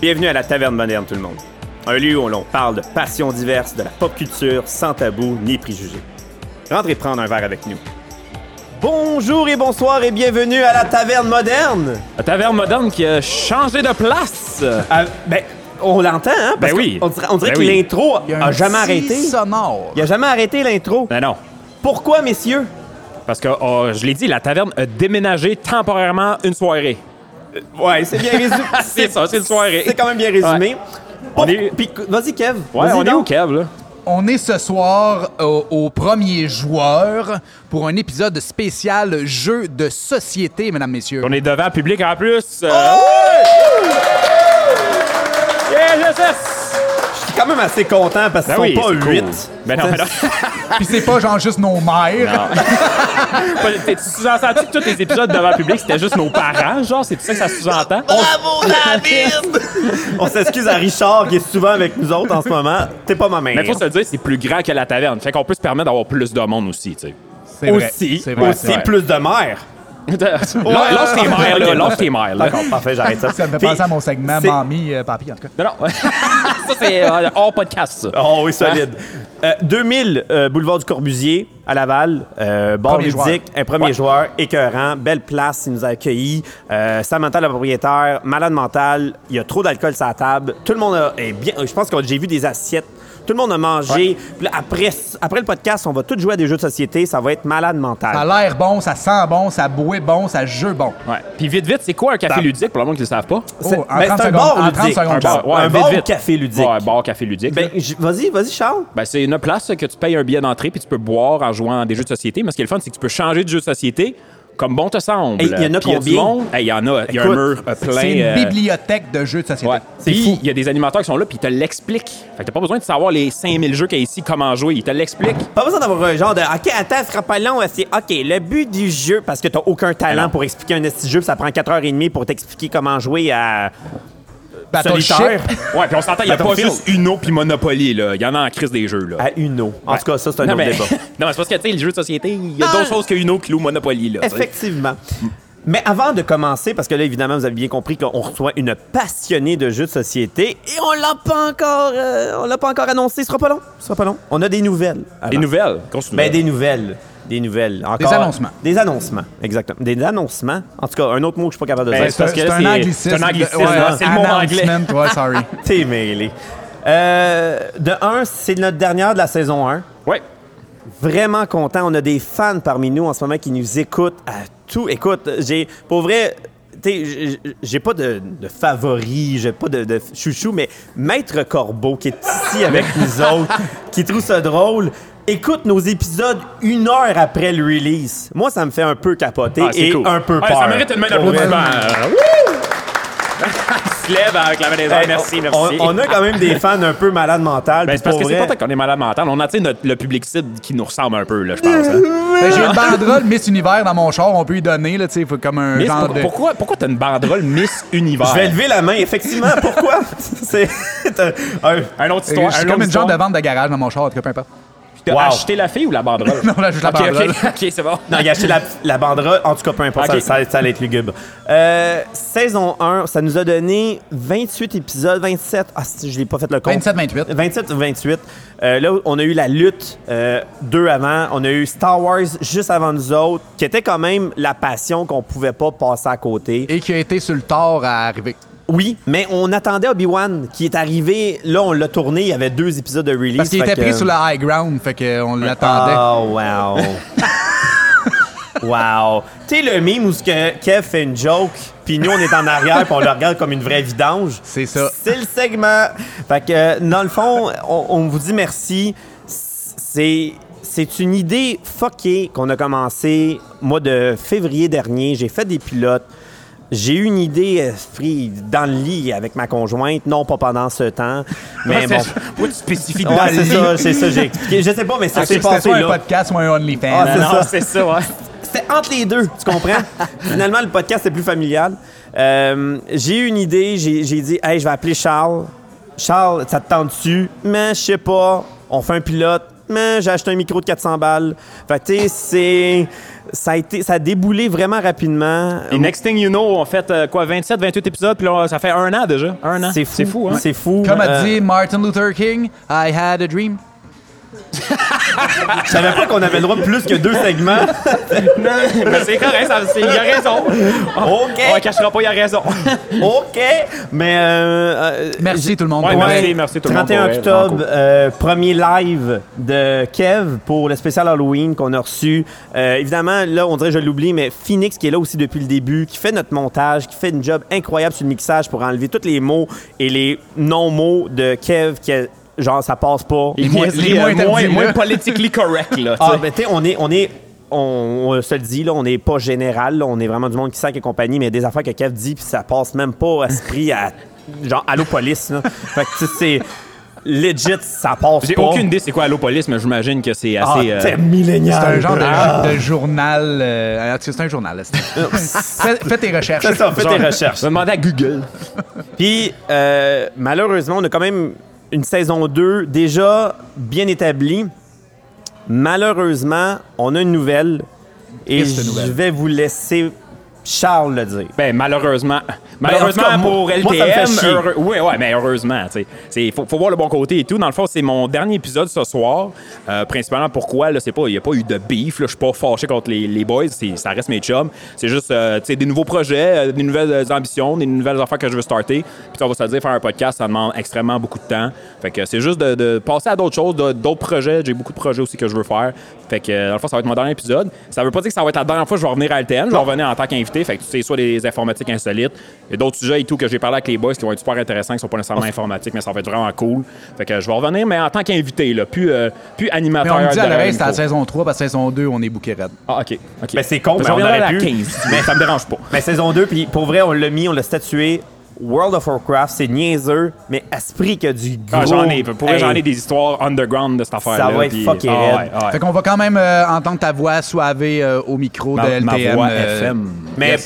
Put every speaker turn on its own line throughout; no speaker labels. Bienvenue à la Taverne Moderne, tout le monde. Un lieu où l'on parle de passions diverses, de la pop culture, sans tabou ni préjugés. Rentrez prendre un verre avec nous.
Bonjour et bonsoir et bienvenue à la Taverne Moderne.
La taverne moderne qui a changé de place.
Ah, ben, on l'entend, hein?
Ben
parce que
oui.
On dirait, on dirait
Ben
que
oui.
l'intro
Il y
a,
un
jamais
petit
arrêté.
sonore.
Il a jamais arrêté l'intro.
Ben non,
Pourquoi, messieurs?
parce que oh, je l'ai dit, la taverne a déménagé temporairement une soirée.
Ouais, c'est bien résumé.
C'est ça, c'est une soirée.
C'est quand même bien résumé. Pour-
On est-
puis- Vas-y, Kev.
Ouais,
Vas-y
on est
donc.
où, Kev, là?
On est ce soir au, au premier joueur pour un épisode spécial jeu de société, mesdames, messieurs.
On est devant public en plus. Euh,
Oh!
yeah, yes, yes!
Je suis quand même assez content parce qu'ils
Ben
sont
oui,
pas
c'est cool.
8.
Ben non, ben non.
Puis c'est pas genre juste nos mères.
Pas- t'es- Tu sous-entends-tu que tous les épisodes devant public, c'était juste nos parents, genre? C'est tout ça que ça sous-entend?
Oh. On s'excuse à Richard qui est souvent avec nous autres en ce moment. T'es pas ma mère.
Mais faut se le dire, c'est plus grand que la taverne. Fait qu'on peut se permettre d'avoir plus de monde aussi, tu sais.
C'est vrai,
aussi,
c'est vrai,
aussi
c'est vrai.
plus de mère.
Là, lâche tes mères, là. Lâche tes mères, là.
D'accord, parfait, j'arrête ça.
Ça me fait
Puis-
penser à mon segment
c'est-
Mamie euh, Papi, en tout cas.
Non, non. ça, c'est euh, hors podcast, ça.
Oh oui, solide. Euh, 2000, euh, boulevard du Corbusier, à Laval. Euh, bar
Premier
ludique, un premier joueur, écœurant, belle place, il nous a accueillis. Euh, Samantha, la propriétaire, malade mentale, il y a trop d'alcool sur la table. Tout le monde a, est bien. Je pense que j'ai vu des assiettes. Tout le monde a mangé. Puis là, après, après le podcast, on va tous jouer à des jeux de société. Ça va être malade mental.
Ça a l'air bon, ça sent bon, ça bouait bon, ça jeu bon.
Ouais. Puis vite, vite, c'est quoi un café
Ça-
ludique pour le monde qui ne le savent pas?
C'est-
Oh, en
ben,
30
c'est un
secondes,
bar
en 30
ludique.
secondes,
Un bar,
Charles.
un
vite,
bar
vite.
café ludique.
Ouais, un bar café ludique. là.
Ben,
Ben,
j- vas-y, vas-y, Charles.
c'est une place que tu payes un billet d'entrée puis tu peux boire en jouant à des jeux de société. Mais ce qui est le fun, c'est que tu peux changer de jeu de société comme bon te semble.
Hey, il y en a
Puis du
combien?
monde. Hey, Il y en a. Il y a un
Écoute,
mur euh, plein.
C'est une
euh,
bibliothèque de jeux de société.
Ouais.
C'est fou.
Puis il y a des animateurs qui sont là puis ils te l'expliquent. Fait que t'as pas besoin de savoir les 5000 jeux qu'il y a ici, comment jouer. Ils te l'expliquent.
Pas besoin d'avoir un genre de OK, attends, frappe pas long, euh, c'est OK, le but du jeu, parce que t'as aucun talent
non.
pour expliquer un esti de jeu, puis ça prend 4h30 pour t'expliquer comment jouer à
Battleship.
solitaire.
Ouais, puis on s'entend, il y a pas
Battlefield.
juste Uno puis Monopoly, là. Il y en a en crise des jeux, là.
À Uno. En tout cas, ça, c'est un
non,
autre
mais...
débat.
non, mais c'est parce que, tu sais, les jeux de société, il y
Ah.
a d'autres choses que Uno qui loue Monopoly, là. tu sais.
Effectivement. Mais avant de commencer, parce que là, évidemment, vous avez bien compris qu'on reçoit une passionnée de jeux de société et on l'a pas encore, euh, on l'a pas encore annoncé. Ce sera pas long. Ce sera pas long. On a des nouvelles.
Des
avant.
nouvelles. grosse
Ben,
nouvelle.
des nouvelles. Des nouvelles. Encore.
annoncements.
Des annoncements, exactement. Des annoncements. En tout cas, un autre mot que je suis pas capable de
Ben,
dire.
parce que
C'est
là,
un
c'est-
anglicisme.
c'est un anglicisme,
Ouais,
hein, c'est le mot anglais.
announcement, ouais, sorry.
T'es mêlé. Euh, de un, c'est notre dernière de la saison 1.
Ouais.
Vraiment content. On a des fans parmi nous en ce moment qui nous écoutent à tout. Écoute, j'ai. Pour vrai. t'sais, j- j- J'ai pas de, de favori, j'ai pas de, de chouchou, mais Maître Corbeau qui est ici avec nous autres, qui trouve ça drôle, écoute nos épisodes une heure après le release. Moi, ça me fait un peu capoter
Ah, c'est
et
cool.
un peu
Ouais,
peur.
Ça mérite une main
Pour vrai.
d'applaudissement. Wouh! Il se lève avec la main des airs.
Hey,
Merci,
on-
merci.
On, on a quand même des fans un peu malades mentales.
Ben,
puis
c'est parce
pour
que c'est
vrai-
pas tant qu'on est malade mental. On attire notre- le public cible qui nous ressemble un peu, là, je pense. hein.
Ben,
Ah!
J'ai une banderole Miss Univers dans mon char, on peut y donner, là, tu sais, faut comme un
Miss,
genre
pour-
de...
pourquoi, pourquoi t'as une banderole Miss Univers?
Je vais lever la main, effectivement. Pourquoi? C'est un- un-
Un autre
Euh,
histoire.
J'ai
un
comme
autre
une genre
histoire.
de vente de garage dans mon char, en tout cas, peu importe.
T'as
Wow.
acheté la fille ou la banderole?
Non, là, juste la
Ok,
banderole.
Ok, ok, c'est bon.
Non, il a acheté la, la banderole. En tout cas, peu importe,
Ok.
ça, ça- ça allait être lugubre. Euh, saison 1, ça nous a donné 28 épisodes, 27. Ah, si, je l'ai pas fait le compte.
27, 28.
27 ou 28. Euh, là, on a eu la lutte euh, deux avant. On a eu Star Wars juste avant nous autres, qui était quand même la passion qu'on pouvait pas passer à côté.
Et qui a été sur le tort à arriver.
Oui, mais on attendait Obi-Wan qui est arrivé. Là, on l'a tourné. Il y avait deux épisodes de release.
Parce qu'il
fait
était
que-
pris sur le high ground, fait qu'on l'attendait.
Oh, wow. wow. Tu sais, le meme où ce que Kev fait une joke, puis nous, on est en arrière, puis on le regarde comme une vraie vidange.
C'est ça.
C'est le segment. Fait que, euh, dans le fond, on, on vous dit merci. C'est. C'est une idée fuckée qu'on a commencé au mois de février dernier. J'ai fait des pilotes. J'ai eu une idée esprit dans le lit avec ma conjointe, non pas pendant ce temps, mais bon.
Pourquoi tu spécifies
Ouais,
dans
c'est
le lit?
ça, c'est ça, j'ai expliqué. Je sais pas, mais ça
C'est
s'est
que Ah,
passé
C'était soit un
là.
podcast ou un OnlyFans.
Ah, c'est
Non,
ça.
c'est ça, ouais.
C'était entre les deux, tu comprends? Finalement, le podcast est plus familial. Euh, j'ai eu une idée, j'ai j'ai dit, hey, je vais appeler Charles. Charles, ça te tente dessus? Mais je sais pas. On fait un pilote. Mais j'ai acheté un micro de 400 balles. Fait que, tu sais, c'est. ça a, été, ça a déboulé vraiment rapidement.
Et next thing you know, on fait euh, quoi, 27, 28 épisodes, puis là, ça fait un an déjà. Un an.
C'est fou.
C'est fou, hein?
C'est fou.
Comme a
Euh,
dit Martin Luther King, I had a dream.
Je savais pas qu'on avait le droit de plus que deux segments.
Ben, c'est correct, ça- c'est- il a raison.
OK.
On ne cachera pas, il a raison.
OK. Mais. euh, euh,
Merci tout le monde.
Ouais,
pour
merci.
vrai.
tout le monde,
31
pour vrai,
octobre,
vraiment
euh, premier live de Kev pour le spécial Halloween qu'on a reçu. Euh, évidemment, là, on dirait que je l'oublie, mais Phoenix qui est là aussi depuis le début, qui fait notre montage, qui fait une job incroyable sur le mixage pour enlever tous les mots et les non-mots de Kev qui, a- genre, ça passe pas.
Les
moins-
niaiseries,
les moins
euh, moins,
interdits,
moins
là.
politically correct, là. tu
Ah,
sais.
ben, tu sais, on est. On est on, on se le dit, là, on n'est pas général, là, on est vraiment du monde qui sac et compagnie, mais des affaires que Kev dit, puis ça passe même pas à ce prix à genre Allo Police. Là. Fait que tu sais, c'est legit, ça passe
J'ai
pas.
aucune idée c'est quoi Allopolis, mais j'imagine que c'est
Ah,
assez. euh,
c'est
C'est
millénial.
un genre de,
Ah.
de journal. euh, en tout cas, c'est un journal. là, c'est- fais, fais tes recherches.
C'est ça, fais tes
genre-
recherches.
Je vais demander à Google.
Puis, euh, malheureusement, on a quand même une saison 2 déjà bien établie. Malheureusement, on a une nouvelle. Et
Triste
je
nouvelle.
vais vous laisser Charles le dire.
Ben, malheureusement. Malheureusement
en tout cas, moi-
pour
moi,
LTM.
ça me fait chier.
heureux- oui, ouais, mais heureusement, tu sais. C'est- Faut, faut voir le bon côté et tout. Dans le fond, c'est mon dernier épisode ce soir. Euh, principalement, pourquoi? Là, c'est pas, il n'y a pas eu de beef. là. Je suis pas fâché contre les, les boys. C'est- Ça reste mes chums. C'est juste, euh, tu sais, des nouveaux projets, euh, des nouvelles euh, ambitions, des nouvelles affaires que je veux starter. Puis, on va se le dire, faire un podcast, ça demande extrêmement beaucoup de temps. Fait que c'est juste de, de passer à d'autres choses, de- d'autres projets. J'ai beaucoup de projets aussi que je veux faire. Fait que, euh, dans le fond, ça va être mon dernier épisode. Ça veut pas dire que ça va être la dernière fois que je vais revenir à LTN. Je vais revenir en tant qu'invité. Fait que, tu sais, soit des informatiques insolites, il y a d'autres sujets et tout que j'ai parlé avec les boys qui vont être super intéressants, qui sont pas nécessairement informatiques, mais ça va être vraiment cool. Fait que je vais revenir, mais en tant qu'invité, là, plus, euh, plus
Mais
animateur.
on me dit à
derrière le
l'oreille, c'est la
micro.
saison 3, parce que saison 2, on est bouquet raide.
Ah, OK. ok.
Ben, c'est con,
Je
mais on
reviendrai
aurait
à la
pu.
15, mais ça me dérange pas.
Mais saison 2, puis pour vrai, on l'a mis, on l'a statué. World of Warcraft, c'est niaiseux, mais à ce prix qu'il y a du gros...
Ah, j'en ai, pour vrai,
Hey,
j'en ai des histoires underground de cette affaire-là.
va être
puis-
fucking
Ah,
raide.
ouais, ah, ouais.
Fait qu'on va quand même euh, entendre ta voix suavée euh, au micro de
Ma,
LTM.
ma voix
euh,
FM.
Mais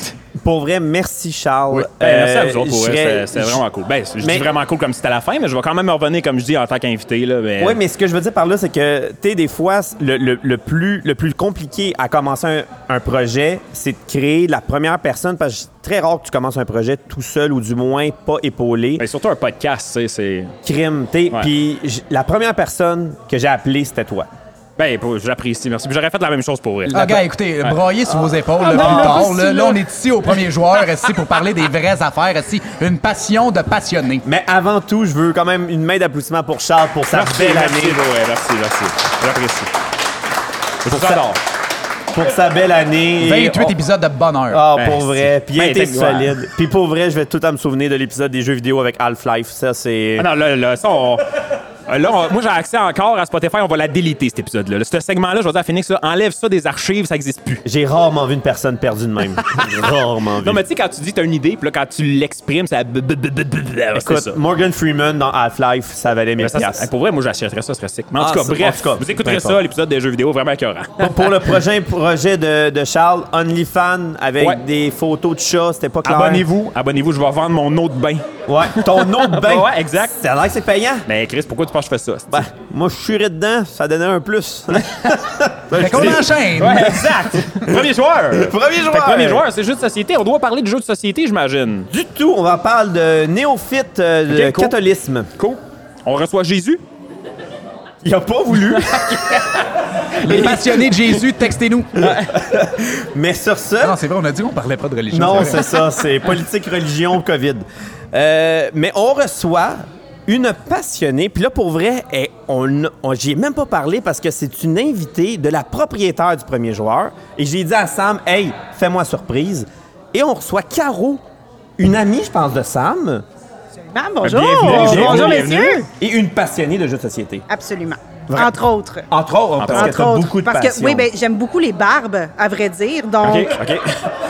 pour vrai, merci Charles.
Oui. Ben, merci à
Euh,
vous autres pour
je
vrai,
serais-
c'est- c'est vraiment cool. Ben, je
Mais-
dis vraiment cool comme si c'était la fin, mais je vais quand même revenir, comme je dis, en tant qu'invité. là, Mais...
Oui, mais ce que je veux dire par là, c'est que, tu sais, des fois, le, le- le plus, le plus compliqué à commencer un, un projet, c'est de créer la première personne, parce que c'est très rare que tu commences un projet tout seul ou du moins pas épaulé.
Ben, surtout un podcast, tu sais, c'est.
Crime, tu sais.
Ouais.
Puis j- la première personne que j'ai appelée, c'était toi.
Ben, pour- j'apprécie, merci. Puis J'aurais fait la même chose pour vrai.
Ah, gars, écoutez, broyez sur vos épaules là, plus
Ah. non,
tard,
non,
là.
c'est
Là,
là.
on est ici au premier joueur, ici, pour parler des vraies affaires, ici. Une passion de passionné.
Mais avant tout, je veux quand même une main d'applaudissement pour Charles pour sa
Merci,
belle
merci,
année.
pour vrai, merci, merci. J'apprécie. Je vous adore.
Pour sa belle année. Et
28
on-
épisodes de bonheur.
Ah,
Ben,
pour vrai.
c'est-
Puis il a
Ben,
été
t'es- ouais.
solide. Puis pour vrai, je vais tout le temps me souvenir de l'épisode des jeux vidéo avec Half-Life. Ça, c'est.
Ah non, là, là, ça, on- Euh, Là, on- moi, j'ai accès encore à Spotify. On va la déliter, cet épisode-là. Là, Ce segment-là, je vais dire à Phoenix, là, enlève ça des archives, ça n'existe plus.
J'ai rarement vu une personne perdue de même. J'ai rarement vu.
Non, mais tu sais, quand tu dis que t'as une idée, puis là, quand tu l'exprimes, ça. C'est
Écoute,
ça.
Morgan Freeman dans Half-Life, ça valait 1000
Mais ça,
piastres.
c'est- pour vrai, moi, j'achèterais ça, ce serait sick. Mais en
Ah,
tout cas,
ça-
bref,
en tout cas,
vous
peu
écouterez
importe.
ça, l'épisode des jeux vidéo, vraiment écœurant.
Pour- Pour le prochain projet de, de Charles, OnlyFans, avec
Ouais.
des photos de chats, c'était pas clair.
Abonnez-vous, abonnez-vous, je vais vendre mon autre bain.
Ouais, ton autre bain.
Ouais, exact.
Ça a l'air que c'est payant.
Mais Chris, pourquoi tu penses que je fais ça?
Ben, moi, je suis dedans, ça donnait un plus.
Fait qu'on enchaîne.
Ouais, exact! Premier joueur!
Premier joueur.
Fait que premier joueur, c'est jeu de société. On doit parler de jeu de société, j'imagine.
Du tout, on va parler de néophyte euh, de
Ok, cool.
catholisme.
Cool. On reçoit Jésus.
Il a pas voulu.
Les passionnés de Jésus, textez-nous.
mais sur
Non,
Ah,
ça,
c'est vrai, on a dit qu'on parlait pas de religion.
non,
c'est vrai.
c'est ça, c'est politique, religion, COVID. Euh, mais on reçoit une passionnée, puis là pour vrai, eh, on, on- j'y ai même pas parlé parce que c'est une invitée de la propriétaire du premier joueur et j'ai dit à Sam, hey, fais-moi surprise. Et on reçoit Caro, une amie, je pense, de Sam.
Ah, bonjour.
Bienvenue, bienvenue,
bonjour,
bienvenue.
messieurs.
Et une passionnée de jeux de société.
Absolument.
Vrai.
Entre autres.
Entre autres, parce que
Ah, Entre
t'as
autres.
beaucoup de
Parce
passion.
que, oui, ben, j'aime beaucoup les barbes, à vrai dire. Donc,
OK, OK.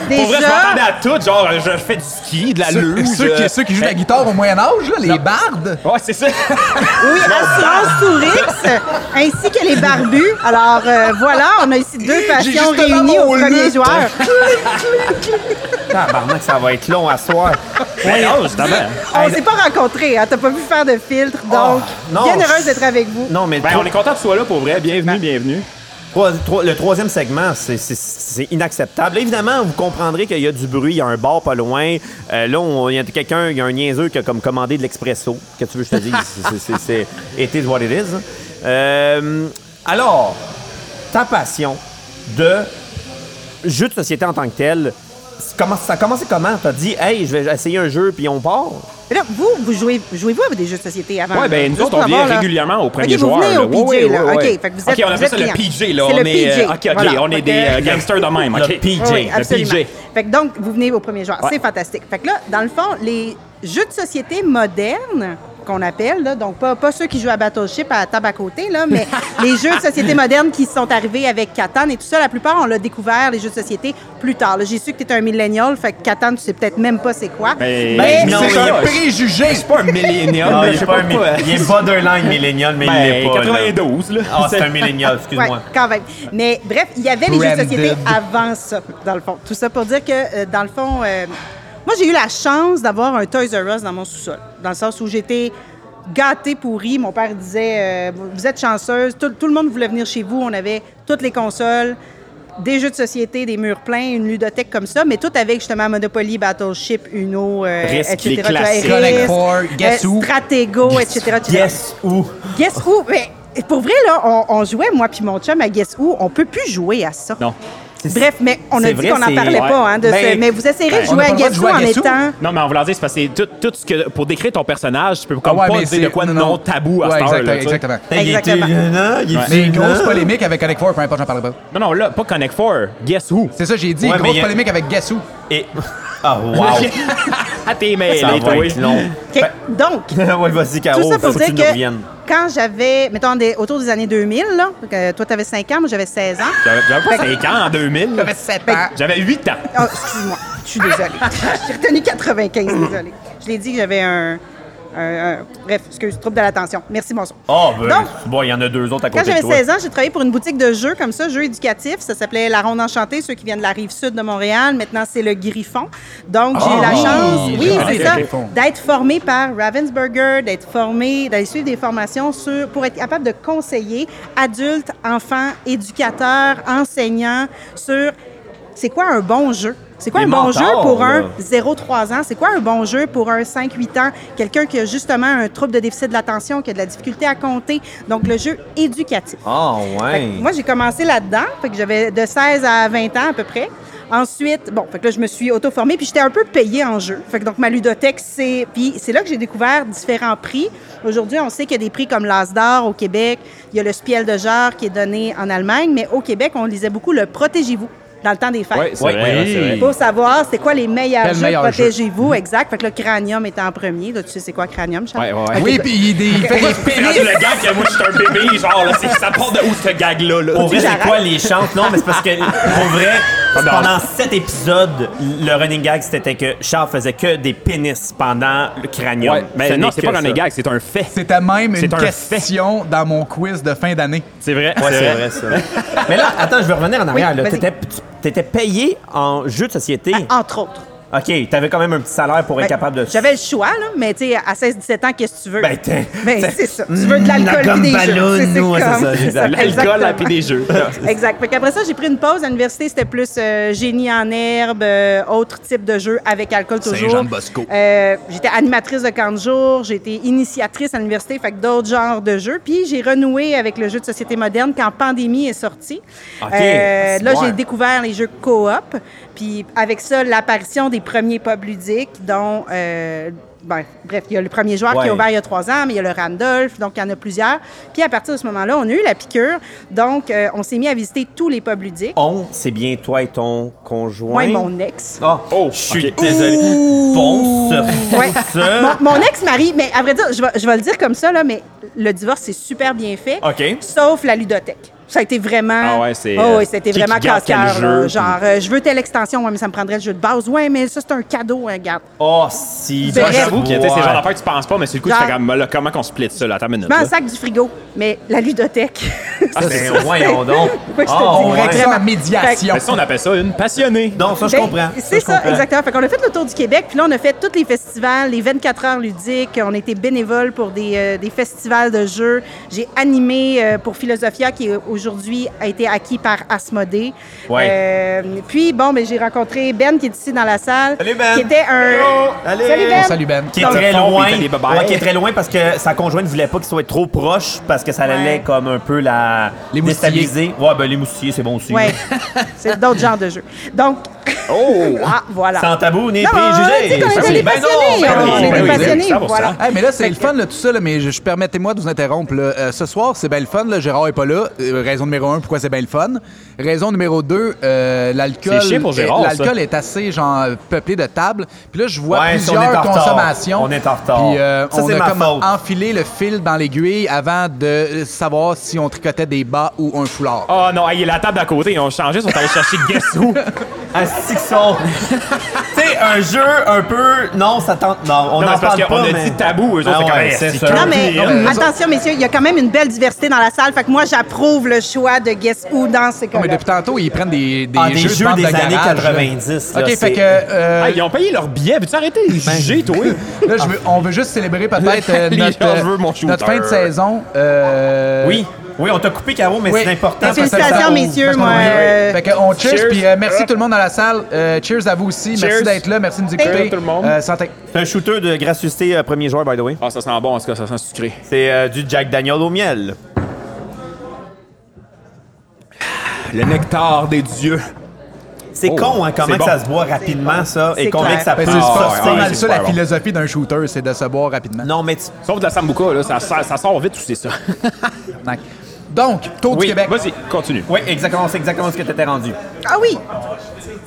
Déjà-
Pour vrai, je m'attendais à tout. Genre, je fais du ski, de la
Ceux,
luge. euh,
ceux qui, ceux qui jouent de la guitare au Moyen-Âge, les bardes.
Ouais, c'est ça.
oui, assurance touriste, ainsi que les barbus. Alors, euh, voilà, on a ici deux passions
justement
réunies au
mon
premier
lutte.
joueur.
Tabarnak, ça va être long à soir.
Ouais, non, justement.
On s'est pas rencontrés, hein, t'as pas pu faire de filtre. Donc,
non,
bien
je-
heureuse d'être avec vous.
Non, mais
Ben,
Ben, on est content que tu sois là pour vrai. Bienvenue, bienvenue.
Trois- trois- le troisième segment, c'est- c'est c'est inacceptable. Évidemment, vous comprendrez qu'il y a du bruit, il y a un bar pas loin. Euh, là, on- il y a quelqu'un, il y a un niaiseux qui a comme commandé de l'expresso. Que tu veux que je te dise? C'est- c'est- c'est c'est- it is what it is. hein. Euh, alors, ta passion de jeu de société en tant que tel, c'est comment- ça a commencé comment? T'as dit, hey, je vais essayer un jeu, puis on part?
Mais là, vous, vous jouez, jouez-vous avec des jeux de société avant?
Ouais,
là?
ben nous autres, on
d'abord,
vient
là.
régulièrement au premier
Ok, vous
joueur.
venez
là.
au
Ouais,
PJ,
ouais,
là.
ouais,
OK,
ouais.
fait que vous êtes-
OK, on
vous
appelle
êtes
ça le
client.
PJ, là.
C'est
on
le
est,
PJ,
euh, OK, OK,
voilà.
on est des
Ok.
euh, gangsters de même. OK.
Le PJ,
Oui,
le
absolument.
PJ.
Fait que donc, vous venez au premier joueur. C'est fantastique. Fait que là, dans le fond, les jeux de société modernes qu'on appelle, là, donc pas, pas ceux qui jouent à Battleship à la table à côté, là, mais les jeux de société modernes qui sont arrivés avec Catan et tout ça, la plupart, on l'a découvert, les jeux de société, plus tard. là. J'ai su que tu étais un millénial, fait que Catan, tu sais peut-être même pas c'est quoi.
Ben,
Mais-
non,
C'est
il est
un
pas-
préjugé.
C'est pas un millénium.
Non,
là,
Ah, il
je
est
sais
pas un mi-
pourquoi.
il est pas d'un line millénial, mais il est
Ben,
pas. là.
92, là.
Ah, c'est un millénial, excuse-moi.
Ouais, quand même. Mais bref, il y avait les jeux de
Branded.
société avant ça, dans le fond. Tout ça pour dire que, euh, dans le fond, euh, moi, j'ai eu la chance d'avoir un Toys R Us dans mon sous-sol, dans le sens où j'étais gâtée, pourrie. Mon père disait euh, Vous êtes chanceuse. Tout, tout le monde voulait venir chez vous. On avait toutes les consoles. Des jeux de société, des murs pleins, une ludothèque comme ça, mais tout avec justement Monopoly, Battleship, Uno, euh,
Risk,
etc.
les
Tu vois,
classiques.
Risk,
Connect Four,
euh,
Guess Who.
Stratego, etc. etc.
Yes ou
Guess Who? Mais pour vrai, là, on, on jouait, moi puis mon chum, à Guess Who. On peut plus jouer à ça.
Non.
Bref, mais on a
C'est
dit
vrai,
qu'on n'en
c'est-
parlait
ouais.
pas, hein, de
Ben,
ce- Mais vous essayerez de
on
jouer
n'a
à
pas le droit de
Guess Who
jouer à
en
Guess Who.
étant...
Non, mais on va dire, c'est parce que tout, tout ce que. Pour décrire ton personnage, tu peux comme
Ah ouais,
pas
mais
dire de
c'est-
quoi
non,
non,
non.
tabou à
Ouais,
cette heure-là.
exactement,
tu
exactement.
sais.
Il est
Exactement.
violent, il est
Mais
violent.
grosse polémique avec Connect Four, peu importe, j'en parle pas.
Non, non, là, pas Connect Four. Guess who?
C'est ça, j'ai dit,
Ouais, mais
grosse
il y a-
polémique avec Guess Who.
Et... Ah, wow!
à tes mails,
Ça
les
va être
toi.
long.
OK, Donc,
Ah ouais, vas-y, Caro,
oh,
tout ça pour
faut que tu
dire
nous
que
reviennes.
quand j'avais, mettons, des- autour des années 2000, là, donc, euh, toi, t'avais 5 ans, moi, j'avais 16 ans. Ben,
J'avais j'avais pas 5 ans en 2000. là.
J'avais 7 ans.
J'avais 8 ans.
Oh, excuse-moi, je suis désolée. J'ai retenu 95, désolée. Je l'ai dit que j'avais un... un- un- bref, excuse, trouble de l'attention. Merci, bonsoir.
Oh, ben,
Donc,
bon, il y en a deux autres à
Quand
côté de
j'avais
toi.
16 ans, j'ai travaillé pour une boutique de jeux comme ça, jeux éducatifs. Ça s'appelait La Ronde Enchantée, ceux qui viennent de la rive sud de Montréal. Maintenant, c'est le Griffon. Donc, j'ai eu la
oui,
chance,
je
oui,
connais
c'est
le
ça,
Griffon.
d'être formé par Ravensburger, d'être formé, d'aller suivre des formations sur, pour être capable de conseiller adultes, enfants, éducateurs, enseignants sur c'est quoi un bon jeu. C'est quoi
Les
un bon
mentors,
jeu pour
là.
un 0-3 ans, c'est quoi un bon jeu pour un 5-8 ans? Quelqu'un qui a justement un trouble de déficit de l'attention, qui a de la difficulté à compter. Donc, le jeu éducatif.
Ah,
Fait que
Hein.
ouais.
moi, j'ai commencé là-dedans. Fait que j'avais de 16 à 20 ans à peu près. Ensuite, bon, fait que là, je me suis auto-formée, puis j'étais un peu payée en jeu. Fait que donc, ma ludothèque, c'est... Puis c'est là que j'ai découvert différents prix. Aujourd'hui, on sait qu'il y a des prix comme l'Asdor au Québec. Il y a le Spiel de genre qui est donné en Allemagne. Mais au Québec, on lisait beaucoup le Protégez-vous dans le temps des fêtes.
Ouais, c'est
Oui.
vrai, ouais, c'est vrai.
Pour savoir c'est quoi les meilleurs
Quel
jeux,
meilleur jeu?
protégez-vous, exact. Fait que le cranium était en premier. Là, tu sais c'est quoi cranium, Charles?
Ouais, ouais, ouais.
Ok,
Ah Oui, puis il, il fait des
C'est rendu le gag que moi, je suis un bébé, genre, là, c'est- ça part de où ce gag-là? Là?
Pour vrai, c'est
j'arrête.
quoi les chances? Non, mais c'est parce que, pour vrai, pendant sept épisodes, le running gag, c'était que Charles faisait que des pénis pendant le cranium.
Ouais, mais
Ce
non,
n'est
c'est
que
pas un
ça.
gag, c'est un fait.
C'était même une
C'est un
question dans mon quiz de fin d'année.
C'est vrai.
Ouais, c'est vrai, ça. mais là, attends, je vais revenir en arrière.
Oui,
là.
vas-y.
T'étais- tu- T'étais payé en jeu de société.
Entre autres.
OK, t'avais quand même un petit salaire pour être
Ah. Ben,
capable de...
J'avais le choix, là, mais tu sais, à 16-17 ans, qu'est-ce que tu veux?
Ben, t'es-
Ben,
t'es-
c'est ça. Tu veux de l'alcool
mm, la
puis des jeux.
gumballoon, nous, ouais, c'est ça,
c'est
exact.
L'alcool
exactement.
à pied des jeux.
Exact. Fait qu'après ça, j'ai pris une pause. À l'université, c'était plus euh, génie en herbe, euh, autre type de jeu avec alcool toujours.
Saint-Jean de Bosco.
Euh, j'étais animatrice de camp de jour, j'ai été initiatrice à l'université, fait que d'autres genres de jeux. Puis j'ai renoué avec le jeu de société moderne quand Pandémie est Euh, sorti.
OK.
là,
Smart.
j'ai découvert les jeux coop. Puis avec ça, l'apparition des premiers pubs ludiques, dont... euh, ben, bref, il y a le premier joueur qui
Ouais.
a ouvert il y a trois ans, mais il y a le Randolph, donc il y en a plusieurs. Puis à partir de ce moment-là, on a eu la piqûre. Donc, euh, on s'est mis à visiter tous les pubs ludiques.
On, c'est bien toi et ton conjoint.
Moins mon ex.
Ah,
Oh,
je suis
ok.
désolé. Bon, ce-
Ouais.
ça.
Mon, mon ex-mari, mais à vrai dire, je vais, je vais le dire comme ça, là, mais le divorce, c'est super bien fait.
OK.
Sauf la ludothèque. Ça a été vraiment.
Ah ouais, c'est,
Oh,
euh,
oui, c'était
qui-
vraiment
qui garde quel
casse-cœur.
jeu,
là.
puis-
Genre, euh, je veux telle extension, ouais, mais ça me prendrait le jeu de base. Ouais, mais ça, c'est un cadeau, hein, regarde.
Oh, si.
Bref,
j'avoue qu'il y a tu sais,
Ouais.
ces genres d'affaires que tu penses pas, mais c'est le coup, tu
Genre-
fais comme, là, comment qu'on split Ben, ça, là, attends une minute.
Je mets un
là.
sac du frigo, mais la ludothèque.
Ah,
Ça,
c'est-
c'est-
voyons donc.
Pourquoi je te
Ah,
dis
On
que
règle
c'est
ça en
vraiment-
médiation.
Mais ça, Ben, on appelle ça une passionnée.
Non, ça, je
Ben,
comprends.
C'est
je
ça,
comprends.
exactement. Fait qu'on a fait le tour du Québec, puis là, on a fait tous les festivals, les 24 heures ludiques. On était bénévoles pour des, euh, des festivals de jeux. J'ai animé euh, pour Philosophia, qui euh, aujourd'hui a été acquis par Asmodée.
Ouais.
Euh, puis, bon, mais j'ai rencontré Ben, qui est ici dans la salle.
Salut, Ben.
Qui était un.
Allez.
Salut, Ben.
On salue Ben.
Qui est
Dans le
très
fond, puis
loin.
il fait des babayes.
Ouais, qui est très loin parce que sa conjointe voulait pas qu'il soit trop proche parce que ça allait
Ouais.
comme un peu la
Les moustillés.
déstabiliser. Ouais, ben les moustiers, c'est bon aussi.
Ouais. C'est d'autres genres de jeux. Donc.
Oh!
Ah, voilà.
Sans tabou, ni
Non, on dit
préjugé.
qu'on était des
Ben non,
passionnés.
ben
on
oui,
est
ben
des
oui.
passionnés,
ça va, ça.
voilà.
Hey, mais là, c'est le fun, là, tout ça, là, mais je, je- permettez-moi de vous interrompre. là. Euh, ce soir, c'est bien le fun. Là, Gérard est pas là. Euh, raison numéro un, pourquoi c'est bien le fun. Raison numéro deux, euh, l'alcool.
C'est chier pour Gérard,
est- L'alcool
ça.
est assez genre, peuplé de tables. Puis là, je vois
Ouais, si on est en
plusieurs
retard.
consommations.
On est en retard.
Puis euh,
Ça,
on
c'est
a
ma
comme
faute.
enfilé le fil dans l'aiguille avant de savoir si on tricotait des bas ou un foulard.
Oh non, hey, la table d'à côté, ils ont changé, ils sont allés chercher Guess Who.
Asti qu'ils sont. tu sais, un jeu un peu. Non, ça tente. Non, on
Non, mais
en
c'est parce
parle
qu'on
pas.
a
mais-
dit tabou, eux autres,
Ah
c'est quand
ouais,
même
c'est
si
sûr.
Non, mais
hein.
Non, mais-
attention, messieurs, il y a quand même une belle diversité dans la salle. Fait que moi, j'approuve le choix de Guess Who dans ces
Non,
cas-là.
Ah, mais depuis tantôt, ils prennent des, des,
Ah, des
jeux, de
jeux
vente
des
de
années
garage, là.
90, là,
OK,
c'est-
fait que... euh,
Ah, ils ont payé leur billet, veux-tu arrêter de les juger, toi?
Là, je veux- on veut juste célébrer peut-être euh,
Les gens,
notre, euh,
je veux mon shooter.
notre fin de saison. euh,
Oui, oui, on t'a coupé, Caro, mais
Oui.
c'est important.
Mais
parce que ça-
félicitations,
ça-
messieurs,
parce qu'on
moi,
a-
euh,
Fait que on cheers,
Cheers.
puis euh, merci tout le monde dans la salle. Euh, cheers à vous aussi. Merci
Ah. Cheers.
d'être là, merci de nous écouter.
Cheers, tout le monde.
Euh, santé.
C'est un shooter de gracieuseté, euh, premier joueur, by the way.
Ah, ça sent bon, en tout cas, ça sent sucré.
C'est euh, du Jack Daniel au miel.
Le nectar des dieux.
C'est
Oh,
con, hein, comment
c'est
que
bon.
ça se boit rapidement, ça, et
C'est
combien
clair.
que ça peut
Ben, c'est
sortir.
pas- c'est pas
ouais,
mal
c'est
ça la
super bon.
philosophie d'un shooter, c'est de se boire rapidement.
Non, mais tu-
Sauf de la sambuca, là, ça, sort- ça sort vite, tout c'est ça.
Donc, Donc, Tour du Québec.
vas-y, continue.
Oui, exactement, c'est exactement ce que t'étais rendu.
Ah oui!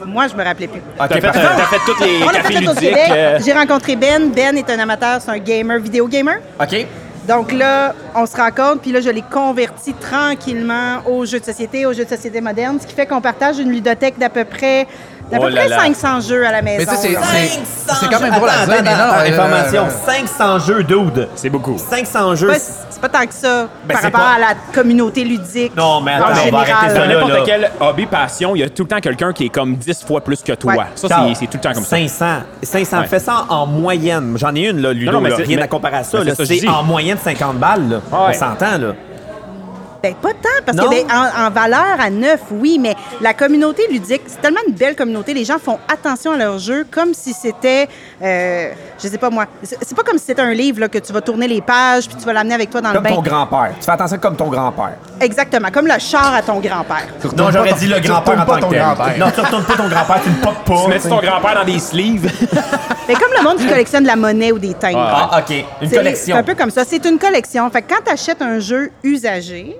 Moi, je me rappelais plus.
T'as
Ok,
fait,
parfait.
t'as fait toutes les
On a
cafés
fait le tour du
ludiques.
Québec.
euh,
J'ai rencontré Ben. Ben est un amateur, c'est un gamer, vidéo gamer.
OK.
Donc là, on se rencontre, puis là, je l'ai converti tranquillement aux jeux de société, aux jeux de société modernes, ce qui fait qu'on partage une ludothèque d'à peu près, d'à
Oh
peu
là
près
là.
500 jeux à la maison.
Mais tu sais, c'est-
là.
c'est c'est quand même drôle à
Attends,
dire, mais
attends,
non.
attends,
euh,
information.
euh,
500 jeux, dude.
C'est beaucoup.
500 jeux.
Pas- C'est pas tant que ça
Ben,
par
c'est
rapport
pas-
à la communauté ludique.
Non, mais attends,
en
on va
général.
arrêter ça
Dans
là,
n'importe
là.
quel hobby, passion, il y a tout le temps quelqu'un qui est comme 10 fois plus que toi.
Ouais.
Ça,
Car-
c'est, c'est tout le temps comme ça.
500. 500.
Ouais.
Fais ça en moyenne. J'en ai une, là, Ludo.
Non, non, mais
là.
c'est-
Rien
mais-
à comparer à ça.
mais
là.
c'est ça que je
C'est
dis.
en moyenne 50 balles. là. On
Ouais.
s'entend, là.
Ah, Ben, pas tant, parce
Non?
que ben, en, en valeur à neuf, oui, mais la communauté ludique, c'est tellement une belle communauté. Les gens font attention à leur jeu comme si c'était, euh, je sais pas moi, c'est c'est pas comme si c'était un livre là, que tu vas tourner les pages puis tu vas l'amener avec toi dans
Comme
le bain.
ton grand-père. Tu fais attention comme ton grand-père.
Exactement, comme le char à ton grand-père.
tu retournes
Non,
pas
j'aurais
ton-
dit le
tu
grand-père en
retournes pas
tant que
ton
tel.
grand-père.
Non, tu retournes pas ton grand-père, tu le popes pas.
Tu mets ton grand-père dans des sleeves.
Mais Ben, comme le monde qui collectionne de la monnaie ou des timbres.
Ah, OK. Une
C'est- C'est
collection.
un peu comme ça. C'est une collection. Fait que quand tu achètes un jeu usagé,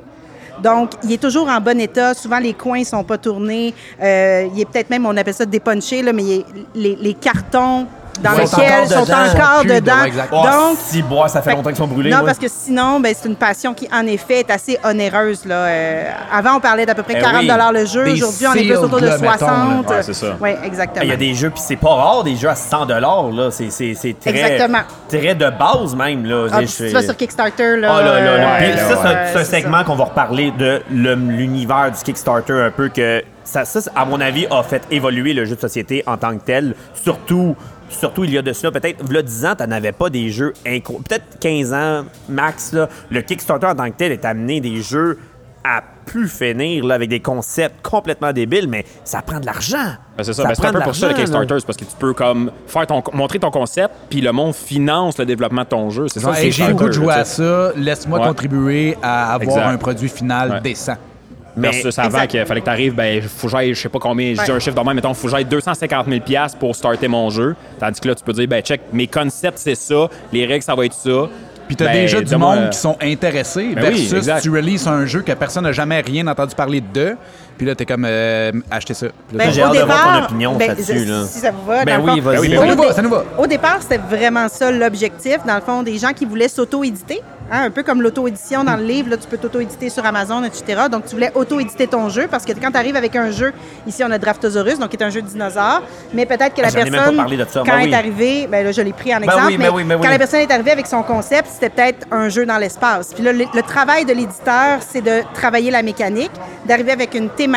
donc, il est toujours en bon état. Souvent, les coins ne sont pas tournés. Euh, il est peut-être même, on appelle ça dépunché, là, mais il est- les, les cartons dans
Ouais,
lesquels
sont
sont
encore dedans.
encore
Sont plus
dedans.
dedans, exact.
Oh,
Donc,
si, bois, ça fait
fait-
longtemps qu'ils sont brûlés.
Non,
moi.
parce que sinon, ben, c'est une passion qui, en effet, est assez onéreuse. Là. Euh, avant, on parlait d'à peu près
Eh
40
oui.
le jeu.
Des
Aujourd'hui, on est plus
sealed,
autour de
là, mettons, là.
60.
Ouais, c'est ça.
Oui,
Ah,
exactement.
Il y a des jeux, puis c'est pas rare, des jeux à 100 là. C'est, c'est, c'est très,
Exactement.
très de base, même. Là.
Ah,
Je-
puis si tu vas sur Kickstarter, là.
Oh là là, là.
euh,
Puis
ouais,
ça,
ouais,
c'est un-
euh,
c'est un,
ça.
segment qu'on va reparler de le- l'univers du Kickstarter un peu que ça, ça, à mon avis, a fait évoluer le jeu de société en tant que tel. Surtout, surtout il y a de cela, peut-être, v'là 10 ans, t'en avais pas des jeux incroyables. Peut-être 15 ans max, là, le Kickstarter en tant que tel est amené des jeux à pu finir là, avec des concepts complètement débiles, mais ça prend de l'argent.
Ben, c'est ça, Ben, c'est
prend
un peu
de
pour ça le
l'argent, là.
Kickstarter, c'est parce que tu peux comme faire ton, montrer ton concept, puis le monde finance le développement de ton jeu. C'est ça,
Ah, Hey,
c'est
J'ai le goût de jouer à
ça.
ça. Laisse-moi
Ouais.
contribuer à avoir
Exact.
un produit final
Ouais.
décent.
Versus avant
Exact.
qu'il fallait que t'arrives, ben, faut que j'aille, je sais pas combien, j'ai
Ouais.
un chiffre dans main, mettons, faut que j'aille 250 000 piastres pour starter mon jeu. Tandis que là, tu peux dire, ben, check, mes concepts, c'est ça, les règles, ça va être ça.
Puis t'as
Ben,
déjà du
donne-moi-
monde qui sont intéressés
Ben oui,
versus
exact.
tu releases un jeu que personne n'a jamais rien entendu parler de. Puis là, t'es comme, euh, achetez ça. Puis là,
Ben,
t'en-
j'ai
au
hâte d'avoir
départ,
ton opinion
ben,
là-dessus, là.
Si ça vous va.
Ben
dans le
oui,
fond-
vas-y.
Ben oui,
Au
ça nous va,
dé-
ça nous va.
Au départ, c'était vraiment ça l'objectif. Dans le fond, des gens qui voulaient s'auto-éditer, hein, un peu comme l'auto-édition dans le livre, là, tu peux t'auto-éditer sur Amazon, etc. Donc, tu voulais auto-éditer ton jeu parce que quand tu arrives avec un jeu, ici, on a Draftosaurus, donc qui est un jeu de dinosaures, mais peut-être que la
Ah, j'en ai même
personne,
pas parlé de ça.
quand
Ben
elle
oui.
est arrivée, ben là, je l'ai pris en exemple,
oui, ben oui, ben oui.
quand la personne est arrivée avec son concept, c'était peut-être un jeu dans l'espace. Puis là, le, le travail de l'éditeur, c'est de travailler la mécanique, d'arriver avec une thématique,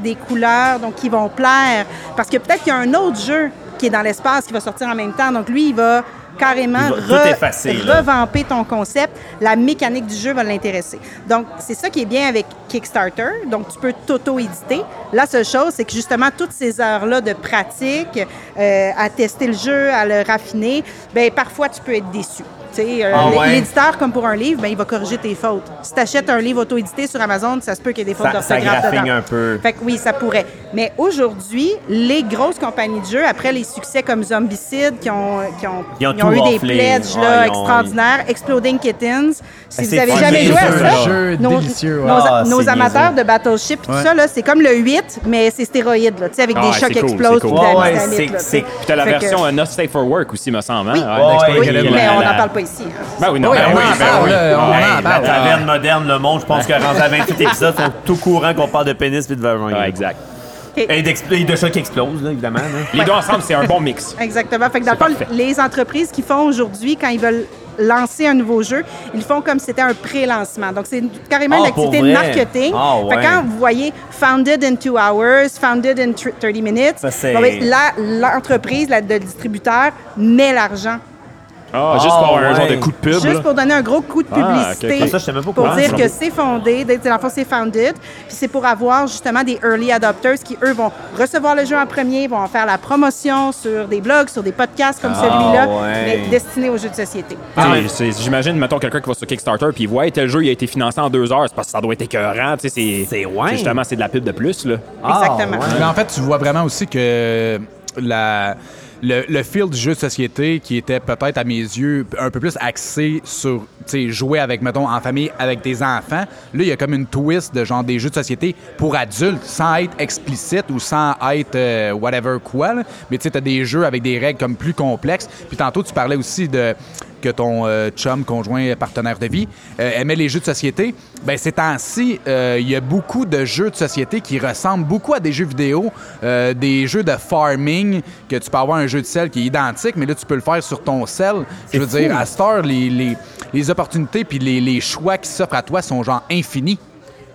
des couleurs, donc qui vont plaire. Parce que peut-être qu'il y a un autre jeu qui est dans l'espace qui va sortir en même temps. Donc lui, il va carrément
Il va tout effacer, là.
revamper ton concept. La mécanique du jeu va l'intéresser. Donc c'est ça qui est bien avec Kickstarter. Donc tu peux t'auto-éditer. La seule chose, c'est que justement toutes ces heures-là de pratique, euh, à tester le jeu, à le raffiner, ben parfois tu peux être déçu. Tu sais, euh,
Ah
l-
ouais?
L'éditeur, comme pour un livre, ben, il va corriger tes fautes. Si tu achètes un livre auto-édité sur Amazon, ça se peut qu'il y ait des fautes
Ça- ça
d'orthographe
graffigne
dedans.
un peu.
Fait que oui, ça pourrait. Mais aujourd'hui, les grosses compagnies de jeux, après les succès comme Zombicide, qui ont, qui ont,
Ils ont
ils ont
tout
eu des
raflé.
pledges
Ouais,
là,
ils ont-
extraordinaires, Exploding Kittens, si vous
c'est
avez
fun,
jamais
les
joué à
jeux,
ça,
là.
Jeux
nos,
délicieux, ouais.
nos-
Ah,
nos
c'est
amateurs
niaiseux.
de Battleship, tout
Ouais.
ça, là, c'est comme le 8, mais c'est stéroïde, là, tu sais, avec
Ah,
des
ouais,
chocs
c'est cool,
qui
c'est
explosent.
cool.
puis de la
Ouais, ouais,
dynamite,
c'est-
là, tu sais.
c'est-
Puis t'as la
Fait que-
version euh, Not Safe for Work aussi, me semble. hein?
Oui.
Ah, Next
Ouais,
Break
Oui,
Il y a
Elite,
mais
la-
on
la-
n'en parle pas ici. hein.
Ben oui, non,
Oui,
ben
on
oui,
en
ben
parle,
oui.
là, on en
Ouais,
parle.
la
la-
taverne moderne, le monde, je pense que rendu à 28 épisodes, sont tout courant qu'on parle de pénis puis de vagin.
Ouais, exact.
Et, d'expl- et de chocs qui explosent, là, évidemment. là.
Les deux ensemble, c'est un bon mix.
Exactement. Fait que dans le fond,
parfait.
les entreprises qui font aujourd'hui, quand ils veulent lancer un nouveau jeu, ils font comme si c'était un pré-lancement. Donc, c'est une- carrément une
Ah, pour
activité de
vrai?
marketing.
Ah,
Fait que
ouais.
quand vous voyez « founded in two hours »,« founded in thr- 30 minutes
Ça, c'est-
bon, ben, la- l'entreprise, la, le distributeur, met l'argent.
Ah, juste pour un
ouais.
genre de coup de pub. là.
Juste pour donner un gros coup de
Ah, ok,
publicité.
ok.
Ça, je savais pas
pour
comment.
dire
Ah,
que c'est fondé, d'être dans le fond, c'est founded. Puis c'est pour avoir justement des early adopters qui, eux, vont recevoir le jeu en premier, vont en faire la promotion sur des blogs, sur des podcasts comme celui-là,
Ah, ouais.
mais destiné aux jeux de société.
Tu sais, c'est- J'imagine, mettons, quelqu'un qui va sur Kickstarter puis il voit, hey, tel jeu, il a été financé en deux heures. C'est parce que ça doit être écœurant. tu sais, C'est
C'est ouais. Ah,
c'est Justement, c'est de la pub de plus. Là.
Exactement.
Mais en fait, tu vois vraiment aussi que la. Le, le feel du jeu de société qui était peut-être à mes yeux un peu plus axé sur tu sais, jouer avec, mettons, en famille avec des enfants, là, il y a comme une twist de genre des jeux de société pour adultes sans être explicite ou sans être euh, whatever quoi. là. Mais tu sais, t'as des jeux avec des règles comme plus complexes. Puis tantôt, tu parlais aussi de que ton euh, chum, conjoint, partenaire de vie euh, aimait les jeux de société. Ben ces temps-ci, euh, il y a beaucoup de jeux de société qui ressemblent beaucoup à des jeux vidéo, euh, des jeux de farming, que tu peux avoir un jeu de sel qui est identique, mais là, tu peux le faire sur ton sel. Je veux dire, à cette heure, les, les, les opportunités puis les, les choix qui s'offrent à toi sont genre infinis.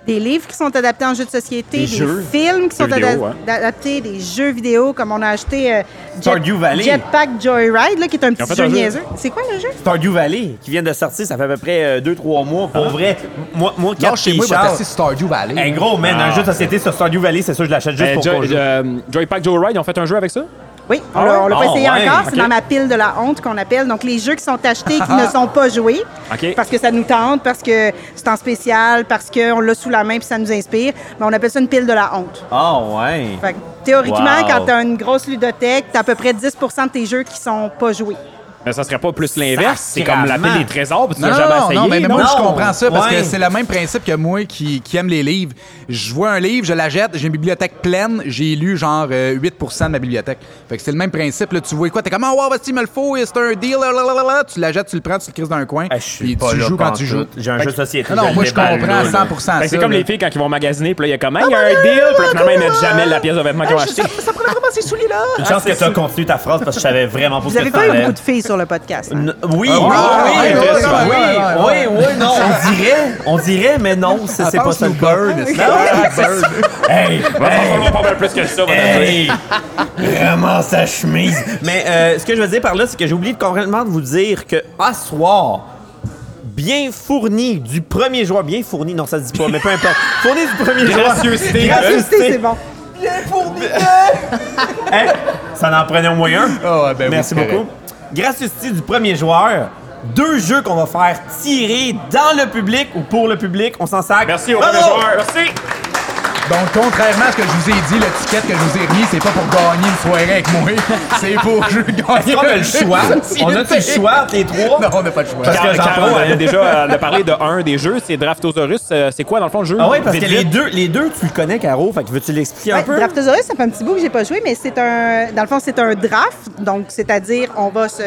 Des livres qui sont adaptés en jeux de société, des,
jeux,
films qui
jeux
sont
vidéo,
ada-
hein.
adaptés, des jeux vidéo, comme on a acheté euh,
Stardew Valley.
Jetpack Joyride, là, qui est un petit
fait
jeu
un jeu.
niaiseux. C'est quoi le jeu?
Stardew Valley, qui vient de sortir, ça fait à peu près 2-3 mois.
Ah.
Pour vrai, moi, moi
Là,
quand
chez moi, il va passer Stardew Valley.
Hey, gros, man, un
Ah.
jeu de société sur Stardew Valley, c'est sûr que je l'achète juste
Euh,
pour
Joy-
qu'on joue.
euh, Joypack Joe Ride, ils ont fait un jeu avec ça?
Oui, on l'a on l'a pas
Ah,
essayé
ouais,
encore. C'est
ok.
dans ma pile de la honte qu'on appelle. Donc, les jeux qui sont achetés et qui ne sont pas joués,
Ok.
parce que ça nous tente, parce que c'est en spécial, parce qu'on l'a sous la main puis ça nous inspire, mais on appelle ça une pile de la honte.
Ah, ouais.
Fait que, théoriquement,
Wow.
quand tu as une grosse ludothèque, tu as à peu près 10 de tes jeux qui sont pas joués.
Mais Ben, ça serait pas plus l'inverse. C'est comme
Sacrément.
la pile des trésors, puis tu
Non,
l'as
non,
jamais
non,
essayé.
non, mais, mais
non?
moi, je
non.
comprends ça parce
Ouais.
que c'est le même principe que moi qui, qui aime les livres. Je vois un livre, je l'achète, j'ai une bibliothèque pleine, j'ai lu genre euh, 8 de ma bibliothèque. Fait que c'est le même principe. Là, tu vois quoi? T'es comme, ah, ouais, vas-y, il me le faut, et c'est un deal, là, là, là, là, là. Tu l'achètes, tu le prends, tu le crises dans un coin.
Ah, je suis
puis
pas
tu
là
joues quand
pantoute.
tu joues.
J'ai un jeu de société,
Non, non,
je
moi,
le
je
déballe,
comprends à
là, Ben, Ah,
100
Fait que
ça.
Ben, c'est comme
là.
les filles quand ils vont magasiner, puis là, il y a comme, Hey, il y a un deal, puis là, finalement, ils mettent jamais la pièce de vêtement qu'ils ont achetée.
Ça prend vraiment ces souliers-là.
Une chance que tu as continué ta phrase parce que je savais vraiment pas
Vous
ce que
avez pas eu
t'allais.
beaucoup de filles sur le podcast. hein?
N- Oui, oui, oui,
Ah,
oui,
ouais,
oui,
ouais, ouais,
oui,
ouais,
oui, oui, non, ah, on dirait, on dirait, mais non, c'est c'est pas ça le cas.
burn.
Hey,
Va falloir pas mal plus que ça, madame.
hey, vraiment sa chemise. Mais euh, ce que je veux dire par là, c'est que j'ai oublié de complètement de vous dire que à soir, bien fourni du premier joueur, bien fourni, non ça se dit pas, mais peu importe, fourni du premier joueur.
Gracieuseté.
Gracieuseté, c'est bon.
Hey, ça n'en prenait au moyen.
Ah ouais, ben oui,
Merci
c'est
beaucoup. Gracieuseté du premier joueur. Deux jeux qu'on va faire tirer dans le public ou pour le public. On s'en sacre.
Merci au
Bravo!
premier joueur. Merci.
Donc, contrairement à ce que je vous ai dit, le ticket que je vous ai remis, c'est pas pour gagner une soirée avec moi. C'est pour je gagner.
On a
un
le
jeu de
choix. On a le
société.
choix, les trois.
Non, on n'a pas le choix.
Parce Eh, que
Car-
j'en
Caro,
parle.
elle a déjà elle a parlé de un des jeux, c'est Draftosaurus. Euh, C'est quoi, dans le fond, le jeu?
Ah ouais, parce que
Vite,
les
vite.
deux, les deux, tu le connais, Caro. Fait que veux-tu l'expliquer un
Ouais,
peu?
Draftosaurus, ça fait un petit bout que j'ai pas joué, mais c'est un. Dans le fond, c'est un draft. Donc, c'est-à-dire, on va se.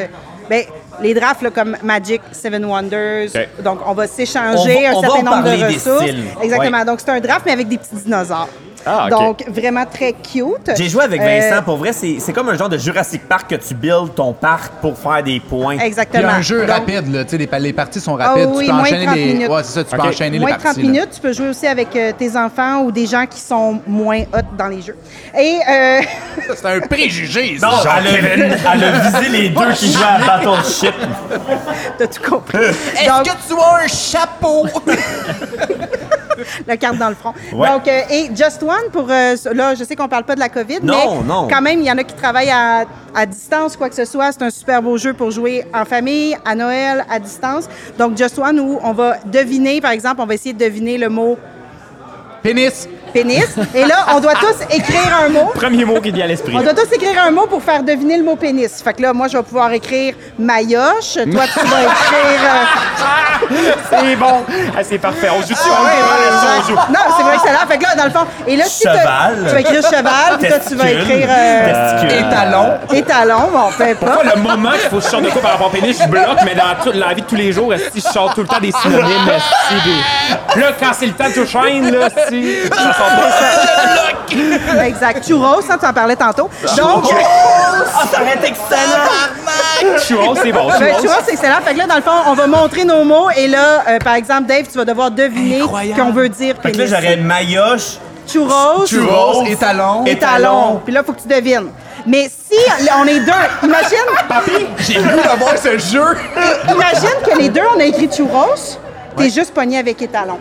Ben, les drafts, là, comme Magic, Seven Wonders.
Ok.
Donc, on va s'échanger
On va-
un
on va
certain
en
nombre
parler
de
des
ressources.
styles.
Exactement.
Ouais.
Donc, c'est un draft, mais avec des petits dinosaures.
Ah, ok.
Donc, vraiment très cute.
J'ai joué avec
Euh,
Vincent. Pour vrai, c'est c'est comme un genre de Jurassic Park que tu builds ton parc pour faire des points.
Il y
Euh, Exactement.
a un jeu
Donc,
rapide, là. Tu sais, les, pa- les parties sont
Ah
rapides.
oui,
tu peux
moins de
enchaîner
30
les.
minutes.
Ouais, c'est ça, tu
Ok.
peux enchaîner les
Moins de
parties.
30
là.
minutes, tu peux jouer aussi avec euh, tes enfants ou des gens qui sont moins hot dans les jeux. Et euh,
C'est un préjugé, ça.
Non, Ah, elle a, elle a visé les deux qui jouaient à Battleship.
t'as tout compris.
Euh.
Donc,
tu as un chapeau?
la carte dans le front.
Ouais.
Donc, euh, et Just One, pour, euh, là, je sais qu'on parle pas de la COVID,
Non,
mais
non.
quand même, il y en a qui travaillent à, à distance, quoi que ce soit. C'est un super beau jeu pour jouer en famille, à Noël, à distance. Donc, Just One, où on va deviner, par exemple, on va essayer de deviner le mot
Pénis.
pénis. Et là, on doit tous écrire un mot.
Premier mot qui vient à l'esprit.
On doit tous écrire un mot pour faire deviner le mot pénis. Fait que là, moi, je vais pouvoir écrire maillotche. Toi, tu vas écrire. euh,
C'est bon. Ah, c'est parfait. On joue on est dans le son, on joue.
Ah. Non, c'est vrai que c'est là. Fait que là, dans le fond. Et là, si t'as-
Cheval.
tu vas écrire cheval, puis toi, tu vas
Testicule.
écrire. euh,
Testicule.
Étalon.
Étalon, bon, peu
Moi,
importe.
le moment qu'il faut que je sorte de quoi par rapport au pénis, je bloque, mais dans toute la vie de tous les jours, si je sors tout le temps des synonymes, esti, des- Là, quand c'est le temps de chaîne, là, si. Je sors pas.
Exact. Churros, hein, tu en parlais tantôt. Donc,
Ça va être excellent!
Churros, c'est bon.
ben,
Churros.
churros, c'est excellent. Fait que là, dans le fond, on va montrer nos mots. Et là, euh, par exemple, Dave, tu vas devoir deviner qu'on veut dire
Fait que là,
pénis.
j'aurais Mayoche.
Churros,
Churros, étalon.
étalon. Puis là, faut que tu devines. Mais si là, on est deux, imagine,
J'ai vu d'avoir ce jeu.
imagine que les deux, on a écrit churros, t'es juste pogné avec étalon.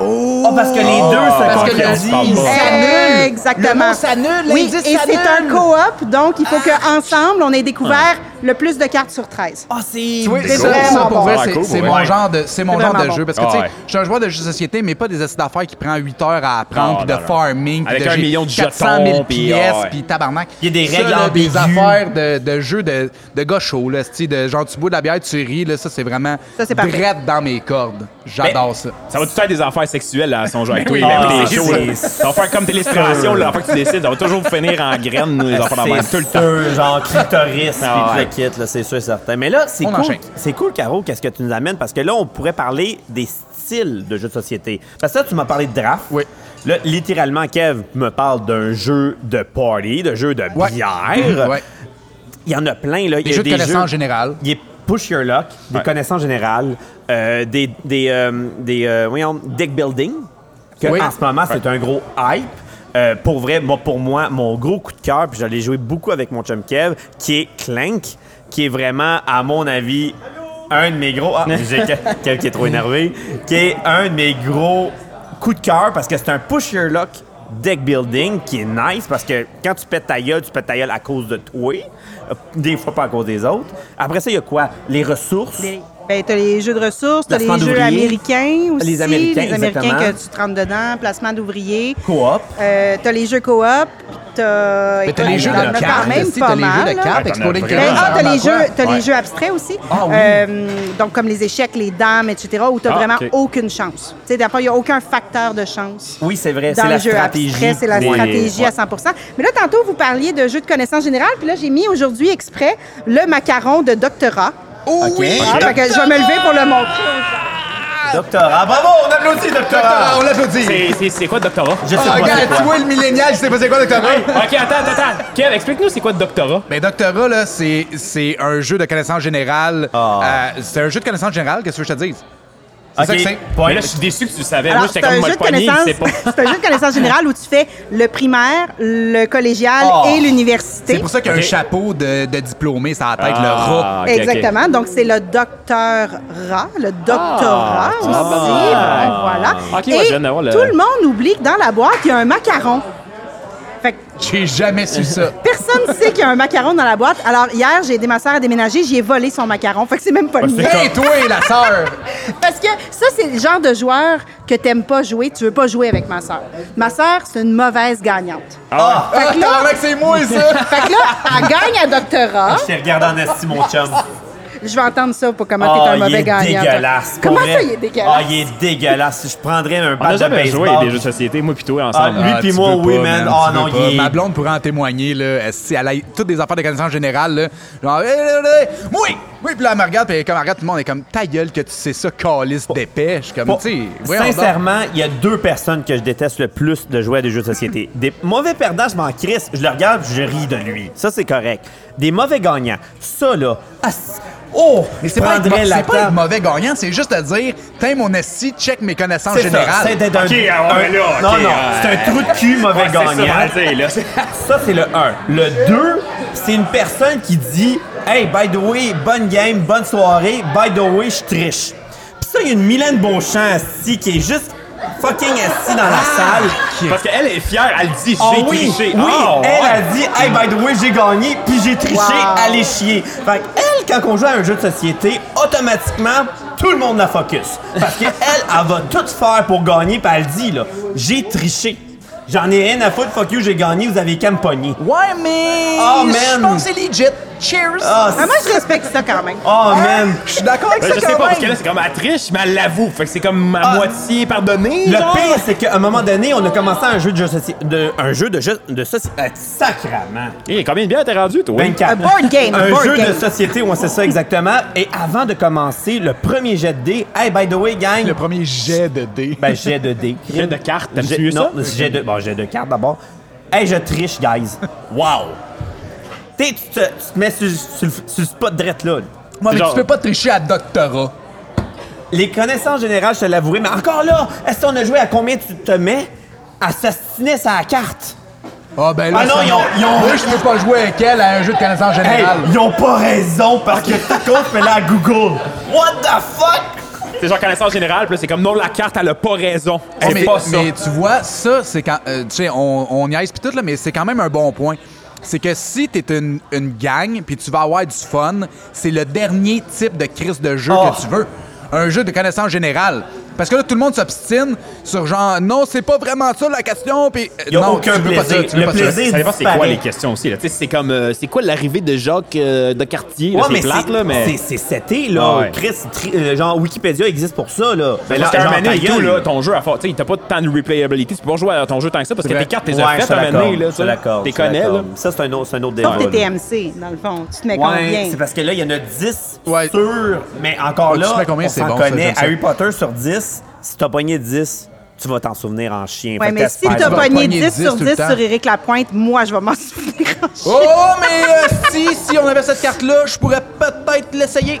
Oh, parce que les deux se
Parce que le-
concrétisent.
Ça
Euh,
annule.
Exactement.
Le mot s'annule,
Oui,
l'indice
et c'est un
s'annule.
co-op, donc il faut
Ah.
qu'ensemble, on ait découvert le plus de cartes sur 13.
Ah, c'est...
Oui,
C'est
ça,
vraiment
ça, pour
bon.
vrai,
Ah,
c'est
cool,
c'est
ouais.
mon genre de, c'est mon
C'est
genre de
vraiment
jeu.
bon.
Parce que, tu
Ah
sais,
ouais.
je suis un joueur de jeux de société, mais pas des essais d'affaires qui prend 8 heures à apprendre,
Non,
puis de
non, non.
farming, puis
Avec
de
un
j'ai
million de
400 000
jetons, puis, ah
pièces,
ouais.
puis tabarnak.
Il y a des
Ça,
règles
là, Des
ambiguës.
affaires de, de jeux de, de gars chauds, là, tu sais, de genre tu bois de la bière, tu ris, là, ça, c'est vraiment
Ça, c'est parfait.
drette dans mes cordes. J'adore ça.
Ça va tout faire des affaires sexuelles, là, à son jeu avec toi.
oui,
là,
ben
puis
oui,
les shows,
c'est-
là. Ça va faire comme tes respirations, là, la fois que tu décides. Ça va toujours finir en graines, nous, les enfants dans
C'est
le temps.
sûr, genre clitoris,
Ah
puis
ouais.
tout le kit, là, c'est sûr et certain. Mais là, c'est
On
cool,
enchaîne.
c'est cool, Caro, qu'est-ce que tu nous amènes? Parce que là, on pourrait parler des styles de jeux de société. Parce que là, tu m'as parlé de draft.
Oui.
Là, littéralement, Kev me parle d'un jeu de party, de jeu de
Ouais.
bière.
Ouais.
Il y en a plein, là. Il y
Des
a
jeux de connaissances
jeux-
générales.
Il y a Push Your Luck, des
Ouais.
connaissances générales, euh, des, des, euh, des euh, voyons, deck building, que
Oui.
en ce moment, c'est un gros hype. Euh, pour vrai, moi, pour moi, mon gros coup de cœur, puis j'allais jouer beaucoup avec mon chum Kev, qui est Clank, qui est vraiment, à mon avis, un de mes gros... Ah, j'ai Kev Kev qui est trop énervé. Qui est un de mes gros coups de cœur, parce que c'est un Push Your Luck deck building qui est nice parce que quand tu pètes ta gueule, tu pètes ta gueule à cause de toi, euh, des fois pas à cause des autres. Après ça, il y a quoi? Les ressources.
Ben, t'as les jeux de ressources, t'as les
Placement
jeux
d'ouvriers.
américains
Ah,
aussi.
Les Américains,
les Américains
exactement.
que tu te rentres dedans, placement d'ouvriers.
Co-op.
Euh, t'as les jeux coop, puis t'as.
Mais t'as
écoute,
les jeux
il y en a
de
quand
cartes,
même
aussi,
pas
t'as les jeux
mal,
de
là.
cartes,
Ouais,
explorer
t'en as
le
Ben,
vraiment.
ah, t'as les,
jeu
jeux, t'as les jeux abstraits aussi.
Ah oui.
Euh, donc, comme les échecs, les dames, etc., où t'as
Ah,
vraiment
ok.
aucune chance. Tu sais, d'après, il n'y a aucun facteur de chance.
Oui, c'est vrai,
Dans
c'est
le
la
jeu
stratégie.
abstrait, c'est la
des-
stratégie à 100 Mais là, tantôt, vous parliez de jeux de connaissances générales, puis là, j'ai mis aujourd'hui exprès le macaron de doctorat.
Oh oui!
Ah, fait que je vais me lever pour le montrer.
Doctorat, bravo, on applaudit, doctorat!
Doctorat, on l'applaudit!
C'est- C'est c'est quoi, doctorat?
Je sais
Ah,
pas c'est
regarde,
quoi.
tu vois le millénial, je sais pas c'est quoi, doctorat?
Ok, attends, attends, attends. Kev, explique-nous c'est quoi, doctorat?
Ben, Doctorat, là, c'est, c'est un jeu de connaissances générales.
Ah.
Euh, c'est un jeu de connaissances générales, qu'est-ce que je te dise? C'est
Ok,
ça que c'est.
point.
Mais là, je suis déçu que tu le savais.
Alors,
Moi, j'étais
c'est un,
comme
jeu
mal
de
pogné, je
connaissances-
sais pas.
c'est un jeu de connaissances générales où tu fais le primaire, le collégial
Ah.
Oh.
et
C'est
l'université.
pour ça qu'il y a
Ok.
un chapeau de, de diplômé sur la tête, le rat.
Ah, ok, ok.
Exactement. Donc, c'est le docteurat, le doctorat aussi.
ah,
Ben, voilà.
Ok, ouais, je viens
et
d'avoir le-
tout le monde oublie que dans la boîte, il y a un macaron. Fait que
J'ai jamais su ça.
personne ne sait qu'il y a un macaron dans la boîte. Alors, hier, j'ai aidé ma soeur à déménager, j'y ai volé son macaron. Fait que c'est même
Ah,
pas le mien.
Hey, toi, la sœur!
Parce que ça, c'est le genre de joueur que t'aimes pas jouer. Tu veux pas jouer avec ma soeur. Ma soeur, c'est une mauvaise gagnante.
Ah,
Fait que là-
tabarnak, c'est moi, ça!
Fait que là, elle gagne à doctorat.
Je te regarde en esti, mon chum.
Je vais entendre ça pour comment t'es
Ah,
un
il
mauvais
est
gagnant. toi.
dégueulasse. pour
Comment
vrai.
ça, il est dégueulasse?
Ah, il est dégueulasse. Je prendrais un
On
bat
a
de
jamais joué
baseball.
à des jeux de société, moi pis toi,
Ah,
ensemble.
lui
Ah,
puis
tu
moi,
peux
oui,
pas,
man.
tu
Ah
peux
non,
pas.
il est-
Ma blonde pourrait en témoigner, là. Si elle a toutes des affaires de connaissance générale, là. Genre, Hey, là, là, oui! Oui, puis là, elle me regarde, puis comme elle regarde, tout le monde est comme, ta gueule que tu sais ça, calice d'épais. Je suis comme,
Pas-
tu sais, voyons donc.
Sincèrement, il y a deux personnes que je déteste le plus de jouer à des jeux de société. Des mauvais perdants, je m'en crisse, je le regarde, je ris de lui. Ça, c'est correct. Des mauvais gagnants, ça, là. ah, c- oh!
Mais
je
c'est pas, être,
prendrais
c'est
la
pas être
table.
mauvais gagnant, c'est juste à dire, t'es mon esti, check mes connaissances
C'est ça,
générales.
c'est d'être un.
Ok, ah ouais,
un-
là, ok,
non, non,
ah,
c'est un trou de cul mauvais gagnant. Ça, c'est le 1. Le 2, c'est une personne qui dit Hey, by the way, bonne game, bonne soirée, by the way, je triche. Puis ça, il y a une Mylène Beauchamp assis qui est juste fucking assise dans la salle.
Parce qu'elle est fière, elle dit j'ai
Ah oui,
triché.
Ah! oui,
Ah, ouais.
elle a dit Hey, by the way, j'ai gagné, puis j'ai triché,
Wow.
allez chier. Fait que elle, quand on joue à un jeu de société, automatiquement, tout le monde la focus. Parce qu'elle, elle va tout faire pour gagner, puis elle dit là, J'ai triché. J'en ai rien à foutre, fuck you, j'ai gagné, vous avez qu'à me pogner.
Ouais, mais.
Oh,
Je
man.
pense que c'est legit. Cheers! Ah,
Ah,
Ah, moi, je respecte ça quand même.
Oh man!
Je suis d'accord avec
Ben,
ça
je sais
quand
pas, parce que
même.
là, c'est comme elle triche, mais elle l'avoue. Fait que c'est comme à moitié pardonné.
Le
genre.
pire, c'est qu'à un moment donné, on a commencé un jeu de jeu soci- de un jeu de jeu de société. sacrament.
Hey, combien de bières t'es rendu, toi?
24.
Un board game,
Un
board
jeu
game.
de société, ouais, c'est ça exactement. Et avant de commencer, le premier jet de dés. Hey, by the way, gang.
Le premier jet de dé.
Ben, jet de dés.
Jet de cartes, t'aimes-tu
Jet-
mieux
non,
ça?
jet de, bon, jet de cartes d'abord. Hey, je triche, guys.
Wow!
T'sais, tu te, tu te mets sur, sur le- sur le spot drette là.
Moi, mais
genre-
tu peux pas tricher à doctorat.
Les connaissances générales, je te l'avouerai, mais encore là, est-ce qu'on a joué à combien tu te mets? Assassiner sa carte.
Ah, ben là.
Ah non,
ça-
ils ont- ils ont-
Moi, je peux pas jouer avec elle à un jeu de connaissances
Hey,
générales.
ils ont pas raison parce que ta compte fait là à Google. What the fuck?
C'est genre connaissance générale, puis là, c'est comme non, la carte, elle a pas raison.
Oh,
Elle
mais,
fait pas ça.
mais tu vois, ça, c'est quand. euh, tu sais, on, on niaise pis tout, là, mais c'est quand même un bon point. C'est que si t'es une, une gang puis tu vas avoir du fun, c'est le dernier type de crise de jeu
Oh.
que tu veux. Un jeu de connaissance générale. Parce que là, tout le monde s'obstine sur genre, non, c'est pas vraiment ça la question, puis.
Y a
non,
aucun
tu veux pas
plaisir.
ça, tu veux
Le
pas ça.
plaisir-
Ça dépend c'est
disparaît.
quoi les questions aussi. là. Tu sais, c'est comme, euh, c'est quoi l'arrivée de Jacques euh, de Cartier? là, c'est plate, là, mais...
c'est- c'est cet été, là.
Ouais.
Chris, tri- euh, genre, Wikipédia existe pour ça, là. Mais
Parce qu'à un moment donné et tout, là, ton jeu, à fort, tu sais, t'as pas tant de replayability, tu peux pas jouer à ton jeu tant que ça, parce que
Ouais.
tes cartes, t'es déjà faites à un moment donné, là, tu sais. T'es connais, là.
Ça, c'est un autre, c'est un autre débat.
Sauf
là.
tes TMC, dans le fond. Tu te mets
Ouais,
combien?
c'est parce que là, il y en a 10
Ouais.
sur, mais encore
Ouais, tu
là,
te mets combien,
on
c'est
s'en
bon, ça,
connaît.
j'aime ça.
Harry Potter sur 10, si t'as pogné 10, tu vas t'en souvenir en chien.
Ouais,
Fait que
mais si
t'espères-
t'as
vas
pogné
pogner
10 sur
10 tout
10
le temps.
sur Éric Lapointe, moi, je vais m'en souvenir. en
Oh, mais euh, si, si on avait cette carte-là, je pourrais peut-être l'essayer.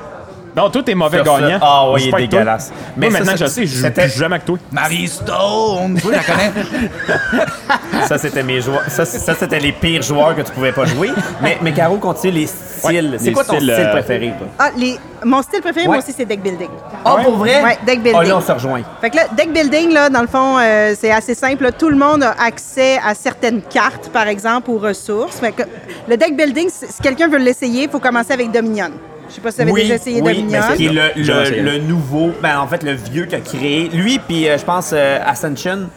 Non, toi, t'es mauvais
Sur ça.
gagnant.
Ah ouais,
Je suis
il est
pas avec toi.
dégueulasse. Mais
Moi,
ça,
maintenant,
ça,
je sais, je joue
c'était-
plus jamais avec toi.
Marie Stone, tu la connais.
Ça, c'était mes joueurs. Ça, c- ça, c'était les pires joueurs que tu pouvais pas jouer. Mais, mais Caro, continue les styles.
Ouais,
c'est
les
quoi ton
styles,
style
euh,
préféré, toi?
Ah, les... mon style préféré,
Ouais.
moi aussi, c'est deck building.
Ah, pour vrai?
Ouais, deck building.
Ah, là, on se rejoint.
Fait que là, deck building, là, dans le fond, euh, c'est assez simple. là. Tout le monde a accès à certaines cartes, par exemple, ou ressources. Fait que le deck building, si si quelqu'un veut l'essayer, il faut commencer avec Dominion. Je sais pas si vous avez déjà essayé
oui,
Dominion.
mais c'est qui est le,
J'ai
le-
essayé.
le nouveau, ben en fait le vieux qui a créé. Lui, puis euh, je pense euh, Ascension,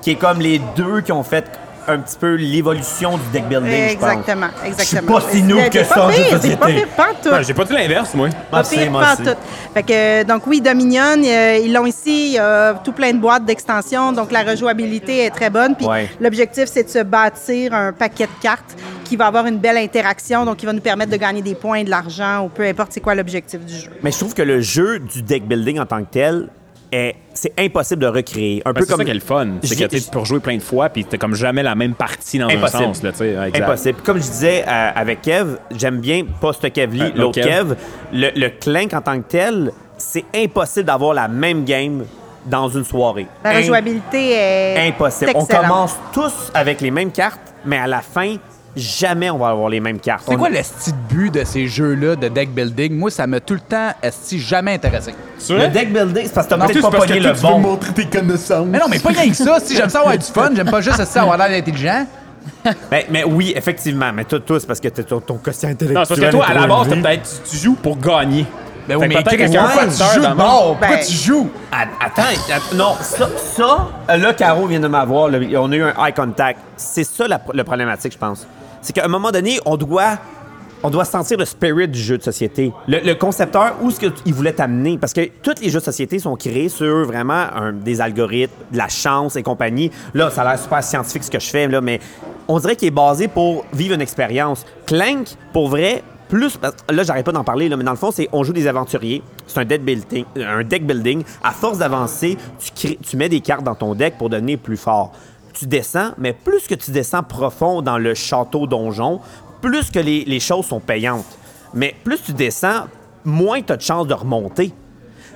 qui est comme les deux qui ont fait un petit peu l'évolution du deck building, je pense.
Exactement,
Je
exactement.
suis pas si noob
C'est-
que
c'est pas
ça, en
pire,
jeu de
C'est pas
société.
pire, pas en tout.
Ben, J'ai pas dit l'inverse, moi.
Pas
Moi aussi,
pire,
moi
pas en
aussi.
tout. Fait que, euh, donc oui, Dominion, euh, ils l'ont ici, il y a tout plein de boîtes d'extensions, donc la rejouabilité est très bonne. Puis
Ouais.
l'objectif, c'est de se bâtir un paquet de cartes qui va avoir une belle interaction, donc qui va nous permettre de gagner des points, de l'argent, ou peu importe c'est quoi l'objectif du jeu.
Mais je trouve que le jeu du deck building en tant que tel, est- c'est impossible de recréer. Un peu
Ben, c'est
comme
ça qui est le fun. C'est
Je-
que tu sais, tu peux rejouer plein de fois, puis t'as comme jamais la même partie dans un
Impossible.
sens. Là, tu sais. Ouais, exact.
Impossible. Comme je disais euh, avec Kev, j'aime bien pas ce Kev-là,
Euh,
l'autre
l'autre
Kev.
Kev.
Le, le clank en tant que tel, c'est impossible d'avoir la même game dans une soirée.
La
Im-
rejouabilité est
Impossible. On
excellente.
commence tous avec les mêmes cartes, mais à la fin, jamais on va avoir les mêmes cartes.
C'est
On-
quoi le style but de ces jeux-là de deck building? Moi, ça m'a tout le temps esti jamais intéressé.
Sûr?
Le deck building, c'est parce que t'as
En plus,
peut-être pas
parce que
pogné
toi,
le
tu veux
bon.
montrer tes connaissances.
Mais non, mais pas rien que ça. Si j'aime ça avoir du fun, j'aime pas juste esti avoir l'air intelligent.
mais, mais oui, effectivement. Mais toi, toi c'est parce que t'as ton, ton quotient intellectuel.
Non, c'est parce que toi, à la
est
base,
trop
t'as
élevé.
peut-être, tu, tu joues pour gagner.
Ben
Fait
oui,
que
mais
peut-être qu'il y a un
pourquoi
facteur
tu joues
dans
de
le
bord? Pourquoi
Ben-
tu joues?
A- Attends, att- non, ça, ça, euh, là, Caro vient de m'avoir, là, on a eu un eye contact. C'est ça la, pr- la problématique, je pense. C'est qu'à un moment donné, on doit, on doit sentir le spirit du jeu de société. Le, le concepteur, où est-ce qu'il voulait t'amener? Parce que tous les jeux de société sont créés sur vraiment un- des algorithmes, de la chance et compagnie. Là, ça a l'air super scientifique ce que je fais, là, mais on dirait qu'il est basé pour vivre une expérience. Clank, pour vrai, plus parce que là j'arrête pas d'en parler là, mais dans le fond c'est on joue des aventuriers c'est un deck building un deck building à force d'avancer tu crées- tu mets des cartes dans ton deck pour devenir plus fort tu descends mais plus que tu descends profond dans le château donjon plus que les, les choses sont payantes mais plus tu descends moins tu as de chances de remonter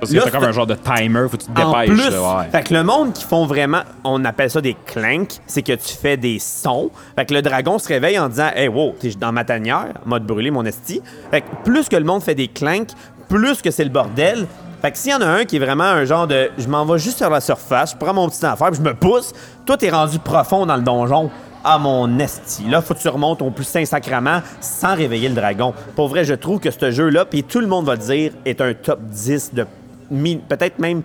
Parce que
Là,
c'est comme
c'est-
un genre de timer, faut que tu te
en
dépêches.
plus,
là,
ben,
ouais.
fait que le monde qui font vraiment, on appelle ça des clanks, c'est que tu fais des sons. Fait que le dragon se réveille en disant, hey wow, t'es dans ma tanière, mode brûlé mon esti. Fait que plus que le monde fait des clanks, plus que c'est le bordel. Fait que s'il y en a un qui est vraiment un genre de, je m'en vais juste sur la surface, je prends mon petit affaire, puis je me pousse, toi t'es rendu profond dans le donjon. Ah mon esti, là faut que tu remontes au plus saint sacrement sans réveiller le dragon. Pour vrai, je trouve que ce jeu-là, puis tout le monde va le dire, est un top 10 de mi- peut-être même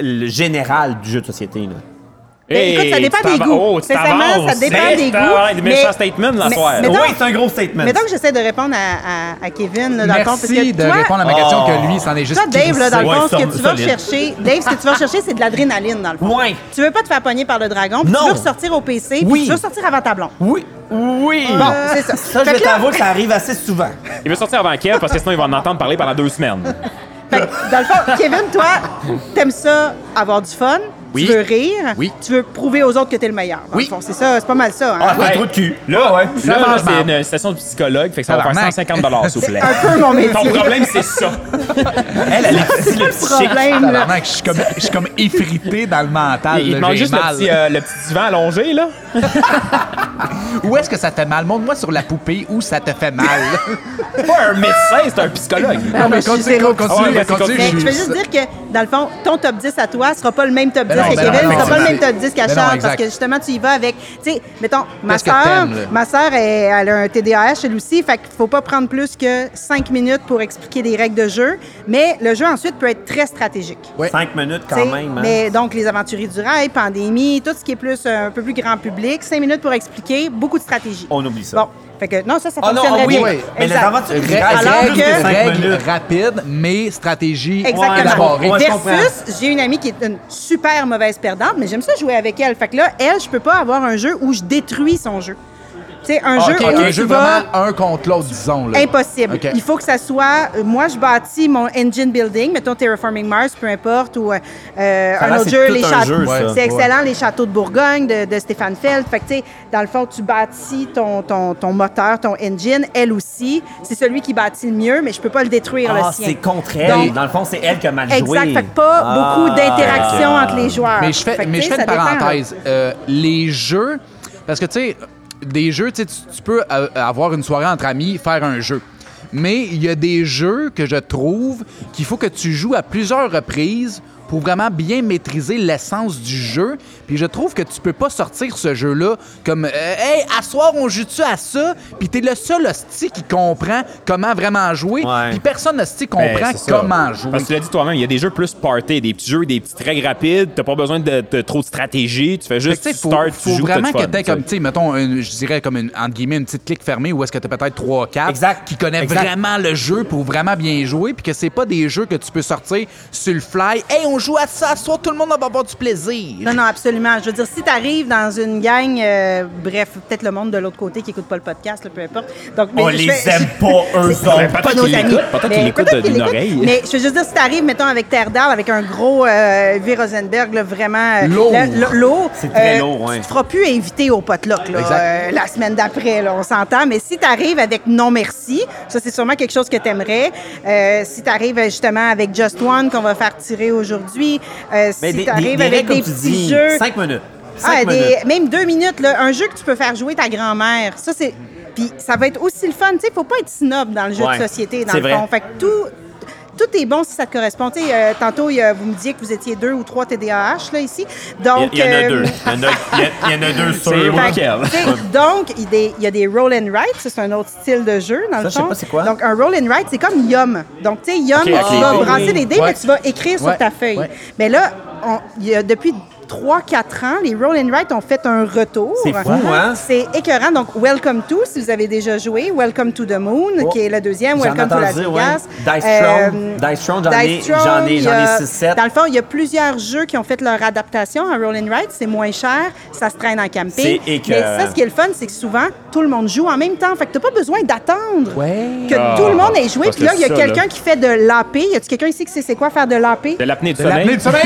le général du jeu de société. Là.
Mais écoute, ça
Hey,
dépend
tu
des
t'avan-
goûts.
Oh, tu
Sincèrement,
t'avances.
ça dépend
Hey,
des
tu
goûts.
t'avances. Des méchants
Mais-
statements de la
mais-
soirée.
mais- Mettons-
oui, c'est un gros statement.
Mettons que j'essaie de répondre à, à- à Kevin, là, dans le fond, parce
Merci
que
de
toi-
répondre à ma
Oh.
question que lui, c'en est juste
Toi, Dave, là, dans le
Ouais,
fond, ce que
solide.
tu vas rechercher, Dave, ce que tu vas rechercher, c'est de l'adrénaline, dans le fond.
Ouais.
Tu veux pas te faire pogner par le dragon, puis
Non.
tu veux ressortir au PC, puis
Oui.
tu veux sortir avant ta blonde.
Oui. Oui.
Bon,
Euh,
c'est ça.
Ça, je
Fait que là-
t'avoue que ça arrive assez souvent.
Il veut sortir avant Kev parce que sinon il va en entendre parler pendant deux semaines.
Fait que, ben, dans le fond, Kevin, toi, t'aimes ça, avoir du fun,
Oui.
tu veux rire,
Oui.
tu veux prouver aux autres que t'es le meilleur. Dans
Oui.
le fond, c'est ça, c'est pas mal ça. hein?
Ah, t'as
Ouais.
trop de cul.
Là, ouais.
Ça
là,
mange
c'est
marde.
une session de psychologue, fait que ça va faire
Tabarnak.
150 s'il vous plaît.
Un peu mon métier.
Ton problème, c'est ça.
Elle, elle est petite, le petit chic.
problème, là.
Tabarnak, Je suis comme- je suis comme effrité dans le mental.
Il, il te
Ah, là,
manque
j'ai
juste
mal.
le petit, euh, le petit divan allongé, là.
Où est-ce que ça te fait mal? Montre-moi sur la poupée où ça te fait mal.
C'est pas un médecin, c'est un psychologue.
Non, mais je suis
continue,
zéro-
continue, continue.
Ouais,
continue.
Mais je
Juste.
veux juste dire que, dans le fond, ton top 10 à toi sera pas le même top 10
Ben non,
que
ben non,
Kevin, sera pas le
effectivement.
même top 10 qu'à
Ben non,
Charles, parce
exact.
que justement, tu y vas avec, tu sais, mettons, ma
Qu'est-ce que
soeur,
t'aimes, là?
ma soeur, elle, a un TDAH, elle aussi, fait qu'il faut pas prendre plus que 5 minutes pour expliquer des règles de jeu, mais le jeu ensuite peut être très stratégique.
Ouais.
Cinq minutes quand
T'sais,
même. hein.
Mais donc, les aventuriers du rail, pandémie, tout ce qui est plus euh, un peu plus grand public, cinq minutes pour expliquer, beaucoup de stratégie.
On oublie ça.
Bon, fait que non, ça, ça
Ah non,
fonctionnerait
ah oui,
bien.
oui. Mais les
Exact.
aventuriers du
Ré-
rail,
Alors
règles,
que-
Cinq
règles
minutes.
rapides, mais stratégie
Exactement.
élaborée.
Ouais, je
Versus, j'ai une amie qui est une super mauvaise perdante, mais j'aime ça jouer avec elle. Fait que là, elle, je peux pas avoir un jeu où je détruis son jeu. Tu sais, un
Ah,
jeu
ok,
où
un
tu
jeu
vas-
vraiment un contre l'autre, disons. là.
Impossible.
Ok.
Il faut que ça soit. euh, Moi, je bâtis mon engine building, mettons Terraforming Mars, peu importe, ou euh,
là,
un autre
c'est
jeu,
tout
les
un
châteaux.
jeu,
ça.
c'est excellent, les châteaux de Bourgogne de, de Stéphane Feld. Fait que, tu sais, dans le fond, tu bâtis ton, ton, ton moteur, ton engine, elle aussi. C'est celui qui bâtit le mieux, mais je peux pas le détruire
Ah,
le sien.
c'est contre elle.
Donc,
dans le fond, c'est elle qui a mal joué.
Exact. Fait que pas
Ah,
beaucoup d'interactions
ok.
entre les joueurs.
Mais je fais,
Fait que,
mais
tu
je
sais,
fais une
ça dépend.
parenthèse. Euh, les jeux, parce que tu sais, des jeux, tu sais, tu- tu peux euh, avoir une soirée entre amis, faire un jeu. Mais il y a des jeux que je trouve qu'il faut que tu joues à plusieurs reprises pour vraiment bien maîtriser l'essence du jeu. Puis je trouve que tu peux pas sortir ce jeu-là comme euh, Hey, à soir, on joue-tu à ça? Puis t'es le seul hostie qui comprend comment vraiment jouer.
Ouais.
Puis personne hostie
Ben,
comprend
c'est ça.
comment jouer.
Parce que tu l'as dit toi-même, il y a des jeux plus party, des petits jeux, des petites règles rapides, t'as pas besoin de, de trop de stratégie, tu
Fait
fais
que,
juste
tu sais,
tu
faut,
start,
faut
tu joues, t'as
vraiment
du fun,
que t'aies
tu sais.
comme, tu sais, mettons, une- je dirais comme une, entre guillemets, une petite clique fermée où est-ce que t'as peut-être 3 4
Exact.
qui connaît
Exact.
vraiment le jeu pour vraiment bien jouer, puis que c'est pas des jeux que tu peux sortir sur le fly. Hey, on joue à ça, soit tout le monde va avoir du plaisir.
Non, non, absolument. Je veux dire, si tu arrives dans une gang, euh, bref, peut-être le monde de l'autre côté qui écoute pas le podcast, là, peu importe. Donc, mais
On
je
les
fais-
aime pas, eux autres.
pas
Peut-être
nos
qu'il
amis.
l'écoute, peut-être qu'il
Mais
l'écoute
peut-être qu'il
d'une
l'écoute.
oreille.
Mais je veux juste dire, si t'arrives, mettons, avec Terdal, avec un gros euh, V. Rosenberg, là, vraiment. euh,
Lourd.
la- la- Lourd.
C'est très
euh,
lourd, ouais.
Tu te feras plus inviter au potluck, là,
Exact.
euh, la semaine d'après, là, on s'entend. Mais si t'arrives avec Non Merci, ça, c'est sûrement quelque chose que t'aimerais. Euh, si t'arrives, euh, justement, avec Just One, qu'on va faire tirer aujourd'hui. euh,
Mais
si
Ben, des, des,
t'arrives
des
avec
règles,
des
comme tu
petits
dis,
jeux.
cinq minutes.
Ah,
Cinq
des-
minutes.
même deux minutes, là, un jeu que tu peux faire jouer ta grand-mère. Ça, c'est. Puis ça va être aussi le fun. Tu sais, faut pas être snob dans le jeu
Ouais,
de société, dans
c'est
le
vrai.
fond. Fait que tout. tout est bon si ça te correspond. Tu sais, euh, tantôt, il y a- vous me disiez que vous étiez deux ou trois TDAH là, ici. Donc,
Il y en a
euh,
deux. Il y en a- il y a- il y en a deux sur
C'est
moi.
vrai. Lequel?
tu sais, donc, il y a des- il y a des roll and write, ça c'est un autre style de jeu dans le
je sais
fond.
pas c'est quoi.
Donc un roll and write, c'est comme yum. Donc tu sais yum,
avec
tu
les
vas
dés.
brasser des dés
Ouais.
mais tu vas écrire
Ouais.
sur ta feuille.
Ouais.
Mais là, on- il y a depuis 3-4 ans, les roll and write ont fait un retour. Ah,
C'est fou, hein?
C'est écœurant. Donc, Welcome to, si vous avez déjà joué, Welcome to the Moon,
Oh.
qui est le deuxième,
J'en
Welcome to
entends
Las
dire,
Vegas.
ouais. Dice Throne. Dice Throne, j'en ai-
Euh, Dice Throne,
j'en ai- j'en ai
il y a-
6-7.
Dans le fond, il y a plusieurs jeux qui ont fait leur adaptation à Roll and Write. C'est moins cher, ça se traîne en camping.
C'est
Mais
écœurant.
ça, ce qui est le fun, c'est que souvent, tout le monde joue en même temps. Fait que t'as pas besoin d'attendre que
Ah,
tout le monde ait joué.
parce
Puis là,
que
il y a
ça,
quelqu'un
là.
qui fait de l'AP. Y a-tu quelqu'un ici qui sait c'est quoi faire de l'AP?
De l'apnée du
L'apnée
sommeil.
du sommeil.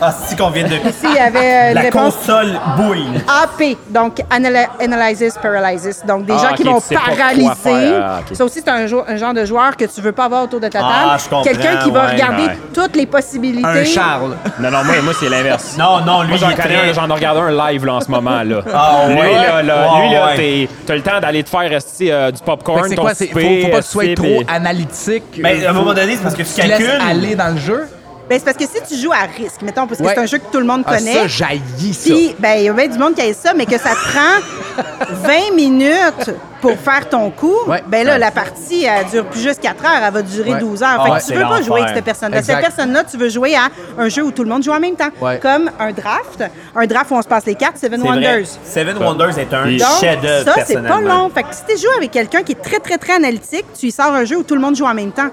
Ah, si qu'on vient de.
S'il y avait euh, une
La
réponse
console bouille.
AP, donc Anal- Analysis Paralysis. Donc des
Ah,
gens
ok,
qui vont
tu sais pas quoi
paralyser.
faire. Ah, ok.
Ça aussi, c'est un, jo- un genre de joueur que tu veux pas avoir autour de ta table.
Ah, je comprends,
Quelqu'un qui va
ouais,
regarder
ouais.
toutes les possibilités.
Un Charles.
Non, non, moi, moi c'est l'inverse.
Non, non, lui,
Moi, j'en
il est
connais
très-
un, j'en ai regardé un live là, en ce moment. Là.
Ah,
lui,
ouais?
là, là,
Ah,
lui, là,
ouais.
t'es- t'as le temps d'aller te faire esti, euh, du
Fait que
popcorn,
C'est
ton
quoi? c'est- Faut,
souper,
faut pas que tu sois
esti,
trop
puis-
analytique. euh,
Mais Ben, à un
Faut-
moment donné, c'est parce que tu
tu laisses aller
calcules.
dans le jeu.
Ben, c'est parce que si tu joues à risque, mettons, parce que
Ouais.
c'est un jeu que tout le monde
Ah,
connaît.
ça, jaillit ça.
Puis, ben, il y a bien du monde qui a ça, mais que ça te prend 20 minutes pour faire ton coup.
Ouais.
Ben là,
Ouais.
la partie, elle dure plus juste 4 heures, elle va durer
Ouais.
12 heures.
Ah
fait
ouais,
que
c'est
tu veux pas
l'enfer.
jouer avec cette personne-là.
Exact.
Cette personne-là, tu veux jouer à un jeu où tout le monde joue en même temps.
Ouais.
Comme un draft. Un draft où on se passe les cartes, Seven
C'est vrai.
Wonders.
Seven Wonders est un
Donc,
chef-d'œuvre.
ça, c'est pas
personnellement.
long. Fait que si t'es joué avec quelqu'un qui est très, très, très analytique, tu y sors un jeu où tout le monde joue en même temps.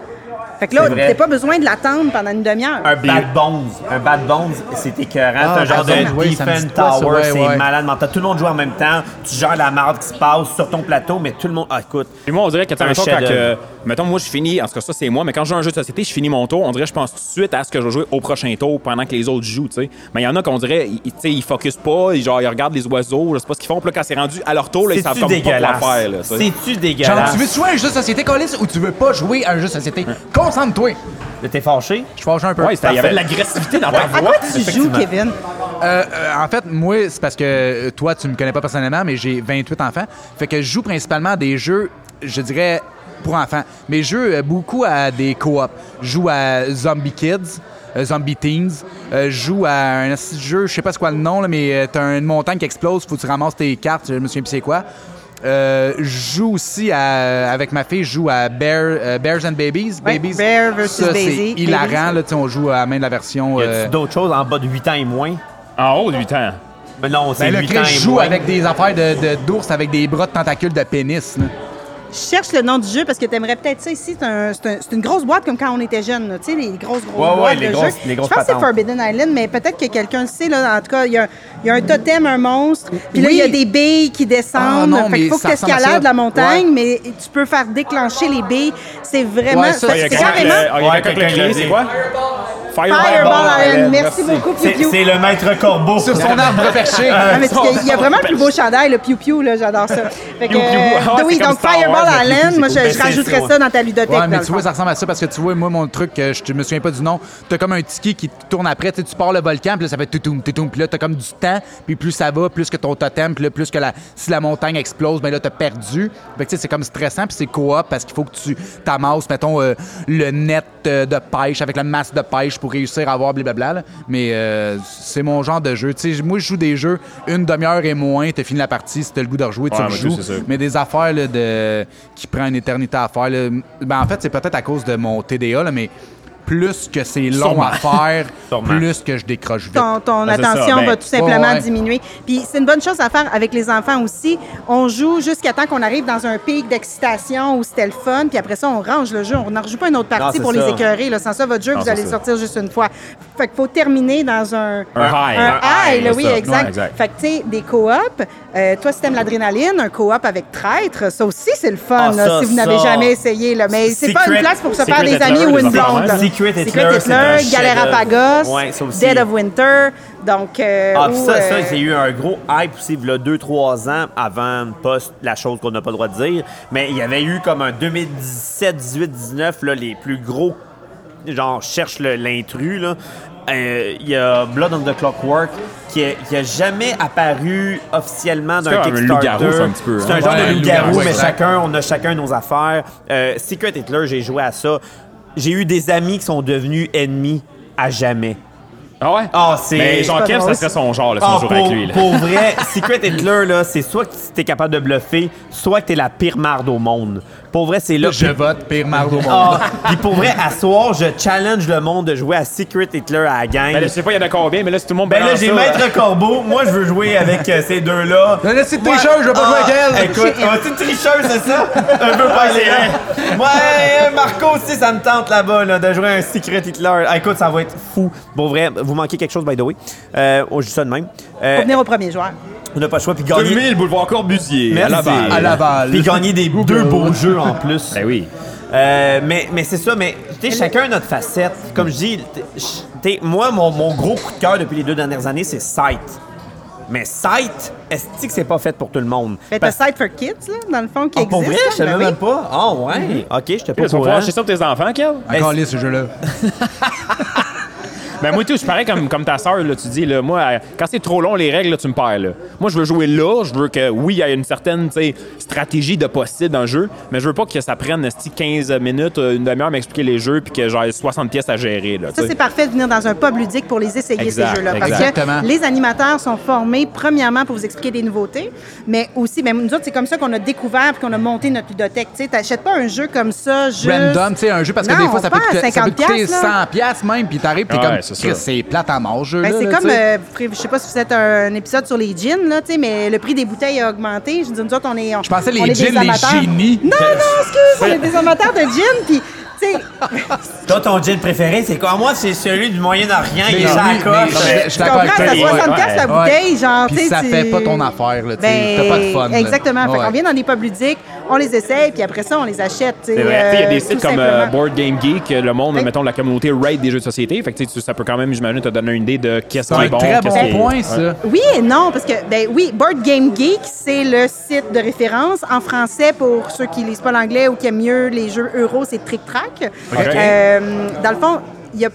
Fait que là,
C'est vrai.
t'as pas besoin de l'attendre pendant une demi-heure.
Un Bad Bones. Un Bad Bones, c'est écœurant.
Ah,
c'est un genre
Bad Bones,
de
oui, ça me
Defense
dit pas ça,
Tower.
ouais,
c'est
ouais.
malade mental. Tout le monde joue en même temps. Tu gères la marde qui se passe sur ton plateau, mais tout le monde. Ah, écoute.
Puis moi, on dirait que,
Un
mettons, quand
chef-d'œuvre.
que- mettons, moi, je finis, en tout cas, ça, c'est moi, mais quand je joue à un jeu de société, je finis mon tour, on dirait, je pense tout de suite à ce que je vais jouer au prochain tour pendant que les autres jouent, tu sais. Mais il y en a qu'on dirait, ils- ils- tu sais, ils focus pas, ils, genre, ils regardent les oiseaux, je sais pas ce qu'ils font, puis là, quand c'est rendu à leur tour, là, ils savent
C'est-tu
comme pas quoi
dégueulasse?
faire, là, tu sais.
C'est-tu
Genre,
dégueulasse?
tu veux jouer à un jeu de société, Colis, ou tu veux pas jouer à un jeu de société? Concentre-toi.
T'es fâché?
Je fâche un peu.
Ouais, c'était- il y avait de l'agressivité dans ta
À
voix.
quoi tu joues, Kevin?
Euh, euh, en fait, moi, c'est parce que euh, toi, tu me connais pas personnellement, mais j'ai 28 enfants. Fait que je joue principalement à des jeux, je dirais, pour enfants. Mais je joue euh, beaucoup à des co-op. Je joue à Zombie Kids. euh, Zombie Teens. Euh, je joue à un petit jeu, je sais pas c'est quoi le nom, là, mais euh, t'as une montagne qui explose, faut que tu ramasses tes cartes, je me souviens plus c'est quoi. Euh, je joue aussi à- avec ma fille, je joue à Bear, euh, Bears and Babies.
Ouais,
Babies.
Bear versus
Ça, c'est
Baby.
hilarant, là, tu sais, on joue à la main de la version.
Y a-tu
euh,
d'autres choses en bas de 8 ans et moins?
En haut de 8 ans.
Mais non, c'est
Ben là,
8 ans
Chris
et
joue
moins.
avec des affaires de, de- d'ours avec des bras de tentacules de pénis. là.
Je cherche le nom du jeu parce que t'aimerais peut-être ça ici. C'est un- c'est un- c'est une grosse boîte comme quand on était jeune, là. tu sais, les grosses, grosses
Ouais, ouais,
boîtes
les
de
grosses-
jeux.
les grosses
je pense que c'est
patentes.
Forbidden Island, mais peut-être que quelqu'un le sait. Là. En tout cas, il y, a- il y a un totem, un monstre. Puis là, il y a
Oui.
des billes qui descendent.
Ah, non,
fait qu'il
mais
faut que
ça
tu
ressemble à ça.
escalades la montagne,
Ouais.
mais tu peux faire déclencher les billes. C'est vraiment...
Ouais, ça,
fait
il y a euh,
que c'est
quelqu'un qui
carrément...
Ah, il y a
Ouais,
quelqu'un qui
quelqu'un
l'a
qui l'a
crié,
dit.
c'est quoi? Fireball.
Fireball
Island.
Island. Merci beaucoup, Piu
C'est
Piu.
c'est le maître corbeau.
Sur son arbre perché.
Euh,
Ah, mais il y a- il y, a vraiment le plus beau chandail, le Piu Piu, là, j'adore ça. Fait que,
Piu Piu. Ah,
euh,
c'est
oui,
comme
donc
Star
Fireball
Wars, le Piu Piu,
Island,
c'est
moi,
cool.
je,
Ben,
je
c'est-
rajouterais
c'est-
ça dans ta ludothèque.
Ouais,
dans
mais
le
tu vois,
fond.
ça ressemble à ça parce que tu vois, moi, mon truc, euh, je te- me souviens pas du nom, t'as comme un tiki qui te tourne après, tu sais, tu pars le volcan, puis là, ça fait toutoum, toutoum, puis là, t'as comme du temps, puis plus ça va, plus que ton totem, puis là, plus que la, si la montagne explose, ben là, t'as perdu. Fait que, tu sais, c'est comme stressant, puis c'est coop parce qu'il faut que tu t'amasses, mettons, euh, le net euh, de pêche avec la masse de pêche pour réussir à avoir blablabla. là. Mais euh, c'est mon genre de jeu. Tu sais, moi, je joue des jeux une demi-heure et moins, t'as fini la partie, si t'as le goût de rejouer, tu
Ouais, moi,
rejoues.
c'est sûr.
Mais des affaires là, de... qui prend une éternité à faire. là. Ben, en fait, c'est peut-être à cause de mon TDA, là, mais plus que c'est long
Sûrement.
à faire,
Sûrement.
plus que je décroche vite.
ton, ton
Ben, c'est ça,
attention
ben,
va tout simplement
ouais, ouais.
diminuer. Puis c'est une bonne chose à faire avec les enfants aussi. On joue jusqu'à temps qu'on arrive dans un pic d'excitation où c'était le fun, puis après ça, on range le jeu. On n'en rejoue pas une autre partie
c'est
pour
ça.
les écœurer. là. Sans ça, votre jeu, vous
c'est
allez le
ça.
sortir juste une fois. Fait qu'il faut terminer dans un...
Un high.
Un high, là, oui,
c'est ça.
exact.
Ouais, exact.
Fait que, tu sais, des coops, euh, toi, si t'aimes l'adrénaline, un coop avec traître, ça aussi, c'est le fun,
Ah,
là,
ça,
si vous n'avez
ça.
jamais essayé. Là. Mais c'est pas une
Secret-
place pour se
Secret
faire des
Hitler,
amis ou
les
une
affaires
blonde.
de
là.
même.
Secret Hitler, c'est un
Hitler,
chef-d'œuvre.
Galerapagos,
Ouais, ça aussi.
Dead of Winter. Donc, euh,
Ah, pis
ou,
ça, ça,
euh,
j'ai eu un gros hype aussi, il y a 2-3 ans, avant post la chose qu'on n'a pas le droit de dire. Mais il y avait eu comme un 2017, 18, 19, là, les plus gros, genre, cherche le- l'intrus, là. euh, il y a Blood on the Clockwork qui est- qui a jamais apparu officiellement d'un
C'est comme un
Kickstarter.
loup-garou, c'est un petit peu,
C'est un
hein?
genre
Ouais,
de loup-garou,
loup-garou,
mais
exact.
chacun, on a chacun nos affaires. Euh, Secret Hitler, j'ai joué à ça. J'ai eu des amis qui sont devenus ennemis à jamais.
Ah ouais?
Ah, c'est-
Mais
c'est pas
Jean-Kev,
drôle,
ça serait son genre, là, si
Ah,
on jouait
pour,
avec lui. là.
pour vrai, Secret Hitler, là, c'est soit que t'es capable de bluffer, soit que t'es la pire marde au monde. Pour vrai, c'est là.
Je vote pire marde au monde.
Ah, puis pour vrai, à soir, je challenge le monde de jouer à Secret Hitler à la gang.
Ben là, je sais pas, il y en a combien, mais là, si tout le monde
Ben là,
balance
j'ai
ça,
Maître Corbeau. Moi, je veux jouer avec euh, ces deux-là.
Non, non, c'est une tricheuse, je veux pas
Ah,
jouer avec elle.
Écoute, ah, c'est une tricheuse, c'est ça? Un peu pas les Ouais, euh, Marco aussi, ça me tente là-bas là, de jouer un Secret Hitler. Ah, écoute, ça va être fou. Bon, vrai, vous manquez quelque chose, by the way. Euh, on joue ça de même. Euh,
Pour venir au premier joueur.
on n'a pas le choix, puis
euh,
gagner.
2000, boulevard Corbusier, à
Merci.
Laval.
À Laval.
Puis gagner des deux beaux jeux en plus.
Ben oui.
Euh, mais mais c'est ça, mais tu sais, chacun a notre facette. Comme je dis, t- ch- tu sais, moi, mon, mon gros coup de cœur depuis les deux dernières années, c'est Sight. Mais Sight, est-ce que c'est pas fait pour tout le monde?
Ben, t'as
Parce-
Side for Kids, là, dans le fond, qui
Ah,
existe.
pour vrai,
là,
je savais
ben
même
oui.
pas. Ah, ouais.
Mm-hmm.
Ok, je te pas
Ils
au
sont
courant.
forts, c'est ça pour tes enfants, Kev?
Encore lisse, ce jeu-là.
Ben moi, tout, je suis pareil comme, comme ta sœur, là, tu dis, là, moi, euh, quand c'est trop long, les règles, là, tu me perds. là. Moi, je veux jouer là, je veux que, oui, il y a une certaine tu sais, stratégie de possible dans le jeu, mais je veux pas que ça prenne esti, 15 minutes, euh, une demi-heure à m'expliquer les jeux, puis que j'ai 60 pièces à gérer. Là, tu
Ça,
sais.
c'est parfait de venir dans un pub ludique pour les essayer,
Exact,
ces jeux-là. Parce
exactement.
que les animateurs sont formés, premièrement, pour vous expliquer des nouveautés, mais aussi, ben, nous autres, c'est comme ça qu'on a découvert puis qu'on a monté notre ludothèque. Tu sais, t'achètes pas un jeu comme ça juste...
Random, tu sais, un jeu, parce que
Non,
des fois,
on
ça peut,
part à
te- ça peut te
50
coûter
piastres, là.
100 piastres même, puis t'arrives, puis
Ah Ouais,
comme,
c'est ça.
Chris, c'est plate à mort, ce jeu-là.
Ben, c'est
là,
comme,
tu sais.
euh, je sais pas si vous êtes un épisode sur les jeans, là, tu sais, mais le prix des bouteilles a augmenté. Je dis, nous autres, on est. on-
Je pensais les
on est des
jeans, les
amateurs.
génies. Ben,
Non, non, excuse, on est des amateurs de jeans, puis, tu sais,
Toi, ton jean préféré, c'est quoi? Moi, c'est celui du Moyen-Orient. Il
Mais
est
oui,
sur la
mais
coche.
je-
Mais-
je suis
tu
d'accord
comprends,
avec
c'est
toi.
à
Ouais,
60 piastres la
ouais.
bouteille, genre,
Puis
tu sais,
ça
tu-
fait pas ton affaire, là, tu sais,
Ben,
t'as pas de fun, là.
Exactement. Fait
Ouais.
qu'on vient dans des pubs ludiques, on les essaye, puis après ça, on les achète, tu sais.
C'est vrai. Tu sais, Il y a des
euh,
sites
tout
comme euh,
simplement.
Board Game Geek, euh, le monde,
Oui.
mettons, la communauté raid des jeux de société. Fait que, tu sais, tu- ça peut quand même, j'imagine, te donner une idée de qu'est-ce
C'est
qui
un
est bon.
très
qu'est-ce qui
bon
est-
point, ça.
Oui et non, parce que, ben oui, Board Game Geek, c'est le site de référence en français pour ceux qui lisent pas l'anglais ou qui aiment mieux les jeux euro, c'est Trick Track. Euh, dans le fond, il y a.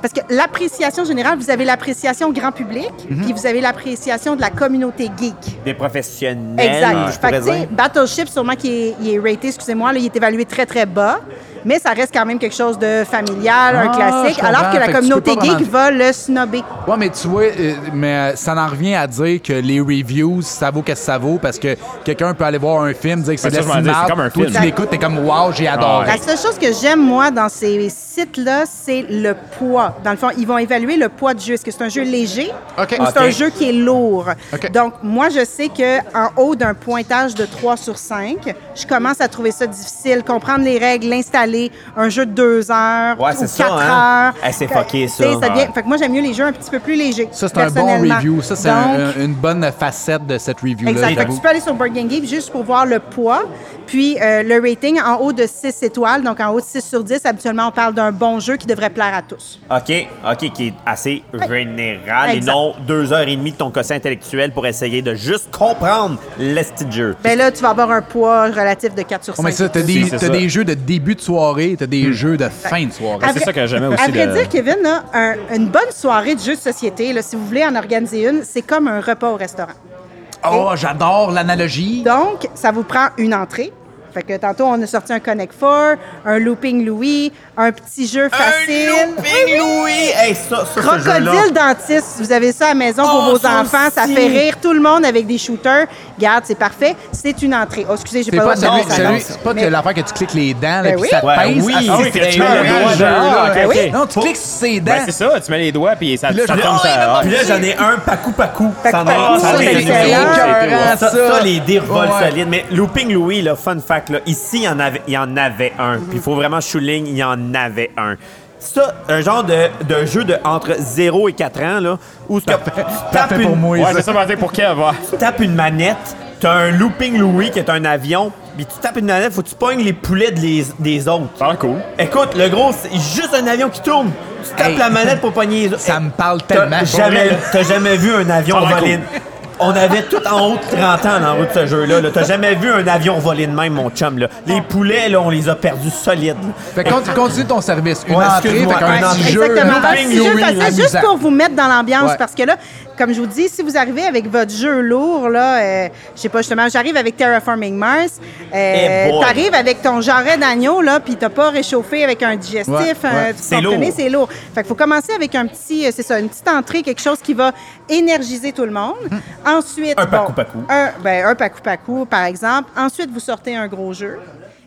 Parce que l'appréciation générale, vous avez l'appréciation grand public,
Mhm.
puis vous avez l'appréciation de la communauté geek.
Des professionnels.
Ben,
Exact.
je
Fait que,
pourrais
tu sais,
dire.
Battleship, sûrement qu'il est, il est raté, excusez-moi, là, il est évalué très, très bas, mais ça reste quand même quelque chose de familial, un
Ah, je
classique,
comprends.
alors que
Fait que
la
tu
communauté
peux pas
geek
vraiment-
va le snobber.
Ouais, mais tu vois, euh, mais euh, ça en revient à dire que les reviews, ça vaut qu'est-ce que ça vaut, parce que quelqu'un peut aller voir un film, dire que c'est
Ben,
de
ça,
la
je m'en dis, c'est
cinéma,
comme un
toi,
film. Ah,
tu l'écoutes, t'es comme « wow, j'ai adoré
La seule chose que j'aime, moi, dans ces sites-là, c'est le poids. Dans le fond, ils vont évaluer le poids du jeu. Est-ce que c'est un jeu léger
OK.
ou c'est
OK.
un jeu qui est lourd?
OK.
Donc, moi, je sais qu'en haut d'un pointage de 3 sur 5, je commence à trouver ça difficile. Comprendre les règles, l'installer, un jeu de 2 heures
Ouais,
ou 4
c'est ça, hein.
heures.
Eh, c'est
Quand-
fucké, ça.
Tu sais, devient-
Ouais.
Fait que moi, j'aime mieux les jeux un petit peu plus légers.
Ça, c'est un bon
personnellement.
review. Ça, c'est
Donc,
un- euh, une bonne facette de cette review-là,
Exact. Fait que
j'avoue.
tu peux aller sur Board Game Geek juste pour voir le poids. Puis euh, le rating en haut de 6 étoiles, donc en haut de 6 sur 10, habituellement, on parle d'un bon jeu qui devrait plaire à tous.
OK, OK, qui est assez général et
Exact.
non deux heures et demie de ton quotient intellectuel pour essayer de juste comprendre l'esti de jeu.
Ben là, tu vas avoir un poids relatif de 4 sur 5.
Oh, mais ça, t'as
Si,
des,
c'est
t'as
ça. Hmm.
des jeux de début de soirée, t'as des jeux de fin de soirée.
À
c'est
vrai-
ça que j'aimais aussi
À vrai
de-
dire, Kevin, là, un- une bonne soirée de jeux de société, là, si vous voulez en organiser une, c'est comme un repas au restaurant.
Oh, j'adore l'analogie.
Donc, ça vous prend une entrée. Fait que tantôt, on a sorti un Connect Four, un Looping Louis, un petit jeu facile.
Louis! Hey, ça, ça, ce jeu-là.
Crocodile dentiste, vous avez ça à la maison pour
Oh,
vos
ça
enfants, ça
aussi.
fait rire tout le monde avec des shooters. Garde, c'est parfait. C'est une entrée. Oh, excusez, j'ai
C'est
pas,
pas
le droit
celui,
de dire ça.
celui-
Non.
c'est pas que
Mais-
l'affaire que tu cliques les dents, là,
Ben
puis
oui. Ben
ça te
Ouais,
pince.
oui,
Ah,
c'est
c'est
que tu
terrible,
mets le
le
doigt
jeu,
dedans,
Ah,
là.
ok, ok.
Non, tu cliques sur ses dents.
Ben, c'est ça, tu mets les doigts, puis ça,
Puis là,
ça
je-
tombe
Oh, il
ça.
Puis là, j'en ai un par coup, par coup.
Par
Ça en
coup, par
a-
coup,
ça en a
c'est
été
excellent.
écœurant,
Ouais.
Ça, ça, les dires volent
Ouais.
solides. Mais Looping Louis, le fun fact, là, ici, il y en avait, il y en avait un. Puis il faut vraiment souligner, il y en avait un. Ça, un genre de, de jeu de entre 0 et 4 ans, là, où ce que tu tapes
Parfait pour
une-
moi,
Ouais,
ça.
c'est ça, mais pour Kev. ouais.
tapes une manette, t'as un looping Louis qui est un avion, puis tu tapes une manette, faut que tu pognes les poulets de les- des autres.
Ça a l'air Ah, cool.
Écoute, le gros, c'est juste un avion qui tourne. Tu tapes
Hey.
la manette pour pogner les autres.
Ça me parle
T'as
tellement.
jamais, t'as jamais vu un avion
Ça a l'air
voler. on avait tout en haut de 30 ans dans la route de ce jeu-là. là. T'as jamais vu un avion voler de même, mon chum. Là. Les poulets, là, on les a perdus solides.
Fait que continue- continue ton service. Une
Ouais,
entrée,
excuse-moi,
fait un
un
petit
entrée.
jeu.
Exactement.
un
Un
petit
petit jeu
oui,
facile, juste
amusant.
pour vous mettre dans l'ambiance.
Ouais.
Parce que là, comme je vous dis, si vous arrivez avec votre jeu lourd, là, euh, je sais pas, justement, j'arrive avec Terraforming Mars,
Eh
euh,
boy.
t'arrives avec ton jarret d'agneau, là, puis t'as pas réchauffé avec un digestif.
Ouais,
hein,
ouais.
tu
C'est
comprenez,
lourd.
c'est lourd. Fait qu'il faut commencer avec un petit, euh, c'est ça, une petite entrée, quelque chose qui va énergiser tout le monde. Ensuite,
Hum. Un pacu-pacu.
un, ben, un pacu-pacu, par exemple. Ensuite, vous sortez un gros jeu.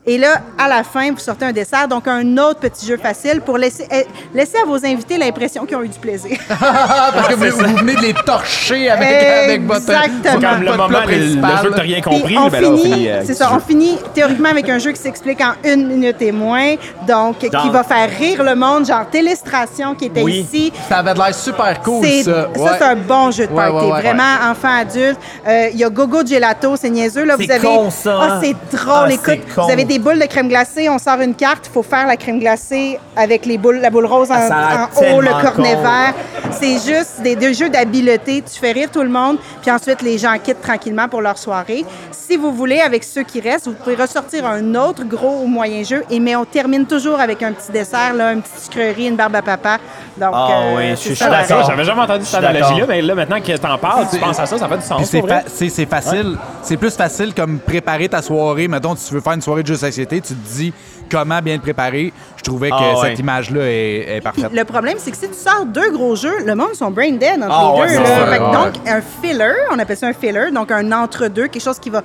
Et là, à la fin, vous sortez un dessert, donc un autre petit jeu facile pour laisser, eh, laisser à vos invités l'impression qu'ils ont eu du plaisir.
Ah, parce que vous, vous venez de les torcher avec, avec votre.
Exactement.
votre
Comme le
plat
moment, le, le jeu
principal.
que t'as rien
Puis
compris,
on
ben là, on
finit,
finit, euh,
c'est ça, on finit théoriquement avec un jeu qui s'explique en une minute et moins, donc qui
Dans-
va faire rire le monde, genre Télestration qui était
Oui.
ici,
Ça avait l'air super cool,
C'est-
ça. Ouais.
c'est un bon jeu de
Ouais,
party.
ouais, ouais.
vraiment, enfant, adulte. Euh, Il y a Gogo Gelato, c'est niaiseux. Là,
C'est
vous avez...
con, ça,
Ah,
hein?
c'est
Ah,
drôle.
c'est
Écoute,
con.
vous avez des boules de crème glacée, on sort une carte, il faut faire la crème glacée avec les boules, la boule rose en,
Ah, ça a l'air
en haut, le
tellement
cornet
con.
vert. C'est juste des, des jeux d'habileté. Tu fais rire tout le monde, puis ensuite, les gens quittent tranquillement pour leur soirée. Si vous voulez, avec ceux qui restent, vous pouvez ressortir un autre gros ou moyen jeu, et, mais on termine toujours avec un petit dessert, là, une petite sucrerie, une barbe à papa. Donc, euh,
Ah oui,
c'est
je suis
ça, la
d'accord.
Ça, j'avais jamais entendu
Je suis
cette analogie-là,
d'accord.
mais là, maintenant que t'en parles, tu penses à ça, ça fait du
Puis
sens.
c'est
pour vrai.
fa- c'est c'est facile. C'est plus facile comme préparer ta soirée. Mettons, si tu veux faire une soirée de jeux de société, tu te dis comment bien le préparer. Je trouvais que
Ah, ouais.
cette image-là est, est
Puis
parfaite.
le problème, c'est que si tu sors deux gros jeux, le monde sont brain dead entre
Ah,
les
ouais,
deux.
c'est
là.
vrai,
Fait que
ouais.
donc, un filler, on appelle ça un filler, donc un entre-deux, quelque chose qui va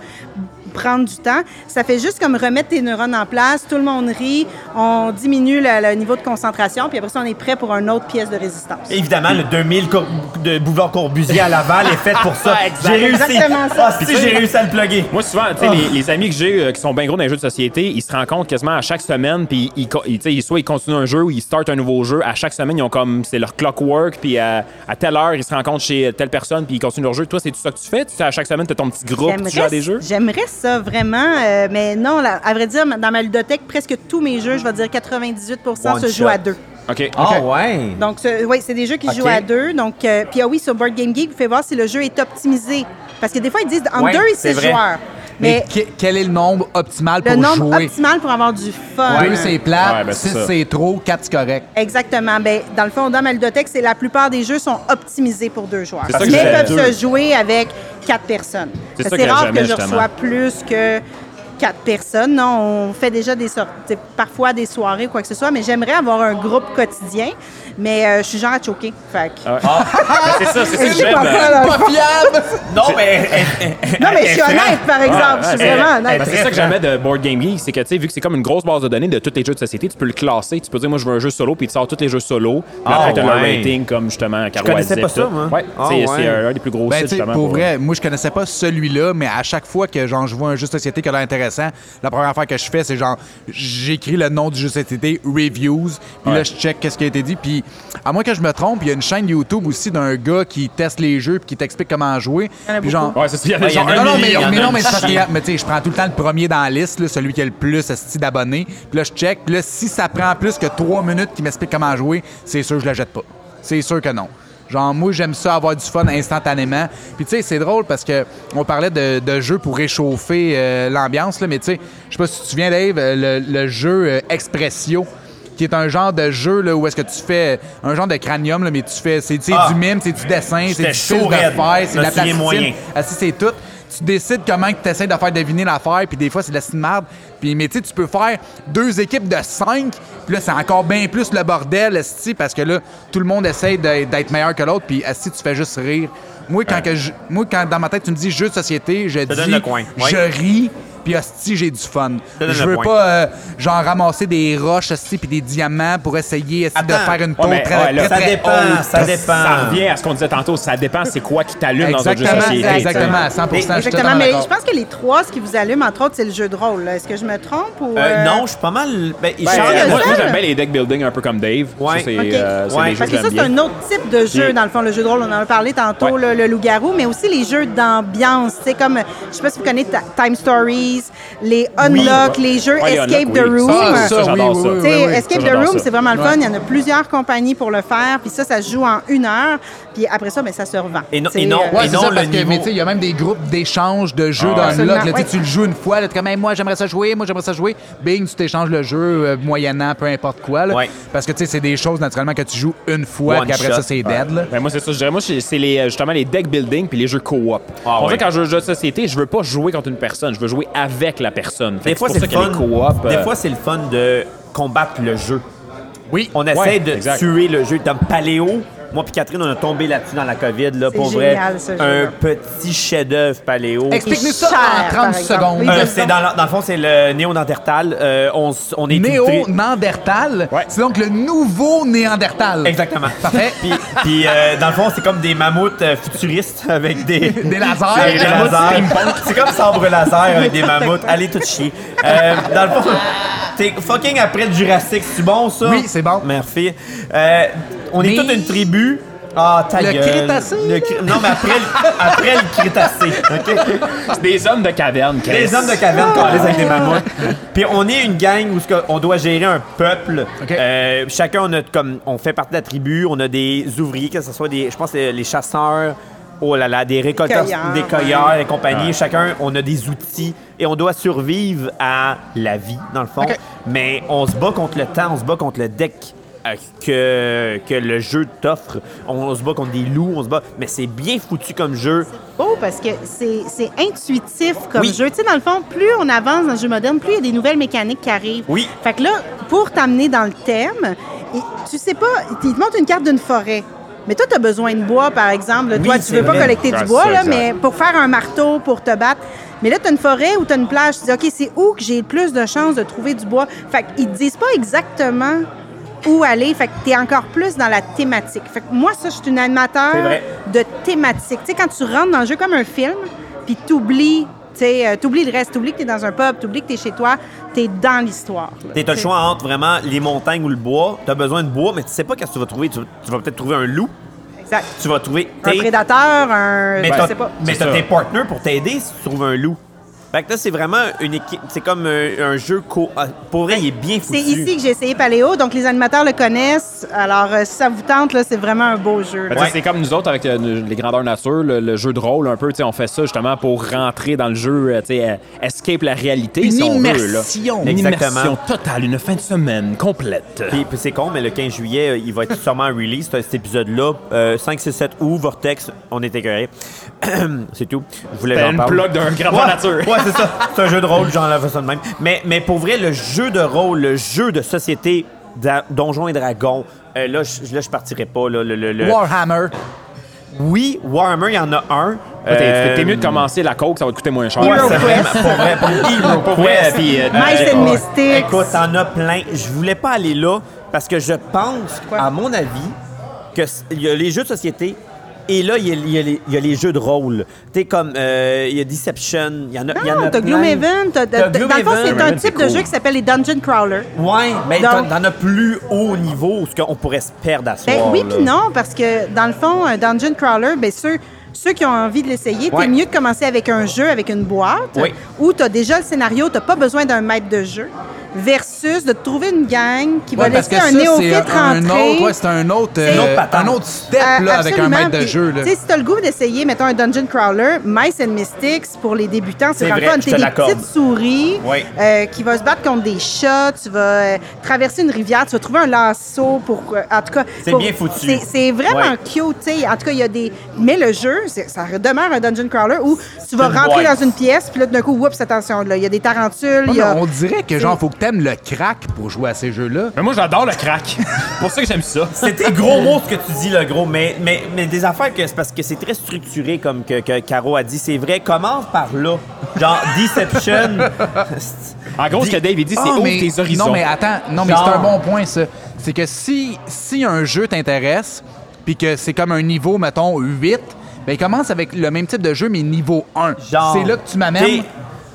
prendre du temps. Ça fait juste comme remettre tes neurones en place, tout le monde rit, on diminue le, le niveau de concentration, puis après ça, on est prêt pour une autre pièce de résistance.
Évidemment, le 2000 cour- de boulevard Corbusier à Laval est fait pour ça. J'ai réussi.
Exactement ça.
Ah, si, j'ai réussi à le plugger.
Moi, souvent, tu sais, les, les amis que j'ai euh, qui sont bien gros dans les jeux de société, ils se rencontrent quasiment à chaque semaine, puis ils, co- ils, tu sais, ils- soit ils continuent un jeu ou ils startent un nouveau jeu. À chaque semaine, ils ont comme, c'est leur clockwork, puis à, à telle heure, ils se rencontrent chez telle personne, puis ils continuent leur jeu. Toi, c'est tout ça que tu fais? Tu sais, à chaque semaine, tu as ton petit groupe, tu joues à des jeux?
j'aimerais ça vraiment, euh, mais non, là, à vrai dire, dans ma ludothèque, presque tous mes jeux, je vais dire 98
One
se jouent
shot.
à deux.
OK.
Ah ouais.
Donc, ce- oui, c'est des jeux qui se
OK.
jouent à deux. Donc, euh, puis ah oui, sur Board Game Geek, vous pouvez voir si le jeu est optimisé. Parce que des fois, ils disent entre
Ouais,
deux et
c'est
six
vrai.
joueurs.
Mais
Mais
que- quel est le nombre optimal
le
pour
nombre
jouer?
optimal pour avoir du fun.
Deux, c'est plat.
Ouais, ben, c'est
six,
ça.
c'est trop. Quatre, c'est correct.
Exactement. Ben, dans le fond, dans ma ludothèque, c'est la plupart des jeux sont optimisés pour deux joueurs.
C'est ça que
Mais
j'ai-
peuvent
deux.
se jouer avec quatre personnes.
C'est
Parce
ça
que C'est
que
rare
j'aimais,
que je
justement.
reçois plus que quatre personnes. Non, on fait déjà des sorties, parfois des soirées, quoi que ce soit, mais j'aimerais avoir un groupe quotidien. Mais euh, je suis genre à choquer. Fait que-
Ben, c'est ça, c'est ça
Et
que
c'est pas
j'aime.
ça,
euh,
là.
Pas fiable!
Non, mais.
Non, mais je suis honnête, par exemple.
ouais,
je suis
ouais,
vraiment
ben,
honnête.
c'est ça que j'aimais de Board Game Geek, c'est que tu sais, vu que c'est comme une grosse base de données de tous les jeux de société, tu peux le classer, tu peux dire moi je veux un jeu solo, puis tu sors tous les jeux solo, puis
Ah,
après t'as
ouais.
le rating comme justement Caro
connaissais
disait,
pas
puis
ça,
tout.
moi.
Ouais,
Ah,
c'est c'est
ouais.
un, un des plus gros
Ben,
sites
tu sais,
justement. euh,
pour vrai, moi, je connaissais pas celui-là, mais à chaque fois que genre, je vois un jeu de société qui a l'air intéressant, la première affaire que je fais, c'est genre, j'écris le nom du jeu de société, reviews, puis là,
Ouais.
je check qu'est-ce qui a été dit. Puis, à moins que je me trompe, il y a une chaîne YouTube aussi d'un gars qui teste les jeux puis qui t'explique comment jouer.
Il y en a
Puis genre,
euh, Ouais, c'est ça, il y a
Ouais, il
des
y
gens
en a
non,
un
non,
million,
mais,
il y en a
mais
un
non, mais c'est parce
chien.
que, mais tu sais, je prends tout le temps le premier dans la liste, là, celui qui a le plus esti d'abonnés. Puis là, je check. Puis là, si ça prend plus que trois minutes qui m'explique comment jouer, c'est sûr que je la jette pas. C'est sûr que non. Genre, moi, j'aime ça avoir du fun instantanément. Puis, tu sais, c'est drôle parce que on parlait de, de jeux pour réchauffer euh, l'ambiance, là, mais tu sais, je sais pas si tu te souviens, Dave, euh, le, le jeu euh, Expressio, qui est un genre de jeu là, où est-ce que tu fais un genre de cranium, là, mais tu fais, c'est tu sais,
Ah!
du mime, c'est du dessin, c'est
J'étais
du fil
chaud
de
raide.
fer, c'est de
Me
la
souviens
plastine.
moyen.
Ah, si c'est tout. Tu décides comment tu essaies de faire deviner l'affaire, puis des fois, c'est de la cine marde. Puis, mais tu sais, tu peux faire deux équipes de cinq, puis là, c'est encore bien plus le bordel, esti, parce que là, tout le monde essaie de- d'être meilleur que l'autre, puis esti, tu fais juste rire. Moi, quand, que je- moi, quand dans ma tête, tu me dis jeu de société, je
donne
dis
le coin. Ouais.
je ris, puis esti, j'ai du fun.
donne
Je
le
veux
point.
pas, euh, genre, ramasser des roches, esti, puis des diamants pour essayer esti, de
Attends.
faire une
Ouais,
tour
mais,
très,
ouais, là,
très,
Ça
très
dépend, ça
haute.
Ça
dépend.
revient à ce qu'on disait tantôt, ça dépend c'est quoi qui t'allume dans un jeu de
Exactement,
société.
exactement, à 100 je suis
Exactement,
totalement
mais
d'accord.
je pense que les trois, ce qui vous allume, entre autres, c'est le jeu de rôle. là. Est-ce que je me trompe ou...
Euh,
euh,
non, je suis pas mal. Ben, il
tu sais.
Ben,
change
euh,
de-
moi, moi,
seul.
j'aime bien les deck building un peu comme Dave.
Ouais.
Ça, c'est
OK.
euh, c'est
Ouais.
des jeux
Parce que ça,
j'aime
c'est
bien.
un autre type de jeu,
Puis-
dans le fond, le jeu de rôle. On en a parlé tantôt,
Ouais.
là, le, loup-garou, mais aussi les jeux d'ambiance. C'est comme, je sais pas si vous connaissez Ta- Time Stories, Keys, les Unlock,
ouais.
les jeux
Ouais, les Unlock,
Escape the
oui.
Room.
Ah, ça,
Ça, j'adore
oui,
ça.
oui,
Tu sais,
oui.
Escape
Ça,
the
j'adore
Room,
ça.
c'est vraiment le fun. Il y en a plusieurs compagnies pour le faire. Puis ça, ça se joue en une heure. Puis après ça, ben, ça se revend.
Et non-
C'est,
et non-
euh,
Ouais,
Et
c'est ça,
le
parce que,
niveau.
mais tu sais, il y a même des groupes d'échange de jeux
Ah,
dans le lot.
absolument,
Là, tu sais,
ouais.
Tu le joues une fois, là, tu es comme, Hey, moi, j'aimerais ça jouer, moi, j'aimerais ça jouer. Bing, tu t'échanges le jeu euh, moyennant, peu importe quoi. là.
Ouais.
Parce que, tu sais, c'est des choses, naturellement, que tu joues une
One
fois, puis après
shot.
ça, c'est dead. là.
Ben, moi, c'est ça. Je dirais, moi, c'est c'est les, euh, justement les deck building puis les jeux co-op.
Ah,
Pour
ouais.
ça, quand je joue aux jeux de société, je veux pas jouer contre une personne, je veux jouer avec la personne. Fait
Des
que
fois,
pour
c'est
ça
le
que les
fun.
co-op.
Des
euh,
fois, c'est le fun de combattre le jeu.
Oui.
On essaie de
exact.
tuer le jeu. Dans Paléo, moi puis Catherine, on a tombé là-dessus dans la COVID, là,
C'est
pour
génial,
vrai.
ce
un
jeu-là.
petit chef-d'œuvre Paléo.
Ex-
Explique-nous ça
Cher,
en 30
par exemple.
secondes.
Oui.
Euh, c'est dans, la- dans le fond, c'est le néo-nandertal. Euh, on, s- on est infiltré-
Néo-Nandertal,
Ouais.
c'est donc le nouveau Néandertal.
Exactement.
Parfait.
puis, puis, euh, dans le fond, c'est comme des mammouths euh, futuristes avec des.
Des lasers.
Avec des
Des mammouths
lasers. C'est comme sabre laser avec des mammouths. Allez, tout chier. Euh, dans le fond, t'es fucking après le Jurassic. C'est bon, ça?
Oui, c'est bon.
Merci. Euh, on est
Mais-
toute une tribu. Ah, ta
Le
gueule.
Crétacé,
Le cr- Non, mais après le, après le Crétacé. OK?
c'est des hommes de caverne, Chris.
Les hommes de caverne quand avec des mammouths. Puis on est une gang où ce que- on doit gérer un peuple.
OK.
Euh, chacun, on, a comme, on fait partie de la tribu. On a des ouvriers, que ce soit des, je pense, les, les chasseurs, oh là là, des récolteurs,
Cueilleurs,
des
ouais.
cueilleurs et compagnie. Chacun, on a des outils et on doit survivre à la vie, dans le fond.
OK.
Mais on se bat contre le temps, on se bat contre le deck. euh, Que, que le jeu t'offre. On se bat contre des loups, on se bat. Mais c'est bien foutu comme jeu.
beau Oh, parce que c'est c'est intuitif comme
Oui.
jeu. Tu sais, dans le fond, plus on avance dans le jeu moderne, plus il y a des nouvelles mécaniques qui arrivent.
Oui.
Fait que là, pour t'amener dans le thème, et- tu sais pas, il te montre une carte d'une forêt. Mais toi, tu as besoin de bois, par exemple. Toi, tu
c'est
veux
vrai.
pas collecter
Ah,
du
c'est
bois,
ça,
là,
exact.
mais pour faire un marteau, pour te battre. Mais là, tu as une forêt ou tu as une plage. Tu dis, OK, c'est où que j'ai le plus de chances de trouver du bois? Fait qu'ils te disent pas exactement où aller. Fait que tu es encore plus dans la thématique. Fait que moi, ça, je suis une animateur
C'est vrai.
de thématique. Tu sais, quand tu rentres dans le jeu comme un film, puis t'oublies, tu sais, euh, t'oublies le reste, t'oublies que t'es dans un pub, t'oublies que t'es chez toi, t'es dans l'histoire. là.
T'as le choix entre vraiment les montagnes ou le bois. T'as besoin de bois, mais tu sais pas qu'est-ce que tu vas trouver. Tu, tu vas peut-être trouver un loup,
Exact.
tu vas trouver.
Un
tes-
prédateur, un.
mais
je
t'as
sais pas.
mais
C'est
t'as
ça.
tes partners pour t'aider si tu trouves un loup. Fait que là, c'est vraiment une équipe. C'est comme un, un jeu co. ah, Pour vrai, il est bien foutu.
C'est ici que j'ai essayé Paléo, donc les animateurs le connaissent. Alors, euh, si ça vous tente, là, c'est vraiment un beau jeu.
Ben, tu sais, C'est comme nous autres avec euh, les grandeurs nature, le, le jeu de rôle un peu, tu sais, on fait ça justement pour rentrer dans le jeu, euh, tu sais, euh, escape la réalité
Une
si on veut. Là.
immersion.
Une
Exactement.
immersion totale, une fin de semaine complète.
Puis, puis c'est con, mais le 15 juillet, euh, il va être sûrement release, cet- cet épisode-là. Euh, 5, 6, 7 ou Vortex, on est écœurés. c'est tout. Je voulais
T'as
j'en
Ben, une
parle.
plug d'un grandeur
Ouais,
nature.
Ouais, c'est ça. C'est un jeu de rôle, j'enlève ça de même. Mais, mais pour vrai, le jeu de rôle, le jeu de société, da- Donjons et Dragons, euh, là, je là, je partirais pas. Là, le, le- le-
Warhammer.
Oui, Warhammer, il y en a un.
T'es-
Euh,
T'es t'es mieux de commencer la coke, ça va te coûter moins cher.
Ouais,
Hero
c'est
Quest.
vraiment pour vrai. Pour Hero
Pour vrai,
Quest,
puis, euh,
Mice and
ouais.
Mystics.
Écoute, t'en as plein. Je voulais pas aller là parce que je pense,
Quoi?
à mon avis, que c- il y a les jeux de société et là, il y a- il y, a les- il y a les jeux de rôle. T'es comme, euh, il y a Deception, il y en a, il y en
Non,
a
Ah, t'as
plein.
Gloomhaven.
T'as
t'as- t'as- Dans le fond, c'est un
Gloomhaven, c'est
type de
cool.
jeu qui s'appelle les Dungeon Crawler.
Ouais, mais
Donc-
t'en t'en as plus haut niveau, ce qu'on pourrait se perdre à soir.
Ben, oui
là.
puis non, parce que dans le fond, un dungeon crawler, ben, ceux, ceux qui ont envie de l'essayer,
Ouais.
t'es mieux de commencer avec un jeu, avec une boîte,
Oui.
où t'as déjà le scénario, t'as pas besoin d'un maître de jeu, versus de trouver une gang qui va
Ouais, parce que
laisser
ça,
un
c'est
néophyte
un
rentrer.
autre, ouais, c'est un autre, euh,
Une autre patente.
un autre step
Euh,
là, avec un
absolument.
maître de
Puis,
jeu. Là.
Tu sais, si t'as le goût d'essayer, mettons, un dungeon crawler, Mice and Mystics, pour les débutants, c'est
C'est
vraiment
vrai,
fun.
je
T'es
te
des
l'accorde.
petites souris
Oui.
euh, qui vont se battre contre des chats, tu vas euh, traverser une rivière, tu vas trouver un lasso pour... euh, en tout cas...
C'est
pour-
bien foutu.
c'est- C'est vraiment
Ouais.
cute, tu sais. En tout cas, il y a des... Mais le jeu, c'est- ça demeure un dungeon crawler où tu vas
une
rentrer
boîte.
dans une pièce, puis là, d'un coup, oups, attention, là, il y a des tarentules,
Ouais,
il y
mais
a...
Ah Oh on dirait que genre
c'est-
faut que t'aimes le crack pour jouer à ces jeux-là.
Mais moi, j'adore le crack. pour ça que j'aime ça.
C'était gros mot ce que tu dis, le gros, mais, mais, mais des affaires que c'est parce que c'est très structuré, comme que, que Caro a dit. C'est vrai, commence par là. Genre, Deception.
En gros, ce que Dave il dit, c'est
Ah,
ouvre
mais-
tes horizons.
Non, mais attends, non, mais
Genre.
c'est un bon point, ça. C'est que si, si un jeu t'intéresse, puis que c'est comme un niveau, mettons, 8, ben il commence avec le même type de jeu, mais niveau 1.
Genre.
C'est là que tu m'amènes.
T'es-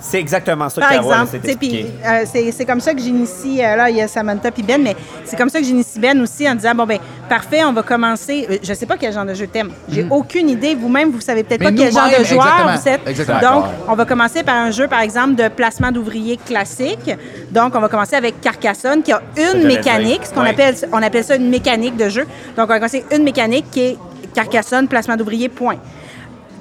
C'est exactement ça
Par
que Carole
exemple,
s'est
tu sais, puis,
expliqué.
euh, c'est c'est comme ça que j'initie, euh, là, il y a Samantha puis Ben, mais c'est comme ça que j'initie Ben aussi en disant, bon, ben parfait, on va commencer. Euh, Je sais pas quel genre de jeu t'aimes. J'ai aucune idée. Vous-même, vous savez peut-être
Hmm. Mais
pas quel genre de
nous-mêmes,
joueur
exactement.
vous êtes.
Exactement.
Donc,
D'accord.
on va commencer par un jeu, par exemple, de placement d'ouvriers classique. Donc, on va commencer avec Carcassonne, qui a une
j'allais
mécanique,
dire.
ce qu'on
Ouais.
appelle, on appelle ça une mécanique de jeu. Donc, on va commencer une mécanique qui est Carcassonne, placement d'ouvriers, point.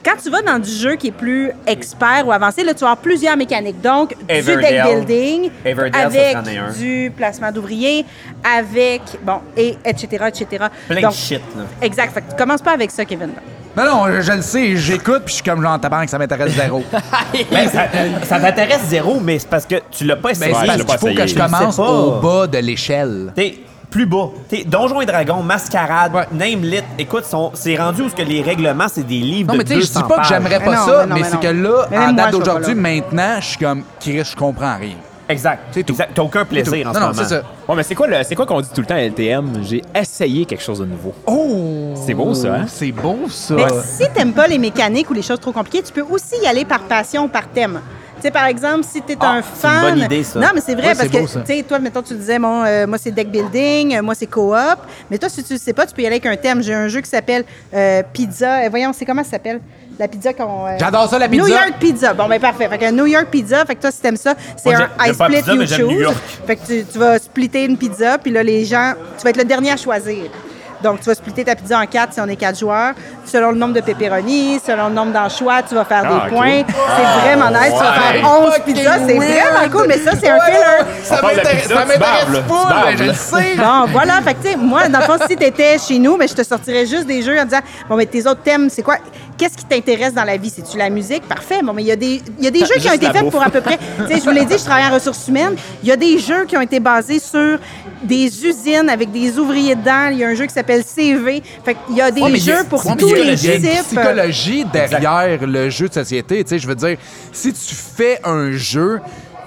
Quand tu vas dans du jeu qui est plus expert ou avancé, là, tu vas avoir plusieurs mécaniques. Donc, du deck
Everdell.
building,
Everdell, ça,
avec
c'en est un.
du placement d'ouvriers, avec, bon, et etc., etc.
Plein
Donc,
de shit, là.
Exact. Fait que tu commences pas avec ça, Kevin.
Non, non, je, je le sais, j'écoute, puis je suis comme genre tabarnak, ça m'intéresse zéro.
Ben, ça ça t'intéresse zéro, mais c'est parce que tu l'as pas essayé.
Mais Ben, c'est parce
je l'ai pas
qu'il faut
essayé.
que je
Je
commence
sais pas.
au bas de l'échelle.
T'es plus bas. T'es Donjons et Dragons, Mascarade,
Ouais.
Name Lit. Écoute, sont- c'est rendu où ce que les règlements, c'est des livres
Non, mais
de
tu sais, je
200
dis pas que
pages.
j'aimerais
Mais
pas
non,
ça,
mais non,
mais
mais
c'est
non.
que là,
Mais
en
même
date
moi, je suis pas
d'aujourd'hui,
là.
maintenant, je suis comme, Chris, je comprends rien.
Exact.
C'est tout.
Exact. T'as aucun plaisir en
non,
ce
non,
moment.
c'est ça.
Ouais, mais c'est quoi le- c'est quoi qu'on dit tout le temps à LTM? J'ai essayé quelque chose de nouveau.
Oh!
C'est beau, ça, hein?
C'est beau, ça.
Mais si t'aimes pas les mécaniques ou les choses trop compliquées, tu peux aussi y aller par passion ou par thème. Tu sais, par exemple, si tu es
Ah,
un
c'est une
fan.
bonne idée, ça.
Non, mais c'est vrai,
Ouais,
parce
c'est beau,
que,
ça.
tu sais, toi, mettons, tu disais, bon, euh, moi, c'est deck building, euh, moi, c'est co-op. Mais toi, si tu le sais pas, tu peux y aller avec un thème. J'ai un jeu qui s'appelle euh, Pizza. Euh, voyons, c'est comment ça s'appelle? La pizza qu'on. euh,
J'adore ça, la pizza.
New York Pizza. Bon, ben parfait. Fait que New York Pizza, fait que toi, si t'aimes ça, c'est
Moi,
un
j'aime-
I
j'aime pas la
split
pizza,
you
mais j'aime New
choose.
York.
Fait que tu, tu vas splitter une pizza, puis là, les gens, tu vas être le dernier à choisir. Donc, tu vas splitter ta pizza en quatre si on est quatre joueurs. Selon le nombre de pepperoni, selon le nombre d'anchois, tu vas faire
Ah,
des
ok.
points. C'est vraiment
Ah,
nice. Tu vas faire 11 pizzas. C'est vraiment cool, mais ça, c'est un filler.
Ça
On parle de
m'intéresse
pizza,
ça
tu
m'intéresse
barbles, tu
pas, mais
barbles.
je le sais.
Bon, voilà. Fait que, tu sais, moi, dans le fond, si t'étais chez nous, mais je te sortirais juste des jeux en disant, bon, mais tes autres thèmes, c'est quoi? Qu'est-ce qui t'intéresse dans la vie? C'est-tu la musique? Parfait. Bon, mais il y a des, il y a des jeux qui ont
juste
été
la
faits
bouffe.
pour à peu près. tu sais, je vous l'ai dit, je travaille en ressources humaines. Il y a des jeux qui ont été basés sur des usines avec des ouvriers dedans. Il y a un jeu qui s'appelle CV. Fait qu'il y a des
Ouais, mais il y a-
jeux pour
ouais, mais
tous
il y a-
les
il y a une
types.
psychologie derrière le jeu de société. Tu sais, je veux dire, si tu fais un jeu,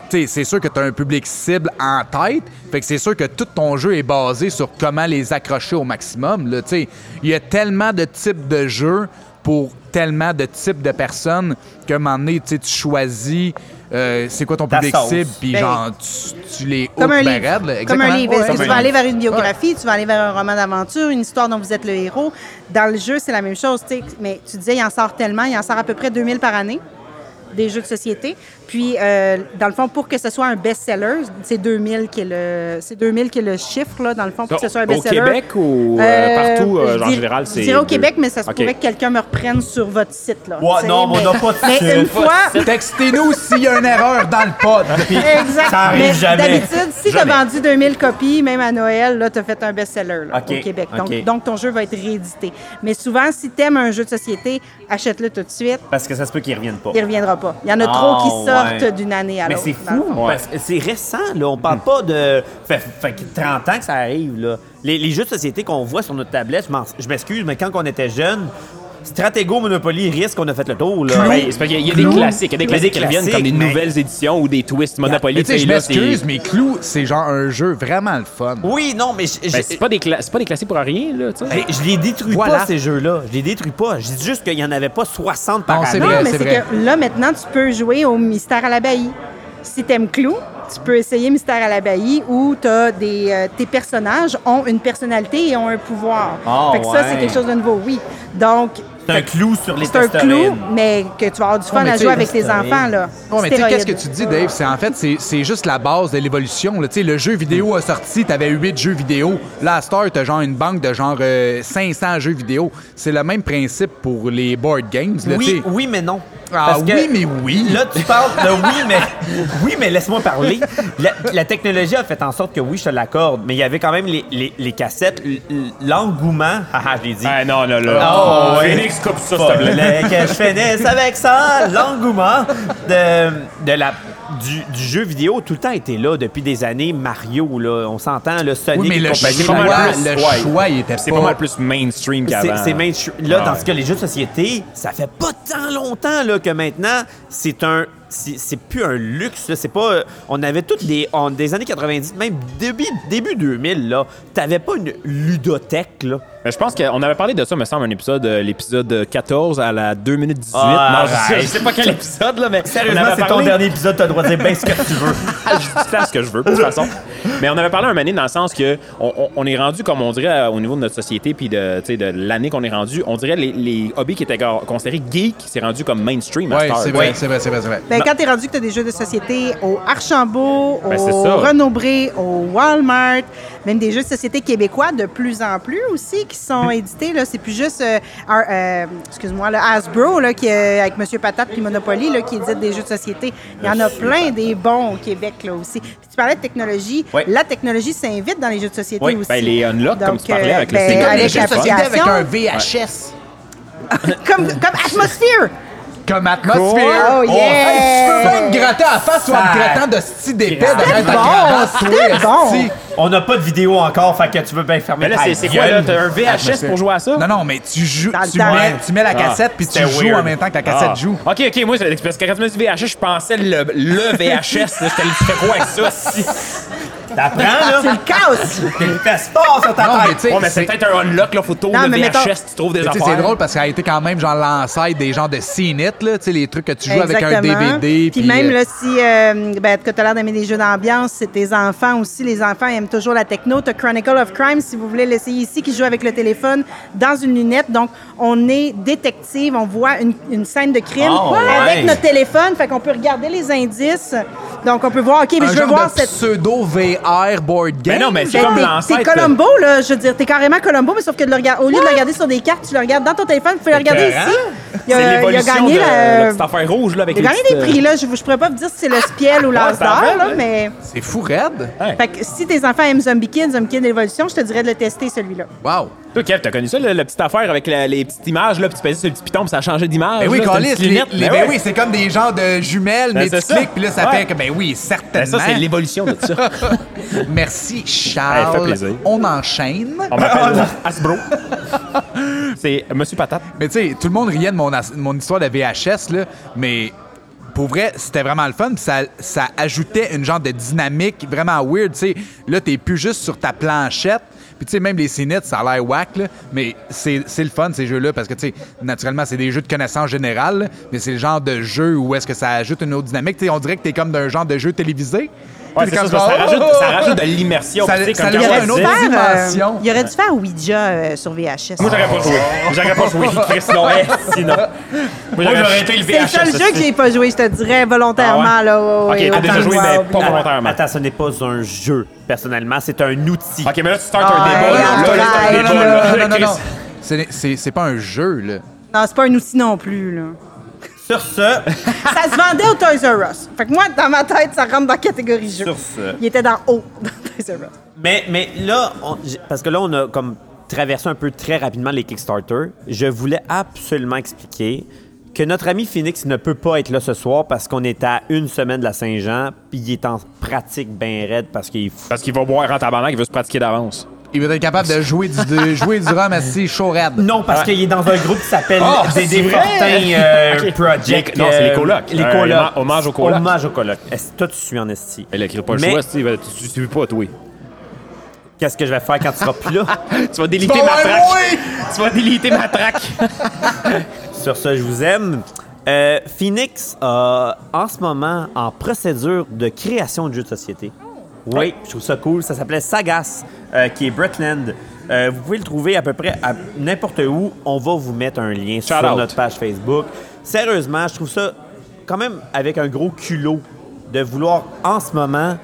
tu sais, c'est sûr que tu as un public cible en tête. Fait que c'est sûr que tout ton jeu est basé sur comment les accrocher au maximum. là, tu sais. il y a tellement de types de jeux pour tellement de types de personnes qu'à un moment donné, tu sais, tu choisis euh, c'est quoi ton
Ta
public
sauce.
cible, puis
Ben,
genre, tu, tu les
Comme un
hooks ben
livre.
raide, là.
Comme
Exactement.
un livre. Est-ce
Ouais.
que tu vas aller vers une biographie, tu vas aller vers un roman d'aventure, une histoire dont vous êtes le héros. Dans le jeu, c'est la même chose. tu sais. Mais tu disais, il en sort tellement, il en sort à peu près 2000 par année des jeux de société. Puis, euh, dans le fond, pour que ce soit un best-seller, c'est 2000 qui est le, c'est 2000 qui est le chiffre, là, dans le fond, pour que ce soit un
Au
best-seller.
Québec ou, euh, partout, euh,
je
genre, en
dir-
général, c'est
Je dirais au
deux.
Québec, mais ça se
OK.
pourrait que quelqu'un me reprenne sur votre site, là.
Ouais,
tu sais,
non, mais on
mais-
n'a pas de
Mais
site.
une fois,
Textez-nous s'il y a une erreur dans le pod.
Exact.
Ça arrive
Mais
jamais.
D'habitude, si tu as
Jamais.
vendu 2000 copies, même à Noël, là, tu as fait un best-seller là,
OK,
au Québec. Donc,
OK.
donc, ton jeu va être réédité. Mais souvent, si tu aimes un jeu de société, achète-le tout de suite.
Parce que ça se peut qu'ils reviennent pas.
Il ne reviendra pas. Il y en a
Ah,
trop qui sortent
ouais.
d'une année à
Mais
l'autre.
c'est
dans le
fou,
fond.
parce que c'est récent, là. On
Mm.
parle pas de. Fait, fait que 30 ans que ça arrive, là. Les, les jeux de société qu'on voit sur notre tablette, je m'en- je m'excuse, mais quand on était jeune, Stratego, Monopoly, Risque, on a fait le tour, là. Ben,
Ouais, c'est parce qu'il y a- il y a des classiques, il y
Mais
a des
des
classiques qui reviennent comme
classiques,
des
mais-
nouvelles éditions ou des twists Monopoly.
Mais tu sais, je
là, c'est-
m'excuse, mais Clou, c'est genre un jeu vraiment le fun.
Oui, non, mais. je- je-
Ben, c'est pas des cla- c'est pas des classiques pour rien, là, tu sais.
Hey, je les détruis
Voilà.
pas, ces jeux-là. Je les détruis pas. Je dis juste qu'il n'y en avait pas 60 par
Non, c'est
année.
Non,
vrai,
mais
c'est
c'est
vrai.
que là, maintenant, tu peux jouer au Mystère à l'abbaye. Si t'aimes Clou, tu peux essayer Mystère à l'abbaye où t'as des, euh, tes personnages ont une personnalité et ont un pouvoir.
Ah,
fait que ça,
ouais.
c'est quelque chose de nouveau, oui. Donc,
C'est un clou sur les
C'est un clou,
testorines.
mais que tu vas avoir du fun
mais
à
tu
jouer
sais,
avec tes
ben,
stéroïdes.
enfants, là.
Ouais, mais tu sais, qu'est-ce
Stéroïdes.
que tu dis, Dave? C'est en fait, c'est- c'est juste la base de l'évolution. là. Tu sais, le jeu vidéo a sorti, t'avais 8 jeux vidéo. Là, à cette heure, t'as genre une banque de genre euh, 500 jeux vidéo. C'est le même principe pour les board games. là, tu
Oui,
sais.
oui, mais non.
Ah oui, mais oui.
Là, tu parles de oui, mais oui, mais laisse-moi parler. La, la technologie a fait en sorte que oui, je te l'accorde, mais il y avait quand même les, les- les cassettes, l- l- l'engouement. Haha, je l'ai dit.
Ah non, là,
Ah,
là.
ouais.
Phoenix coupe ça, s'il te plaît.
Fallait que je finisse avec ça, l'engouement de, de la, du, du jeu vidéo tout le temps était là depuis des années. Mario, là, on s'entend, le Sonic,
Oui, mais
et
le
compagnie,
choix,
la-
le
ouais.
choix, il était
C'est
pas-
pas mal plus mainstream qu'avant.
C'est- C'est mainstream. Là,
Ah
dans
ouais.
ce cas, les jeux de société, ça fait pas tant longtemps là, que maintenant, c'est un. c'est c'est plus un luxe. là. C'est pas. euh, On avait toutes les. on- des années 90, même début, début 2000, là. T'avais pas une ludothèque, là.
Mais je pense qu'on avait parlé de ça, me semble, un épisode, euh, l'épisode 14 à la 2 minutes 18.
Ah,
non, je sais,
arrête.
je sais pas quel épisode, là, mais. on avait parlé-
épisode, t'as le droit de dire ben ce que tu veux.
Ah, je dis ça ce que je veux, de toute façon. Mais on avait parlé un moment donné dans le sens que on, on- on est rendu, comme on dirait, euh, au niveau de notre société, puis de, tu sais, de l'année qu'on est rendu, on dirait les, les hobbies qui étaient gar- considérés geeks, c'est rendu comme mainstream à
Ouais,
cette heure.
c'est vrai, c'est vrai, c'est vrai, c'est vrai.
Ben, quand t'es rendu que t'as des jeux de société au Archambault,
Ben, c'est
au
ça.
Renombré, au Walmart, même des jeux de société québécois de plus en plus aussi qui
Hmm.
sont édités. Là, c'est plus juste, euh, Ar- euh, excuse-moi, le Hasbro là, qui, euh, avec Monsieur Patate puis Monopoly là, qui édite des jeux de société. Il y en a plein des bons au Québec là aussi. Puis tu parlais de technologie.
Oui.
La technologie s'invite dans les jeux de société
Oui,
aussi.
ben, les Unlock, comme tu parlais, avec le
ben,
C'est comme les
avec
jeux de société
l'application,
VHS.
comme, comme Atmosphere.
Comme atmosphère.
Oh, yeah.
Hey, tu peux pas me gratter à la face ou en me grattant de style d'épée derrière ta
bon,
cravate,
c'était
toi,
bon.
esti.
On n'a pas de vidéo encore, fait que tu veux bien fermer
Mais là,
ta
c'est- c'est quoi, là?
gueule.
T'as un VHS pour jouer à ça?
Non, non, mais tu joues,
Dans le
tu
temps.
mets, tu mets la
Ah,
cassette puis tu
c'était
joues
weird.
en même temps que la cassette
Ah.
joue.
OK, OK, moi, c'est- parce que quand tu m'as dit VHS, je pensais le, le VHS. là, J'étais le fais quoi avec ça? si?
T'apprends, là?
C'est le chaos.
T'es le passeport sur ta
Non,
tête.
mais tu sais,
Ouais, mais c'est
c'est-
peut-être un unlock, là, photo
Non,
de
mais
VHS,
mettons-
tu trouves des
Mais tu sais,
affaires.
c'est drôle parce qu'elle a été quand même genre l'ancêtre des genres de scene it, là, tu sais, les trucs que tu joues avec
Exactement.
un DVD.
Puis même,
euh,
là, si euh, ben, que tu as l'air d'aimer des jeux d'ambiance, c'est tes enfants aussi. Les enfants aiment toujours la techno. Tu Chronicle of Crime, si vous voulez l'essayer ici, qui joue avec le téléphone dans une lunette. Donc, on est détective, on voit une, une scène de crime
Oh,
avec
ouais.
notre téléphone. Fait qu'on peut regarder les indices. Donc, on peut voir, OK, mais
un
je veux
genre
voir
de
cette.
pseudo VR board game.
Mais non, mais c'est
Ben,
comme
t'es-
l'ancêtre.
T'es Colombo, là, je veux dire, t'es carrément Colombo, mais sauf que de le regard- au lieu de le regarder sur des cartes, tu le regardes dans ton téléphone, tu peux le regarder
écœurant.
ici. Il a,
C'est
il a
l'évolution
gagné
de
la- euh,
la petite affaire rouge, là, avec
Il a
les
gagné des
petites,
prix, là. Je ne pourrais pas vous dire si c'est le Spiel ou l'As
c'est vrai,
d'or, là,
ouais.
mais.
C'est fou raide.
Hey,
Fait que si tes enfants aiment Zombie Kid, Zombie Kid Evolution, je te dirais de le tester, celui-là.
Wow.
Toi, Kev, t'as connu ça, le- la petite affaire avec la- les petites images, là, puis tu pesais sur le petit piton, puis ça changeait d'image.
Ben oui,
là, c'était une
Calis,
petite
les,
lunette.
les- ben
Ben ouais.
oui, c'est comme des genres de jumelles,
Ben,
mais tu
c'est ça.
cliques, puis là, ça
Ouais.
fait que, ben oui,
Ben,
certainement.
ça, c'est l'évolution de ça.
Merci, Charles.
Hey, fait plaisir.
On enchaîne.
On m'appelle
Ah.
Hasbro. c'est Monsieur Patate.
Mais tu sais, tout le monde riait de mon, as- de mon histoire de VHS, là, mais pour vrai, c'était vraiment le fun. puis Ça, ça ajoutait une genre de dynamique vraiment weird. Tu sais, là, t'es plus juste sur ta planchette. Puis tu sais, même les cinettes, ça a l'air whack, là, mais c'est c'est le fun, ces jeux-là, parce que tu sais, naturellement, c'est des jeux de connaissance générale, là, mais c'est le genre de jeu où est-ce que ça ajoute une autre dynamique. Tu sais, on dirait que t'es comme d'un genre de jeu télévisé.
Ouais,
T'es
c'est
comme
ça, ça,
genre,
rajoute,
oh, oh,
ça
oh,
rajoute de
oh.
l'immersion.
Ça-
puis tu sais,
ça
comme
lui
Carole
reste un autre
disait.
temps.
euh,
Dimension.
il aurait dû faire Ouija euh, sur VHS.
Moi, j'aurais pas joué. J'aurais pas joué. Chris, sinon, hey, sinon. Moi, j'aurais été le
C'est le seul
VHS.
jeu que j'ai pas joué, je te dirais, volontairement.
Ah ouais?
là,
Ok,
ouais, ouais,
t'as déjà
autant
joué,
jouer à
mais
Ouija.
pas volontairement.
Attends, ce n'est pas un jeu, personnellement. C'est un outil.
OK, mais là, tu starts
Ah,
un débat.
ouais,
là. Là, là, c'est un
ouais,
Non, non,
débat,
non,
là.
non, non, non, non.
Chris.
C'est- C'est c'est pas un jeu, là.
Non, c'est pas un outil non plus, là.
Sur ce,
ça se vendait au Toys R Us. Fait que moi, dans ma tête, ça rentre dans la catégorie jeu.
Sur ce.
Il était dans haut dans Toys R Us.
mais, mais là, on- j- parce que là, on a comme traversé un peu très rapidement les Kickstarter. Je voulais absolument expliquer que notre ami Phoenix ne peut pas être là ce soir parce qu'on est à une semaine de la Saint-Jean, puis il est en pratique bien raide parce qu'il est fou.
Parce qu'il va boire en tabarnak, il veut se pratiquer d'avance.
Il veut être capable de jouer du, de jouer du rhum assis chaud raide.
Non, parce qu'il est dans un groupe qui s'appelle
Ah,
des
c'est
des
vrai!
Fortins, euh, Project.
Les- non, c'est les
euh,
colocs.
Les
Euh,
colocs.
hommage- hommage aux colocs.
Hommage aux colocs. Est-ce que toi, tu suis en esti?
Elle écrit pas le
Mais-
choix, Steve. euh, Tu tu suis pas, toi.
Qu'est-ce que je vais faire quand tu seras plus là?
Tu vas déliter
Bon,
ma
ouais,
traque.
ouais.
Tu vas déliter ma traque.
Sur ce, je vous aime. Euh, Phoenix a en ce moment en procédure de création de jeux de société.
Oh.
Oui, je trouve ça cool. Ça s'appelait Sagas, euh, qui est Bretland. Euh, vous pouvez le trouver à peu près à n'importe où. On va vous mettre un lien sur
out.
notre page Facebook. Sérieusement, je trouve ça quand même avec un gros culot de vouloir en ce moment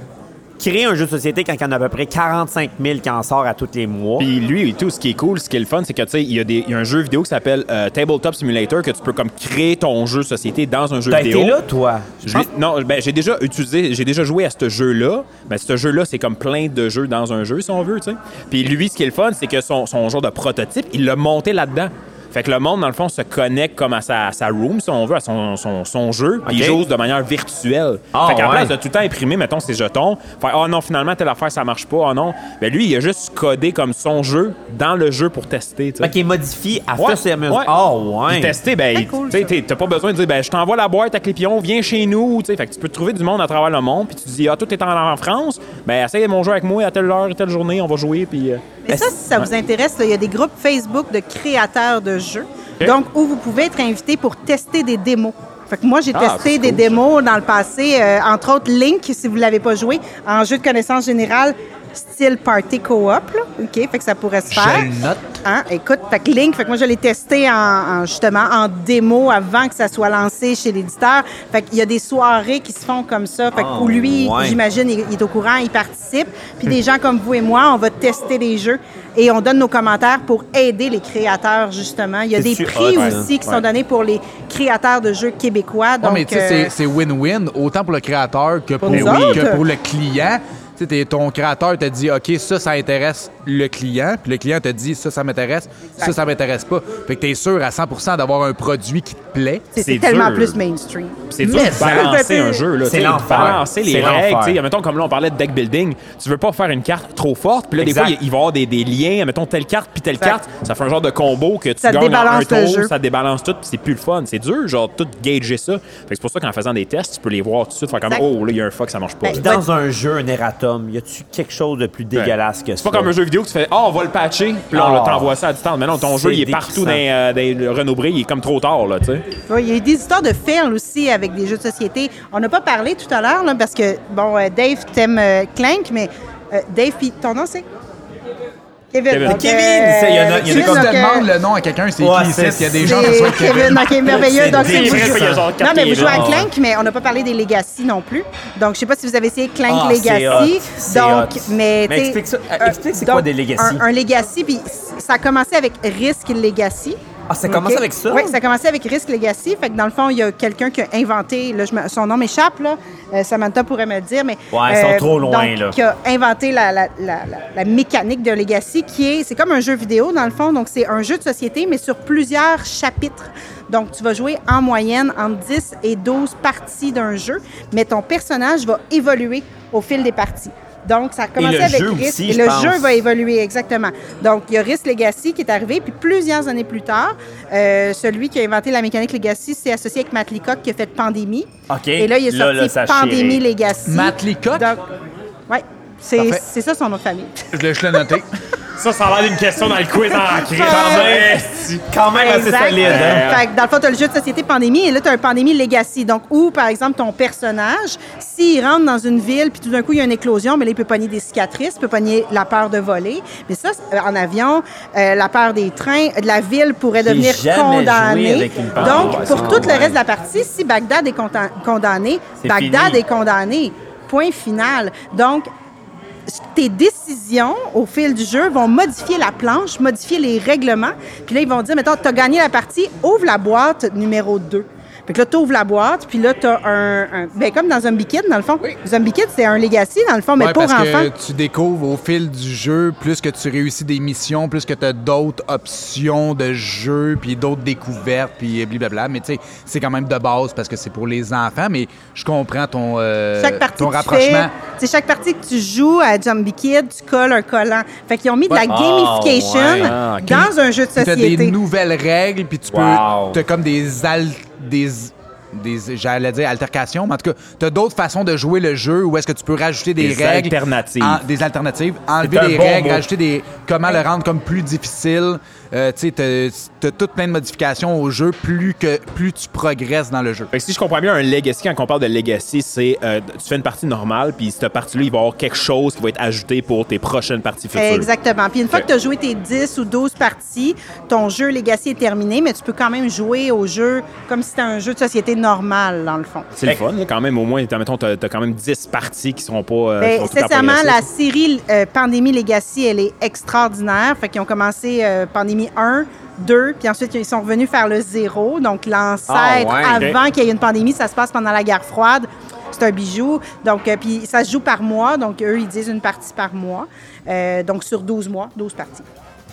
créer un jeu de société quand il y en a à peu près 45 000 qui en sort à tous les mois.
Puis lui et tout, ce qui est cool, ce qui est le fun, c'est que tu sais, il y, a des- il y a un jeu vidéo qui s'appelle euh, Tabletop Simulator que tu peux comme créer ton jeu société dans un jeu
T'as
vidéo.
été là, toi?
Je l'ai- non, ben, j'ai déjà utilisé, j'ai déjà joué à ce jeu-là. Mais ce jeu-là, c'est comme plein de jeux dans un jeu, si on veut, tu sais. Puis lui, ce qui est le fun, c'est que son, son genre de prototype, il l'a monté là-dedans. Fait que le monde, dans le fond, se connecte comme à sa, à sa room, si on veut, à son, son, son jeu, puis il joue de manière virtuelle.
Ah,
fait qu'à
ouais.
place de tout le temps imprimer, mettons, ses jetons, faire Ah non, finalement, telle affaire, ça marche pas, ah non. Ben lui, il a juste codé comme son jeu dans le jeu pour tester. tu sais.
Fait qu'il est modifié à
Ouais,
faire ses mesures.
ouais.
Oh, ouais.
Puis tester, ben,
Très cool,
tu sais,
ça.
t'es- t'as pas besoin de dire, ben, je t'envoie la boîte avec les pions, viens chez nous, tu sais. Fait que tu peux trouver du monde à travers le monde, puis tu dis, ah, tout est en, en France, ben, essaye mon jeu avec moi à telle heure, telle journée, on va jouer, puis. euh,
Mais
Ben,
ça, si ça vous intéresse, là, il y a des groupes Facebook de créateurs de jeux.
OK.
Donc, où vous pouvez être invité pour tester des démos. Fait que moi, j'ai
Ah,
testé
c'est
des
cool,
démos dans le passé, euh, entre autres Link, si vous ne l'avez pas joué, en jeu de connaissance générale, style party co-op. là. OK, fait que ça pourrait se faire.
le note.
Hein, Écoute, fait que Link, fait que moi, je l'ai testé en, en- justement en démo avant que ça soit lancé chez l'éditeur. Fait qu'il y a des soirées qui se font comme ça. Fait que
Ah,
où lui,
ouais.
j'imagine, j'imagine, il, il est au courant, il participe. Puis des gens comme vous et moi, on va tester les jeux et on donne nos commentaires pour aider les créateurs, justement. Il y a des
C'est-tu
prix
hot,
aussi
ça?
qui sont donnés pour les créateurs de jeux québécois.
Non,
Donc,
mais tu sais,
euh,
c'est- c'est win-win, autant pour le créateur que pour,
nous autres.
que pour le client. Tu sais, t'es- ton créateur te dit, OK, ça, ça intéresse le client. Puis le client te dit, ça, ça m'intéresse, ça, ça m'intéresse pas. Fait que t'es sûr à 100 d'avoir un produit qui te plaît.
c'est- c'est
c'est
tellement
dur.
plus mainstream.
C'est dur
Mais
de balancer
ça-
un jeu. Là,
C'est
tu sais,
l'enfer.
Balancer les
C'est
règles.
l'enfer.
tu sais, Mettons, comme là, on parlait de deck building. Tu veux pas faire une carte trop forte. Puis là,
Exact.
des fois, il- il va y avoir des, des liens. Mettons, telle carte puis telle carte. Ça fait un genre de combo que tu
Ça
gagnes en un
débalance
tour.
le jeu.
Ça débalance tout. Puis c'est plus le fun. C'est dur, genre, tout gager ça. Fait que c'est pour ça qu'en faisant des tests, tu peux les voir tout de suite. Faire comme,
Exact.
oh, là, il y a un fuck, ça marche pas.
Ben,
Puis
là.
dans un jeu, un erratum, y a-tu quelque chose de plus dégueulasse que ça?
C'est pas comme un jeu vidéo que tu fais Ah, on va le patcher, puis là, on
Ah.
le t'envoie ça à distance. Mais non, ton
C'est
jeu, il est partout
dégueulasse.
dans, euh, dans le Renaud-Bré, il est comme trop tard, là, tu sais.
Oui, il y a eu des histoires de fail aussi avec des jeux de société. On n'a pas parlé tout à l'heure, là, parce que, bon, euh, Dave, t'aimes euh, Clank, mais euh, Dave, puis ton nom, c'est? Kevin.
Kevin.
Donc,
Kevin, c'est- il y en a- il y en a
Kevin,
Si tu
comme-
donc, euh,
demandes le nom à quelqu'un, c'est
Ouais,
qui ici?
c'est-
Il y a des
C'est
gens qui sont
Kevin, donc, il est merveilleux.
C'est
Donc, c'est
débile.
vous
Il
jouez-
y a
Non,
genre
quatre
mais vous
pieds,
jouez à
genre.
Clank, mais on n'a pas parlé des Legacy non plus. Donc, je sais pas si vous avez essayé Clank
Ah, c'est
Legacy.
hot. C'est
Donc,
hot.
mais.
Mais
tu sais,
explique ça-
euh,
explique c'est quoi
donc,
des Legacy.
Un, un Legacy, puis ça a commencé avec Risk Legacy.
Ah, ça a commencé avec ça?
Oui, ça a commencé avec Risk Legacy. Fait que dans le fond, il y a quelqu'un qui a inventé, là, je me- son nom m'échappe, là. Euh, Samantha pourrait me le dire, mais. euh,
Ouais, ils sont trop loin,
donc,
là.
Qui a inventé la, la- la- la- la mécanique de Legacy, qui est. C'est comme un jeu vidéo, dans le fond. Donc, c'est un jeu de société, mais sur plusieurs chapitres. Donc, tu vas jouer en moyenne entre 10 et 12 parties d'un jeu, mais ton personnage va évoluer au fil des parties. Donc, ça a commencé
le
avec
jeu
Risk.
aussi,
et
je
le
pense.
jeu va évoluer, exactement. Donc, il y a Risk Legacy qui est arrivé, puis plusieurs années plus tard, euh, celui qui a inventé la mécanique Legacy s'est associé avec Matt Leacock qui a fait Pandémie.
OK.
Et là, il est
Là,
sorti
là, ça a
Pandémie
chiré.
Legacy.
Matt Leacock?
Donc, ouais, c'est
Parfait.
c'est ça son nom de famille.
Je l'ai- je l'ai noté.
Ça, ça a l'air d'une question dans le quiz en crise.
Quand même assez
Exact.
solide, hein?
Euh, Fait que dans le fond, tu as le jeu de société pandémie et là, tu as un pandémie legacy. Donc, où, par exemple, ton personnage, s'il rentre dans une ville puis tout d'un coup, il y a une éclosion, mais là, il peut pogner des cicatrices, il peut pogner la peur de voler. Mais ça, c'est- euh, en avion, euh, la peur des trains, euh, de la ville pourrait
J'ai
devenir
jamais joué
condamnée.
avec une peur.
Donc,
Ouais,
pour
c'est
tout le
vrai.
reste de la partie, si Bagdad est conta- condamné,
C'est
Bagdad
fini.
est condamné. Point final. Donc, tes décisions au fil du jeu vont modifier la planche, modifier les règlements. Puis là, ils vont dire, mettons, t'as gagné la partie, ouvre la boîte numéro 2. Fait que là, t'ouvres la boîte, puis là, t'as un, un... Ben, comme dans Zombie Kid, dans le fond. Zombie Kid, c'est un legacy, dans le fond, mais
Ouais,
pour
parce
enfants.
que tu découvres au fil du jeu, plus que tu réussis des missions, plus que tu as d'autres options de jeu, puis d'autres découvertes, puis blablabla. Mais tu sais, c'est quand même de base parce que c'est pour les enfants, mais je comprends ton, euh,
Chaque partie
ton
que tu
rapprochement.
fais, tu sais, chaque partie que tu joues à Zombie Kid, tu colles un collant. Fait qu'ils ont mis de la gamification
Ah, ouais.
Oh,
dans un jeu de
Tu as des
société.
nouvelles règles, puis tu peux.
Wow.
Tu comme des. al- des des- j'allais dire altercations, mais en tout cas, tu as d'autres façons de jouer le jeu où est-ce que tu peux rajouter des,
Des
règles.
alternatives.
en- des alternatives, enlever
un
des
bon
règles,
mot.
rajouter des. Comment le rendre comme plus difficile. Euh, tu sais, tu as toutes plein de modifications au jeu plus, que, plus tu progresses dans le jeu.
Fait que si je comprends bien, un legacy, quand on parle de legacy, c'est euh, tu fais une partie normale, puis cette partie-là, il va y avoir quelque chose qui va être ajouté pour tes prochaines parties futures.
Exactement. Puis une fois que tu as joué tes 10 ou 12 parties, ton jeu Legacy est terminé, mais tu peux quand même jouer au jeu comme si c'était un jeu de société normal, dans le fond.
C'est le fun, là, quand même. Au moins, t'as- mettons, t'as, t'as quand même 10 parties qui seront pas. euh, qui
Ben,
seront tout le temps
sincèrement, la
progressistes.
série euh, Pandémie Legacy, elle est extraordinaire. Fait qu'ils ont commencé euh, Pandémie 1, 2, puis ensuite ils sont revenus faire le 0. Donc l'ancêtre,
Ah
ouais, ok.
avant qu'il y ait une pandémie, ça se passe pendant la guerre froide. C'est un bijou. Donc, euh, puis ça se joue par mois. Donc, eux, ils disent une partie par mois. Euh, donc, sur 12 mois, 12 parties.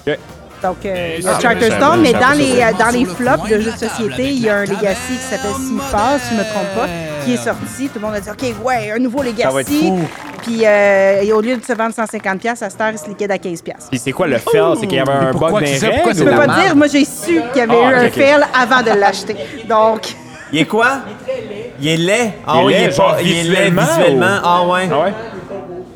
Ok.
Donc, euh, il y a
Ah,
Charterstone,
mais
mais
j'avais-
dans les,
j'avais-
euh, dans les flops de jeux de société, il y a un Legacy qui s'appelle Simipas, si je ne me trompe pas, qui est sorti. Tout le monde a dit OK, ouais, un nouveau Legacy.
va être fou.
Puis, euh, et au lieu de se vendre 150$, à cette heure, il se liquide à 15$.
Puis c'est quoi le fail? C'est qu'il y avait un bug
pourquoi
dans
tu
les
sais pourquoi
règles
Je peux
la
pas
merde.
dire, moi, j'ai su qu'il y avait
Ah, ok,
eu un
ok.
fail avant de l'acheter. Donc,
Il est quoi? Il est laid. Ah
Il est
oui, il
laid,
est
genre
pas- il est laid
visuellement,
visuellement.
ou-
Ah ouais.
Ah ouais?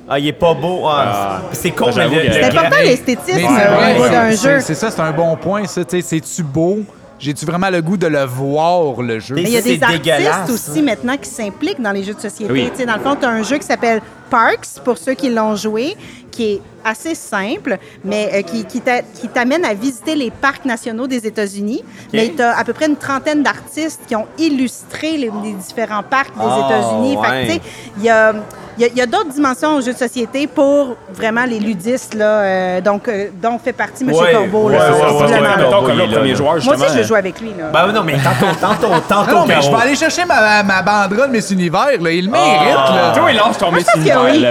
Ah, il est pas beau. Ah,
Ah.
c'est- c'est con,
Ça,
mais
j'avoue
le-
que-
le
c'est
Gravé.
important l'esthétisme
Mais
euh, au
c'est
niveau
vrai,
d'un
c'est-
jeu.
c'est- C'est ça, c'est un bon point, ça. Tu sais, C'est-tu beau? J'ai-tu vraiment le goût de le voir, le jeu?
Mais
Mais il y a
C'est
des
dégueulasse,
artistes aussi maintenant qui s'impliquent dans les jeux de société.
Oui.
Tu sais, Dans le fond, tu as un jeu qui s'appelle Parks, pour ceux qui l'ont joué, qui est assez simple, mais euh, qui, qui t'a- qui t'amène à visiter les parcs nationaux des États-Unis. Mais tu as à peu près une trentaine d'artistes qui ont illustré les, les différents parcs des
Ah,
États-Unis. Fait que, tu sais,
ouais.
il y a, il y a- il y a d'autres dimensions aux jeux de société pour vraiment les ludistes, là, euh, donc, euh, dont fait partie M.
Ouais,
Corbeau. là,
ouais,
c'est
ouais,
Parce
possiblement,
que,
ouais,
là.
ouais,
mettons, comme
ouais,
le premier
là.
joueur,
Moi
justement...
aussi, je joue avec lui. Là.
Ben non, mais tantôt, tantôt, tantôt.
Ah non, mais je
Caro.
vais aller chercher ma, ma banderole Miss Univers, là. Il le mérite,
Ah.
là.
Toi, il lance ton
Ah. pense
métier.
que oui.
Tu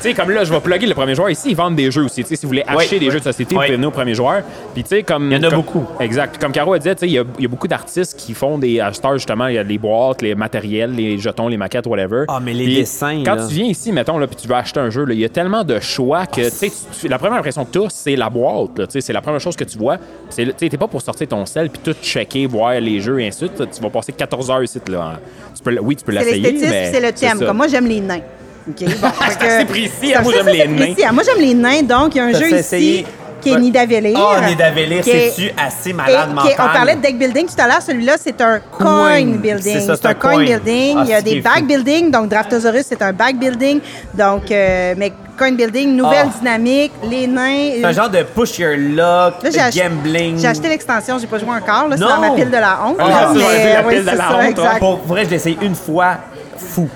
sais, comme là, je vais plugger le premier joueur ici. Ils vendent des jeux aussi. Tu sais, si vous voulez acheter des jeux de société, vous
Ouais.
pouvez venir au premier joueur. Puis, tu sais, comme.
Il y en a
comme-
beaucoup.
Exact. Puis Comme Caro a dit, tu sais, il y, a- il y a beaucoup d'artistes qui font des acheteurs, justement. Il y a les boîtes, les matériels, les jetons, les maquettes, whatever.
Ah, mais les
Puis,
dessins,
Quand
là.
tu viens ici, mettons, là, puis tu veux acheter un jeu, là, il y a tellement de choix que, tu
Ah,
sais, tu- tu- la première impression que tu c'est la boîte. là. Tu sais, c'est la première chose que tu vois. C'est le- Tu sais, t'es pas pour sortir ton sel puis tout checker, voir les jeux et ainsi de suite. Tu vas passer 14 heures ici, là. hein. Tu peux, oui, tu peux
C'est
l'essayer.
l'esthétisme,
mais
c'est le thème.
ça.
Comme moi, j'aime les nains. OK? Bon, fait que-
assez précis,
Ça,
hein, moi,
ça,
j'aime
ça,
les
c'est
nains.
précis. Ah, Moi, j'aime les nains. Donc, il y a un
Ça,
jeu
c'est
ici
essayé.
qui est Nida Vélir.
Ah, oh, Nidavellir,
qui est-
c'est-tu assez
et-
malade
qui est-
mental?
on parlait de deck building tout à l'heure. Celui-là, c'est un coin building.
C'est ça,
C'est un coin building.
Ah,
Il y a
c'est
des
fou.
back building. Donc, Draftosaurus, c'est un back building. Donc, euh, mais coin building, nouvelle
Ah.
dynamique, les nains. euh,
C'est un genre de push your luck,
Là, j'ai acheté-
gambling.
J'ai acheté l'extension, j'ai pas joué encore. là, C'est dans
Non.
ma pile de la honte.
Ah,
là,
c'est
la pile
oui,
de la
c'est ça,
honte, hein.
exact.
Pour vrai, je l'ai essayé une fois, fou.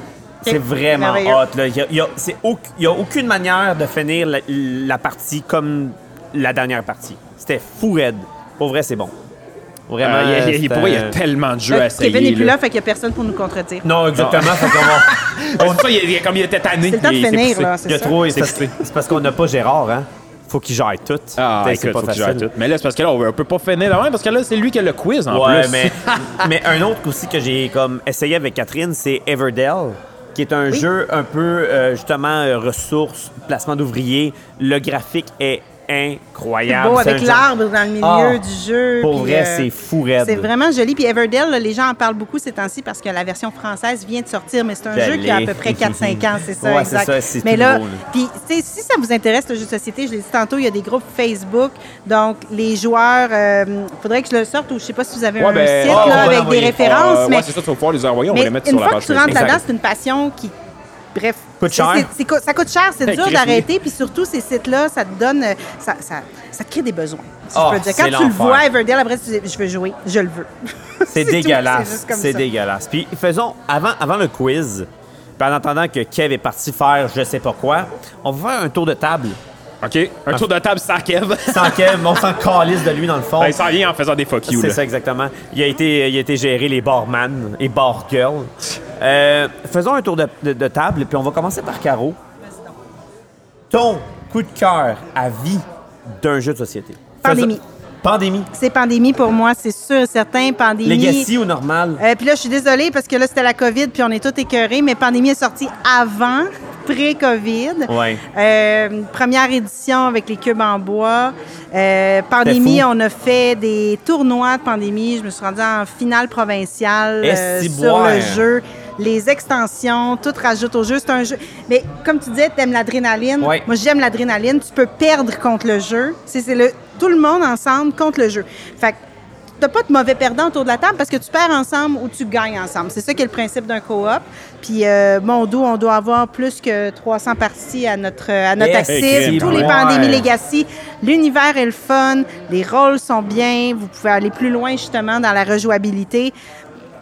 C'est vraiment
merveilleux.
hot. là. Il y a- il y a, c'est au- il y a aucune manière de finir la, la partie comme la dernière partie. C'était fou raide. Pour vrai, c'est bon. Vraiment.
Euh, il y a- il y a-
c'est
pour vrai, il y a
un-
tellement de jeux à
Euh,
essayer.
Kevin n'est plus là,
là.
fait qu'il y a personne pour nous contredire.
Non, exactement. fait qu'on va-
C'est ça, il, y a- il y a- comme il était tanné.
C'est le temps de
il s'est
finir,
poussé.
il
là,
y
c'est
a
ça.
trop. C'est
poussé.
c'est parce qu'on n'a pas Gérard, hein. Faut qu'il gère tout.
Ah,
Putain,
écoute, faut que je gère tout. Mais là, c'est parce que là, on veut- on peut pas finir de même, parce que là, c'est lui qui a le quiz, en
Ouais,
plus.
mais, mais un autre aussi que j'ai comme essayé avec Catherine, c'est Everdell, qui est un
Oui.
jeu un peu euh, justement euh, ressources, placement d'ouvriers. Le graphique est incroyable.
beau
C'est
avec
un genre-
l'arbre dans le milieu
Ah,
du jeu.
Pour
puis,
vrai,
euh,
c'est fou raide.
C'est vraiment joli. Puis Everdell, là, les gens en parlent beaucoup ces temps-ci parce que la version française vient de sortir, mais c'est un
Je
jeu qui a à
l'ai.
peu près 4-5 ans, c'est ça,
Ben, Ouais, c'est
exact.
ça, c'est
mais
tout
là,
beau, là.
puis tu sais, si ça vous intéresse, le jeu de société, je l'ai dit tantôt, il y a des groupes Facebook. Donc, les joueurs, il faudrait que je le sorte ou je sais pas si vous avez
Ouais,
un
ben,
site
ah, on
là,
va
avec des
l'envoyer.
références.
Euh,
mais
ouais, c'est ça, tu vas pouvoir les envoyer, on va
mais
les
une
mettre sur la
fois
page.
que tu rentres
Facebook.
là-dedans, c'est une passion qui. Bref,
Coûte
c'est-
cher.
c'est- c'est co- ça coûte cher, c'est
Ben,
dur
Chris,
d'arrêter, puis surtout ces sites-là, ça te donne, euh, ça, ça, ça te crée des besoins. si je
Ah,
peux dire.
c'est
Quand tu le
l'enfer.
vois, Everdale, après, tu dis, je veux jouer, je le veux.
C'est
tout,
dégueulasse.
juste comme
C'est
ça.
dégueulasse. Puis faisons, avant, avant le quiz, puis en attendant que Kev est parti faire je sais pas quoi, on va faire un tour de table.
OK, un tour de table sans Kev.
Sans Kev, mais on s'en calisse de lui dans le fond.
Ben, Il s'en vient en faisant des fuck you,
Ah. C'est
là.
ça, exactement. Il a été, il a été géré les barman et bar girls. Euh, faisons un tour de, de- de table, puis on va commencer par Caro. Ton coup de cœur à vie d'un jeu de société.
Pandémie.
Faisons- Pandémie.
C'est pandémie pour moi, c'est sûr, certain, pandémie.
Legacy ou normal?
Euh, puis là, je suis désolée parce que là, c'était la COVID, puis on est tous écœurés, mais Pandémie est sortie avant, pré-COVID.
Ouais.
Euh, première édition avec les cubes en bois. Euh, pandémie,
fou.
on a fait des tournois de Pandémie. Je me suis rendue en finale provinciale euh,
Esti
sur
boire.
le jeu. Les extensions, tout rajoute au jeu. C'est un jeu. Mais comme tu disais, t'aimes l'adrénaline.
Ouais.
Moi, j'aime l'adrénaline. Tu peux perdre contre le jeu. C'est c'est le tout le monde ensemble contre le jeu. Fait que t'as pas de mauvais perdant autour de la table parce que tu perds ensemble ou tu gagnes ensemble. C'est ça qui est le principe d'un co-op. Puis euh, mon dos, on doit avoir plus que 300 parties à notre à notre
Yes,
actif.
écrit,
Tous les
ouais.
pandémies legacy, l'univers est le fun, les rôles sont bien, vous pouvez aller plus loin justement dans la rejouabilité.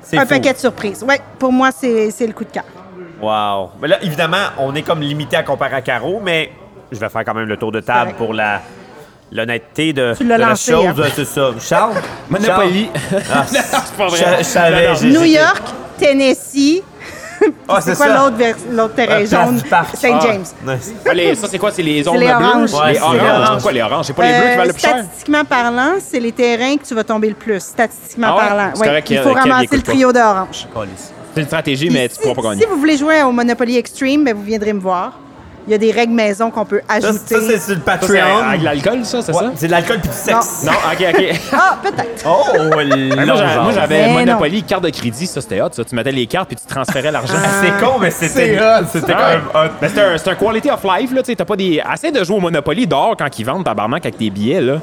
C'est
Un
fou.
paquet de surprises. Ouais, pour moi c'est c'est le coup de cœur.
Wow. Mais là, évidemment, on est comme limité à comparer à Caro, mais je vais faire quand même le tour de table
Correct.
pour la l'honnêteté de,
l'as
de la
lancé,
chose.
hein.
C'est ça. Charles?
Monopoly.
Charles? Ah,
c'est pas vrai.
Je, je savais. j'ai-
New
j'étais-
York, Tennessee, puis
Ah,
c'est quoi l'autre vers- l'autre terrain
Euh, place
jaune?
du parc.
Saint
Ah.
James.
Nice.
Ah, les- ça, c'est quoi? C'est les zones
les
bleues?
oranges.
Ouais,
les
c'est
oranges.
les oranges.
Pourquoi les oranges? C'est pas les bleus qui
Euh,
valent le plus cher?
statistiquement parlant, c'est les terrains que tu vas tomber le plus, statistiquement
Ah ouais?
parlant.
C'est
Ouais,
correct
il
qu'il-
faut
qu'il
ramasser
l'écoute
le trio d'orange.
C'est une stratégie, mais tu pourras pas
Si
gagner.
vous voulez jouer au Monopoly Extreme, ben, vous viendrez me voir. Il y a des règles maison qu'on peut
Ça,
ajouter.
c'est- ça, c'est sur le
Ça, c'est
Patreon.
avec l'alcool, ça, c'est
Ouais,
ça?
c'est de l'alcool puis du sexe.
Non, ok, ok.
Ah, peut-être.
Oh,
Ah, Ben, Moi, j'avais- moi, j'avais
Mais
Monopoly, carte de crédit, ça, c'était hot. Ça. Tu mettais les cartes puis tu transférais l'argent.
Ah.
C'est con, mais c'était. C'était quand même hot.
Ben, c'est un, c'est un quality of life, là. tu sais, T'as pas des. Assez de jouer au Monopoly dehors quand ils vendent tabarnak avec tes billets, là.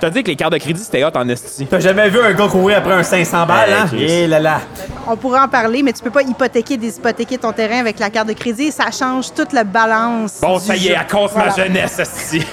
Je te dis que les cartes de crédit, c'était hot en esti.
T'as jamais vu un gars courir après un 500 balles,
Ouais,
hein?
Chris.
Eh là là.
On pourrait en parler, mais tu peux pas hypothéquer, déshypothéquer ton terrain avec la carte de crédit. Ça change toute la balance.
Bon,
du
ça y
jeu.
est, à cause de
Voilà.
ma jeunesse, esti.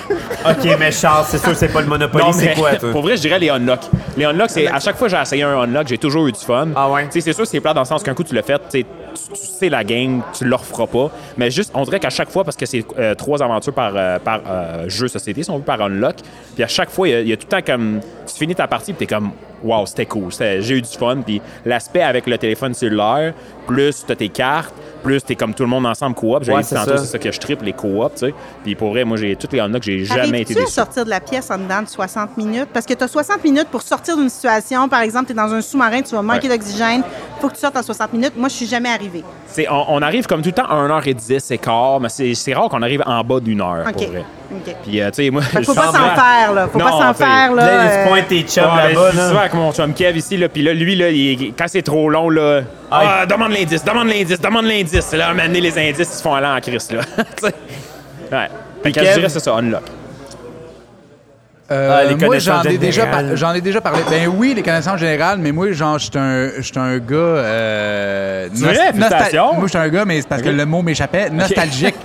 Ok, mais Charles, c'est sûr que c'est pas le Monopoly,
Non,
c'est
mais
quoi, toi?
Pour vrai, je dirais les unlocks. Les unlocks, c'est à chaque fois que j'ai essayé un unlock, j'ai toujours eu du fun.
Ah ouais?
Tu sais, c'est sûr que c'est plat dans le sens qu'un coup tu l'as fait, tu sais, tu- tu sais la game, tu le referas pas. Mais juste, on dirait qu'à chaque fois, parce que c'est euh, trois aventures par, euh, par euh, jeu société, si on veut, par unlock, puis à chaque fois, il y a- il y, a tout le temps comme. Tu finis ta partie, puis t'es comme, wow, c'était cool, c'était- j'ai eu du fun. Puis l'aspect avec le téléphone cellulaire, plus t'as tes cartes, plus t'es comme tout le monde ensemble coop. J'ai
Ouais,
dit
c'est
tantôt,
ça.
c'est ça que je triple, les coop, tu sais. Puis pour vrai, moi, j'ai toutes les unlocks, j'ai jamais été
Arrives-tu à
déçu.
sortir de la pièce en dedans de 60 minutes? Parce que tu as 60 minutes pour sortir d'une situation. Par exemple, tu es dans un sous-marin, tu vas manquer
Ouais.
d'oxygène. faut que tu sortes en 60 minutes. Moi, je suis jamais arrivée.
C'est- on, on arrive comme tout le temps à 1h10 et quart, mais c'est c'est rare qu'on arrive en bas d'une heure,
OK.
Ah, pour vrai.
OK.
Puis, euh, tu sais, moi,
Fait que faut
je
pas
sens
s'en
mal.
faire, là. Faut pas
Non,
s'en
t'sais,
faire, là.
Là,
euh,
tu pointes tes chums
Ah, ben,
là-bas,
je suis
là.
souvent avec mon chum Kev ici, là, puis là, lui, là, il- quand c'est trop long, là, ah, demande l'indice, demande l'indice, demande l'indice. Là, à un moment donné, les indices, ils se font aller en crise, là. Tu sais. ouais. Fait que
Kev-
je dirais, c'est ça, unlock.
Euh,
Ah, les
moi, j'en ai,
connaissances
déjà par-
générales.
j'en ai déjà parlé. Ben oui, les connaissances générales, mais moi, genre, je suis un, je suis un gars. Euh, nos-
vrai,
nostal-
félicitations.
Moi, je suis un gars, mais c'est parce que le mot m'échappait. Nostalgique.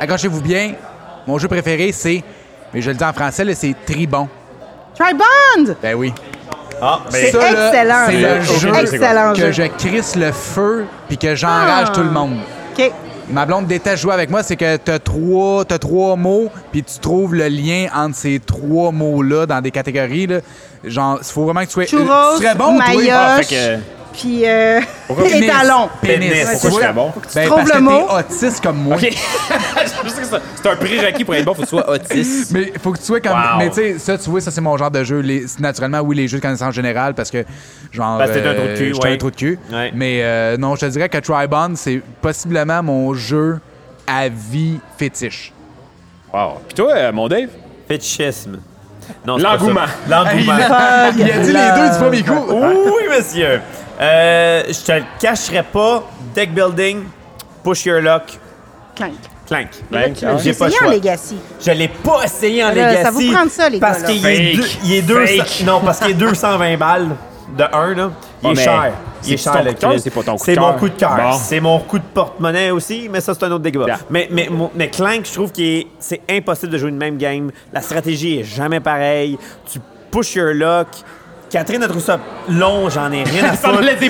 Accrochez-vous bien. Mon jeu préféré, c'est. Mais je le dis en français, là, c'est Tribon.
Try Bond!
Ben oui.
Ah, ben,
C'est
Ça, là,
excellent,
C'est
ça.
le jeu
Excellent
que
jeu.
je crisse le feu puis que j'enrage
Ah.
tout le monde.
OK.
Ma blonde déteste jouer avec moi, c'est que t'as trois, t'as trois mots, puis tu trouves le lien entre ces trois mots-là dans des catégories. Là. Genre, il faut vraiment que tu sois.
Churros,
tu serais bon, toi.
Ah,
maillot,
fait que-
puis euh,
Pourquoi
les
Pénis.
talons.
Pénis.
Pénis.
Tu
Pourquoi je
vois?
serais bon?
Faut que tu
Ben,
trouves
parce
le
que
mot.
t'es autiste comme moi.
OK. Je sais que ça- c'est un prérequis pour être bon, faut que tu sois autiste.
Mais faut que tu sois comme.
Wow.
Mais tu sais, ça, tu vois, ça, c'est mon genre de jeu. Les- naturellement, oui, les jeux de connaissance générale, parce que, genre.
Parce que t'es un trou de cul,
j'étais
ouais.
un trou de cul.
Ouais.
Mais euh, non, je te dirais que Tribond, c'est possiblement mon jeu à vie fétiche.
Wow. Puis toi, euh, mon Dave?
fétichisme. Non, c'est pas ça.
L'engouement.
L'engouement.
Il a dit les deux du premier coup.
Oui, monsieur. Euh, je te le cacherai pas. Deck building, push your luck,
Clank.
clank.
Ben,
J'ai
J'ai
pas le
essayé en
choix. Ah,
legacy.
Je l'ai pas essayé en
Là,
Legacy.
Euh, ça vous prend ça, les
parce
gars,
Qu'il est
Fake.
deux- il est deux-
Fake.
Non, parce qu'il est 220 balles de un, là. Il
Ouais,
est
mais
cher. Il est
c'est
cher,
ton coup
le
de cœur,
Chris.
c'est pas ton coup de
C'est mon
cœur.
coup de cœur.
Bon.
C'est mon coup de porte-monnaie aussi, mais ça, c'est un autre débat.
Yeah.
Mais, mais, mon- mais Clank, je trouve que c'est impossible de jouer une même game. La stratégie est jamais pareille. Tu push your luck. Catherine a trouvé ça long, j'en ai rien à
Ça
foutre. Oh,
me l'a dit.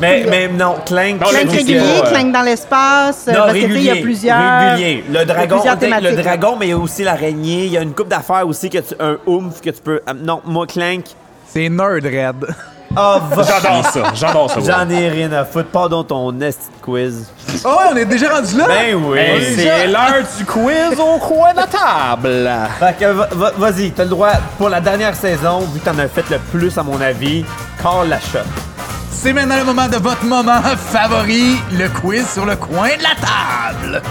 mais, mais non, Clank...
Non,
Clank
je trouve
le
que-
régulier,
régulier,
euh,
clank dans l'espace, euh,
Non,
parce que tu sais,
régulier.
il y a plusieurs.
Régulier. Le
il y a
dragon,
plusieurs
t'sais, le
thématiques.
dragon, mais il y a aussi l'araignée. Il y a une coupe d'affaires aussi que tu, un oomph que tu peux. ah, Non, moi, Clank.
C'est nerd red.
Ah, va-
J'adore ça. J'adore ça.
J'en ai rien à foutre. Pas dans ton nest quiz.
Oh, on est déjà rendu là?
Ben oui.
Hey, c'est l'heure du quiz au coin de la table.
Fait que va- va- vas-y, t'as le droit pour la dernière saison, vu que t'en as fait le plus à mon avis, call la shot.
C'est maintenant le moment de votre moment favori, le quiz sur le coin de la table.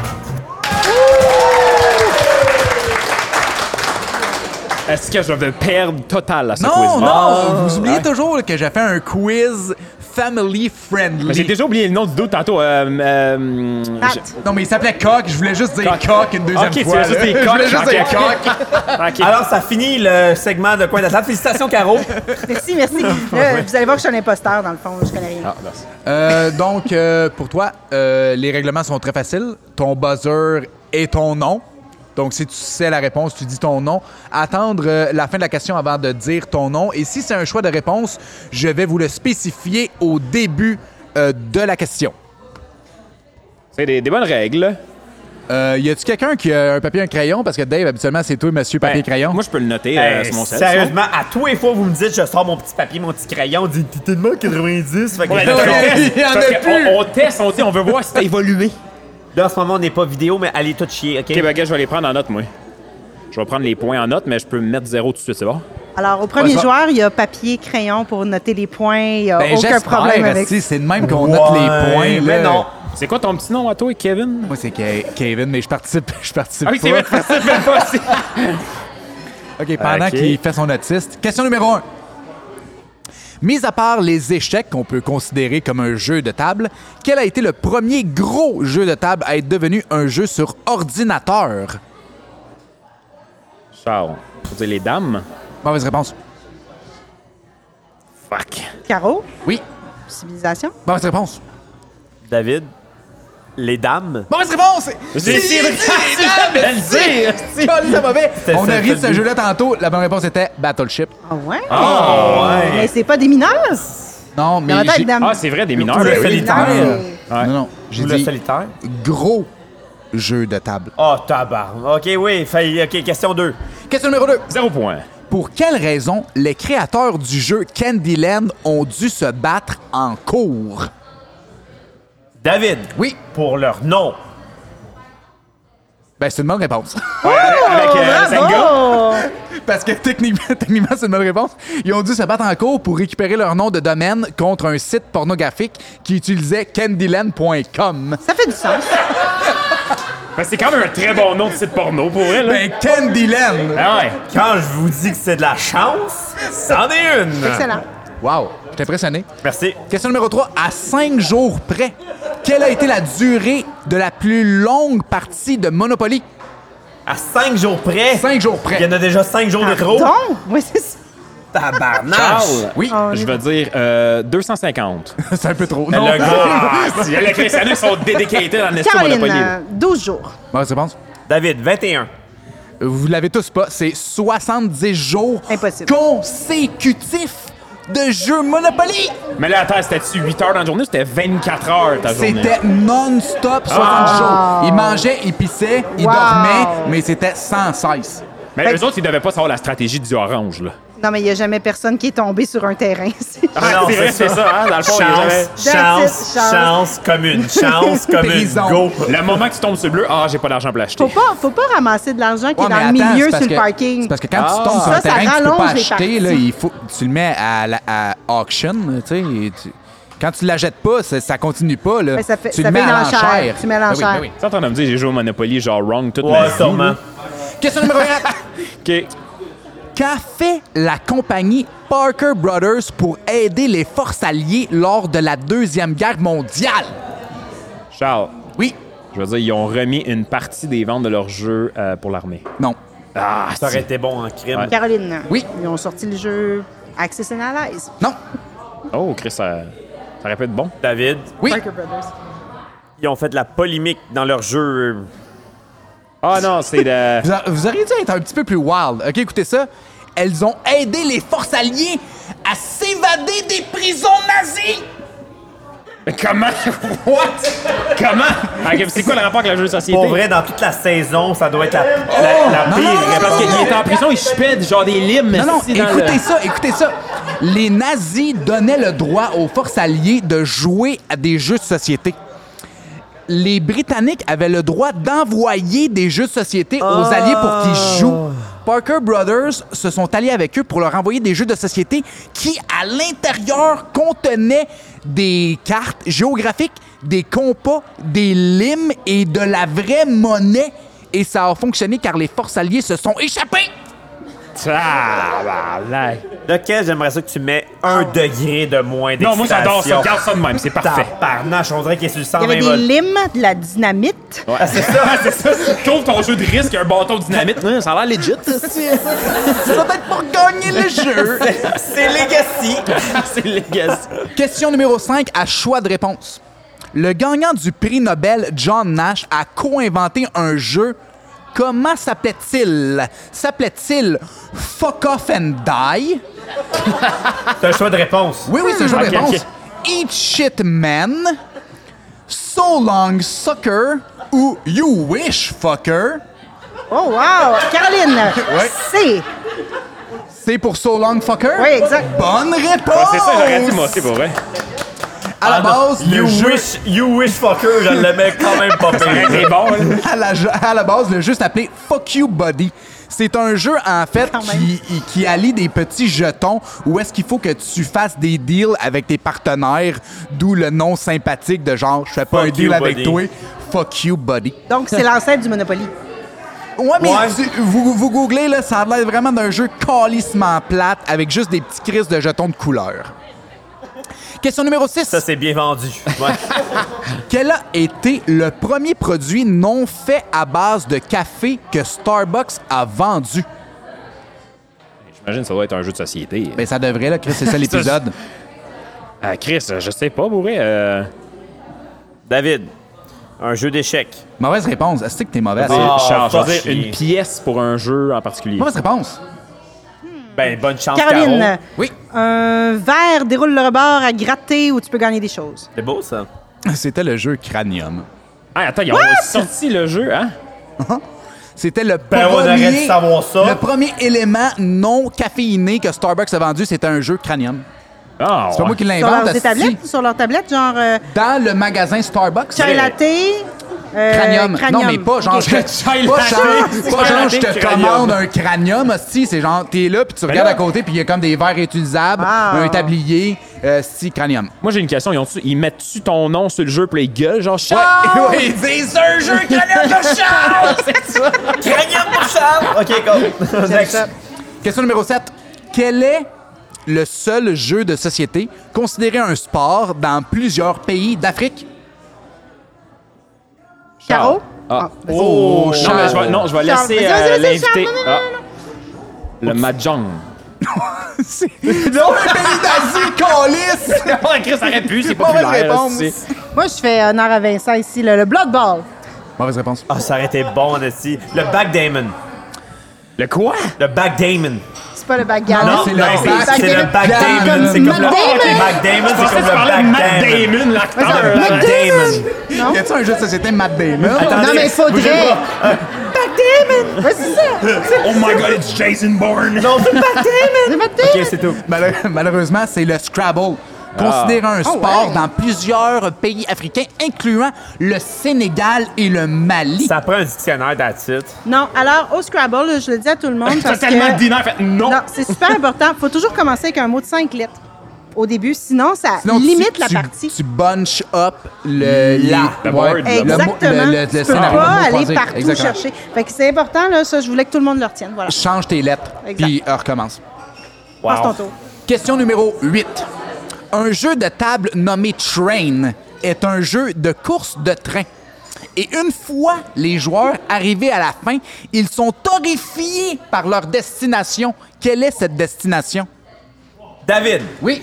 Est-ce que je vais perdre total à ce quiz?
Non, non,
Ah.
vous oubliez toujours que j'ai fait un quiz family
Mais J'ai
friendly.
déjà oublié le nom du dos tantôt. Euh, euh,
Matt.
Non, mais il s'appelait Coq, je voulais juste dire
Coq.
Coq une deuxième
Ok, tu
fois.
voulais juste
là.
dire
Je
Coq,
voulais juste dire
ok.
Coq.
je- ok.
Alors, ça finit le segment de coin de la table. Félicitations, Caro.
Merci, merci. Là, vous allez voir que je suis un imposteur, dans le fond. Je connais rien.
Ah, merci.
Euh, donc, euh, pour toi, euh, les règlements sont très faciles. Ton buzzer est ton nom. Donc, si tu sais la réponse, tu dis ton nom. Attendre euh, la fin de la question avant de dire ton nom. Et si c'est un choix de réponse, je vais vous le spécifier au début euh, de la question.
C'est des, des bonnes règles.
Euh, y a-tu quelqu'un qui a un papier et un crayon? Parce que Dave, habituellement, c'est toi, monsieur papier et crayon.
Ben, Moi, je peux le noter
Hey,
euh, sur mon sel.
sérieusement, à tous les fois, vous me dites, je sors mon petit papier, mon petit crayon, on dit, t'es tellement 90. Fait que
Ouais,
Là,
là, on teste,
Il y en a
parce que
plus.
on- on teste, on dit, on veut voir si t'as évolué.
en ce moment, on n'est pas vidéo, mais allez tout chier, OK?
Ok, ben, gars, je vais les prendre en note, moi. Je vais prendre les points en note, mais je peux me mettre zéro tout de suite, c'est bon?
Alors, au premier
Ouais, ça-
joueur, il y a papier, crayon pour noter les points. Il n'y a
Ben,
aucun
j'espère,
problème avec
si
ça.
c'est de même qu'on note les
Ouais,
points.
mais
là.
non.
C'est quoi ton petit nom à toi, Kevin?
Moi, c'est Ke- Kevin, mais je participe, je participe
Ah oui, c'est
pas.
vrai, ça fait pas aussi.
OK, pendant
Ok.
qu'il fait son autiste. Question numéro 1. Mis à part les échecs qu'on peut considérer comme un jeu de table, quel a été le premier gros jeu de table à être devenu un jeu sur ordinateur?
Charles, faut dire les dames.
Mauvaise réponse.
Fuck.
Carreau,
Oui.
civilisation.
Mauvaise réponse.
David, les dames.
Mauvaise réponse!
J'ai essayé de le dire!
c'est mauvais! On a
c'est-
ri de
c'est-
ce jeu-là tantôt. La bonne réponse était Battleship.
Ah ouais? Mais c'est pas des mineurs?
Non, Ah, mais.
Dans ma tête,
j'ai-
dame.
Ah, c'est vrai, des mineurs.
Ou le
ben oui.
solitaire.
Non, non. J'ai
Ou le
dit
solitaire.
gros jeu de table.
Oh, tabarn. OK, oui. failli- OK, question 2.
Question numéro 2.
Zéro point.
Pour quelle raison les créateurs du jeu Candyland ont dû se battre en cours?
David,
Oui,
pour leur nom.
ben c'est une bonne réponse.
Avec
Ah,
euh, Senga.
Bravo!
Parce que techniquement, techniquement, c'est une bonne réponse. Ils ont dû se battre en cours pour récupérer leur nom de domaine contre un site pornographique qui utilisait candyland.com.
Ça fait du sens.
Ah,
Ben, c'est quand même un très bon nom de site porno pour elle. Là.
Ben Candyland!
Ah ouais.
Quand je vous dis que c'est de la chance, c'en est une.
Excellent.
Wow, je suis impressionné.
Merci.
Question numéro 3. À 5 jours près, quelle a été la durée de la plus longue partie de Monopoly?
À 5 jours près.
5 jours
Il y
près.
en a déjà 5 jours de trop.
Donc, oui, c'est ça.
Tabarnache.
Charles.
Oui,
Ah,
Je veux dire euh, 250.
c'est un peu trop. Non,
Le gars.
Ah, si, les Christianeux sont dédicatés dans le
Caroline,
Monopoly.
euh, 12 jours.
Mauvaise réponse.
David, 21.
Vous l'avez tous pas, c'est 70 jours
Impossible.
consécutifs de jeux Monopoly.
Mais là, attends, c'était-tu 8 heures dans la journée ou c'était 24 heures ta journée?
C'était non-stop 60 jours. Ils mangeaient, ils pissaient, ils
Wow.
dormaient, mais c'était sans cesse.
Mais eux autres, ils devaient pas savoir la stratégie du orange, là.
Non, mais il n'y a jamais personne qui est tombé sur un terrain. C'est-
Ah, non,
c'est vrai, c'est ça, hein, dans le fond, il y a
chance,
jamais-
chance,
That's it, chance.
chance commune. Chance commune.
Prison.
Go.
Le moment que tu tombes sur le bleu, ah, j'ai pas d'argent pour l'acheter.
Faut pas, faut pas ramasser de l'argent qui
Ouais,
est dans
mais
le
attends,
milieu
c'est
sur
parce
le
que-
parking.
c'est Parce que quand
Ah.
tu tombes sur un
Ça, ça
terrain que tu peux pas
rallonge les
acheter, là,
parties.
il faut, tu le mets à, la- à auction. là, tu sais, et tu- quand tu l'achètes pas, ça, ça continue pas. Là.
Ouais, Ben, ça fait-
tu
ça
le mets
fait
à
l'enchère.
l'enchère.
Tu mets à
Ben oui, ben
l'enchère.
oui.
T'es en train de me dire, j'ai joué au Monopoly genre wrong toute ma
Ouais,
vie.
Ah, sûrement.
Question numéro 4.
Ok.
Qu'a fait la compagnie Parker Brothers pour aider les forces alliées lors de la Deuxième Guerre mondiale?
Charles,
Oui.
je veux dire, ils ont remis une partie des ventes de leur jeu euh, pour l'armée.
Non.
Ah,
Ça aurait
c'est-
été bon en crime.
Ouais.
Caroline,
Oui.
ils ont sorti le jeu Access and Allies.
Non.
Oh, Chris, ça, ça aurait pu être bon.
David,
Oui.
Parker Brothers.
ils ont fait de la polémique dans leur jeu.
Ah non, c'est de.
Vous, a- vous auriez dû être un petit peu plus wild. OK, écoutez ça. Elles ont aidé les forces alliées à s'évader des prisons nazies.
Comment? What? Comment? Ok, c'est quoi le rapport avec le jeu de société?
Pour vrai, dans toute la saison, ça doit être la, la, la
non,
pire.
non, non,
réponse.
Parce qu'il est en prison, il chipait genre des limes.
Non, non,
si, dans le-
écoutez ça, écoutez ça. Les nazis donnaient le droit aux forces alliées de jouer à des jeux de société. Les Britanniques avaient le droit d'envoyer des jeux de société aux
Ah.
alliés pour qu'ils jouent. Parker Brothers se sont alliés avec eux pour leur envoyer des jeux de société qui, à l'intérieur, contenaient des cartes géographiques, des compas, des limes et de la vraie monnaie. Et ça a fonctionné car les forces alliées se sont échappées.
Ah, bah, là.
Lequel, j'aimerais ça que tu mets un degré de moins
Non, moi
d'excitation.
j'adore ça. Garde ça de même, c'est parfait.
Tabarnache, on dirait qu'il est sur le
Il y
120
avait des
volts.
limes, de la dynamite.
Ouais. c'est ça, Ah, c'est ça. Trouve ton jeu de risque, un bâton dynamite. Ouais, ça a l'air legit.
Ça doit être pour gagner le jeu.
C'est Legacy.
c'est legacy.
Question numéro 5 à choix de réponse. Le gagnant du prix Nobel, John Nash, a co-inventé un jeu. Comment s'appelait-il? S'appelait-il Fuck Off and Die?
C'est un choix de réponse.
Oui, oui, c'est le jeu de
Ok,
réponse.
ok.
Eat Shit Man. So Long Sucker ou You Wish Fucker.
Oh, wow! Caroline,
Ouais.
c'est.
C'est pour So Long Fucker?
Oui, exact.
Bonne réponse!
C'est ça, j'aurais dit, moi, c'est pour Ah, vrai.
À la base,
Le
You
jeu-
Wish
You Wish Fucker, je l'aimais quand même pas pire.
C'est bon, hein. là.
à la, à la base, le jeu s'appelait Fuck You Buddy. C'est un jeu, en fait,
Quand même.
qui, qui allie des petits jetons où est-ce qu'il faut que tu fasses des deals avec tes partenaires, d'où le nom sympathique de genre, je fais pas
Fuck
un deal
you,
avec
buddy.
toi, fuck you, buddy.
Donc, c'est l'ancêtre du Monopoly.
Ouais, mais
Ouais.
tu- vous, vous googlez, là, ça a l'air vraiment d'un jeu calissement plate avec juste des petits crises de jetons de couleur. Question numéro 6.
Ça, c'est bien vendu. Ouais.
Quel a été le premier produit non fait à base de café que Starbucks a vendu?
J'imagine que ça doit être un jeu de société.
Ben, ça devrait, là, Chris, c'est ça l'épisode.
Ah, Chris, je sais pas, pour vrai. euh,
David, un jeu d'échecs.
Mauvaise réponse. Est-ce que t'es mauvaise?
c'est-
Ah,
genre, je
fuck
veux dire,
chier.
une pièce pour un jeu en particulier.
Mauvaise réponse.
Ben, bonne chance,
Caroline,
Caro.
Oui.
un verre déroule le rebord à gratter où tu peux gagner des choses.
C'est beau, ça.
C'était le jeu Cranium.
Ah, attends, ils ont sorti le jeu, hein?
C'était le
Ben, on aurait
premier...
dû savoir ça.
Le premier élément non caféiné que Starbucks a vendu, c'était un jeu Cranium.
Ah,
C'est pas
ouais.
moi qui
Sur
l'invente.
leur, des
asti.
tablettes, sur leur tablette, genre euh,
Dans le magasin Starbucks.
chai latte. euh,
Cranium. Non, mais pas genre,
Ok.
je te,
Chai
pas
latte.
genre- pas genre, je te
Cranium.
commande un cranium, hostie. C'est genre, t'es là, puis tu regardes
là-
à côté, puis il y a comme des verres réutilisables,
Ah.
un tablier, si cranium.
Moi, j'ai une question. Ils, ont-tu- ils mettent-tu ton nom sur le jeu pour les gueules? Genre, Charles?
Ouais, ils disent un jeu cranium de Charles!
Cranium pour Charles! OK, go.
J'aime ça.
Question numéro 7. Quel est le seul jeu de société considéré un sport dans plusieurs pays d'Afrique?
Caro?
Ah.
Ah, vas-y.
Oh,
Non, mais je vais, non, je vais
Charles,
laisser
vas-y, vas-y,
euh,
vas-y, Charles,
l'invité.
non, non,
Ah. Le Mahjong.
C'est non, un pays d'Asie, calice!
Ah, Chris, ça aurait pu, c'est
Mauvaise
populaire. là,
réponse.
tu sais.
Moi, je fais honneur à Vincent ici, le, le Blood Ball.
Mauvaise réponse.
Ah, ça aurait été bon, Anastie. Le backgammon.
Le quoi?
Le backgammon.
Ah, C'est pas le bagarre.
Non, c'est le back-
c'est le
Damon.
backgammon. C'est comme le
Matt Damon.
backgammon.
Je pensais
C'est comme
que Ah, tu parlais de
le
Matt
backgammon.
Damon, l'acteur.
Ouais,
Le
Matt
Backgammon.
Y a-t-il un jeu de société Matt Damon?
Attendez,
Non, mais il faudrait.
bougez pas.
Back Damon! Ouais, c'est ça!
Oh my god, it's Jason Bourne.
Non, c'est pas-
C'est Matt Damon.
OK, c'est tout.
Malheure- malheureusement, c'est le Scrabble.
Ah.
Considéré un sport dans plusieurs pays africains, incluant le Sénégal et le Mali.
Ça prend un dictionnaire d'attitude.
Non, alors au Scrabble, là, je le dis à tout le monde.
C'est
parce
tellement
que-
dîner. Fait, non.
Non, c'est super important. Faut toujours commencer avec un mot de 5 lettres au début, sinon ça
Sinon, tu-
limite la
tu-
partie.
Tu bunch up le
La-
les-
le word, là.
le mot-
Exactement.
le- le- le
tu peux
scénario, le
pas
mot
aller
croisé.
partout
Exactement.
chercher. Fait que c'est important, là, ça, je voulais que tout le monde le retienne. Voilà.
Change tes lettres,
Exact.
puis euh, recommence.
Passe ton tour.
Question numéro 8. Un jeu de table nommé Train est un jeu de course de train. Et une fois les joueurs arrivés à la fin, ils sont horrifiés par leur destination. Quelle est cette destination?
David,
Oui.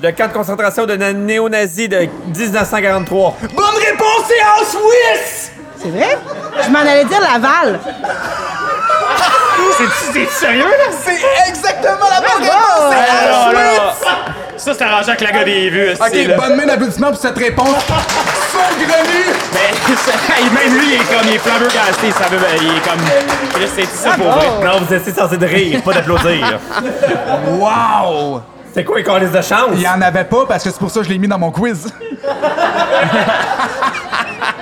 le camp de concentration de na- néo-nazis de 1943.
Bonne réponse, c'est Auschwitz!
C'est vrai? Je m'en allais dire Laval.
C'est sérieux, là?
C'est exactement la bonne
Bravo!
réponse, c'est
Alors,
Auschwitz!
Ah, Ça, c'est arrangé avec la gueule des vues.
Ok, bonne main d'applaudissement pour cette réponse saugrenue.
Même lui, il est comme, il est flabbergasté. Ça veut, ben, il est comme, Chris, c'est ça pour vrai.
Oh.
Bravo.
Non, vous étiez censé de rire, pas d'applaudir.
Wow!
C'est quoi les calices de chance?
Il n'y en avait pas parce que c'est pour ça que je l'ai mis dans mon quiz.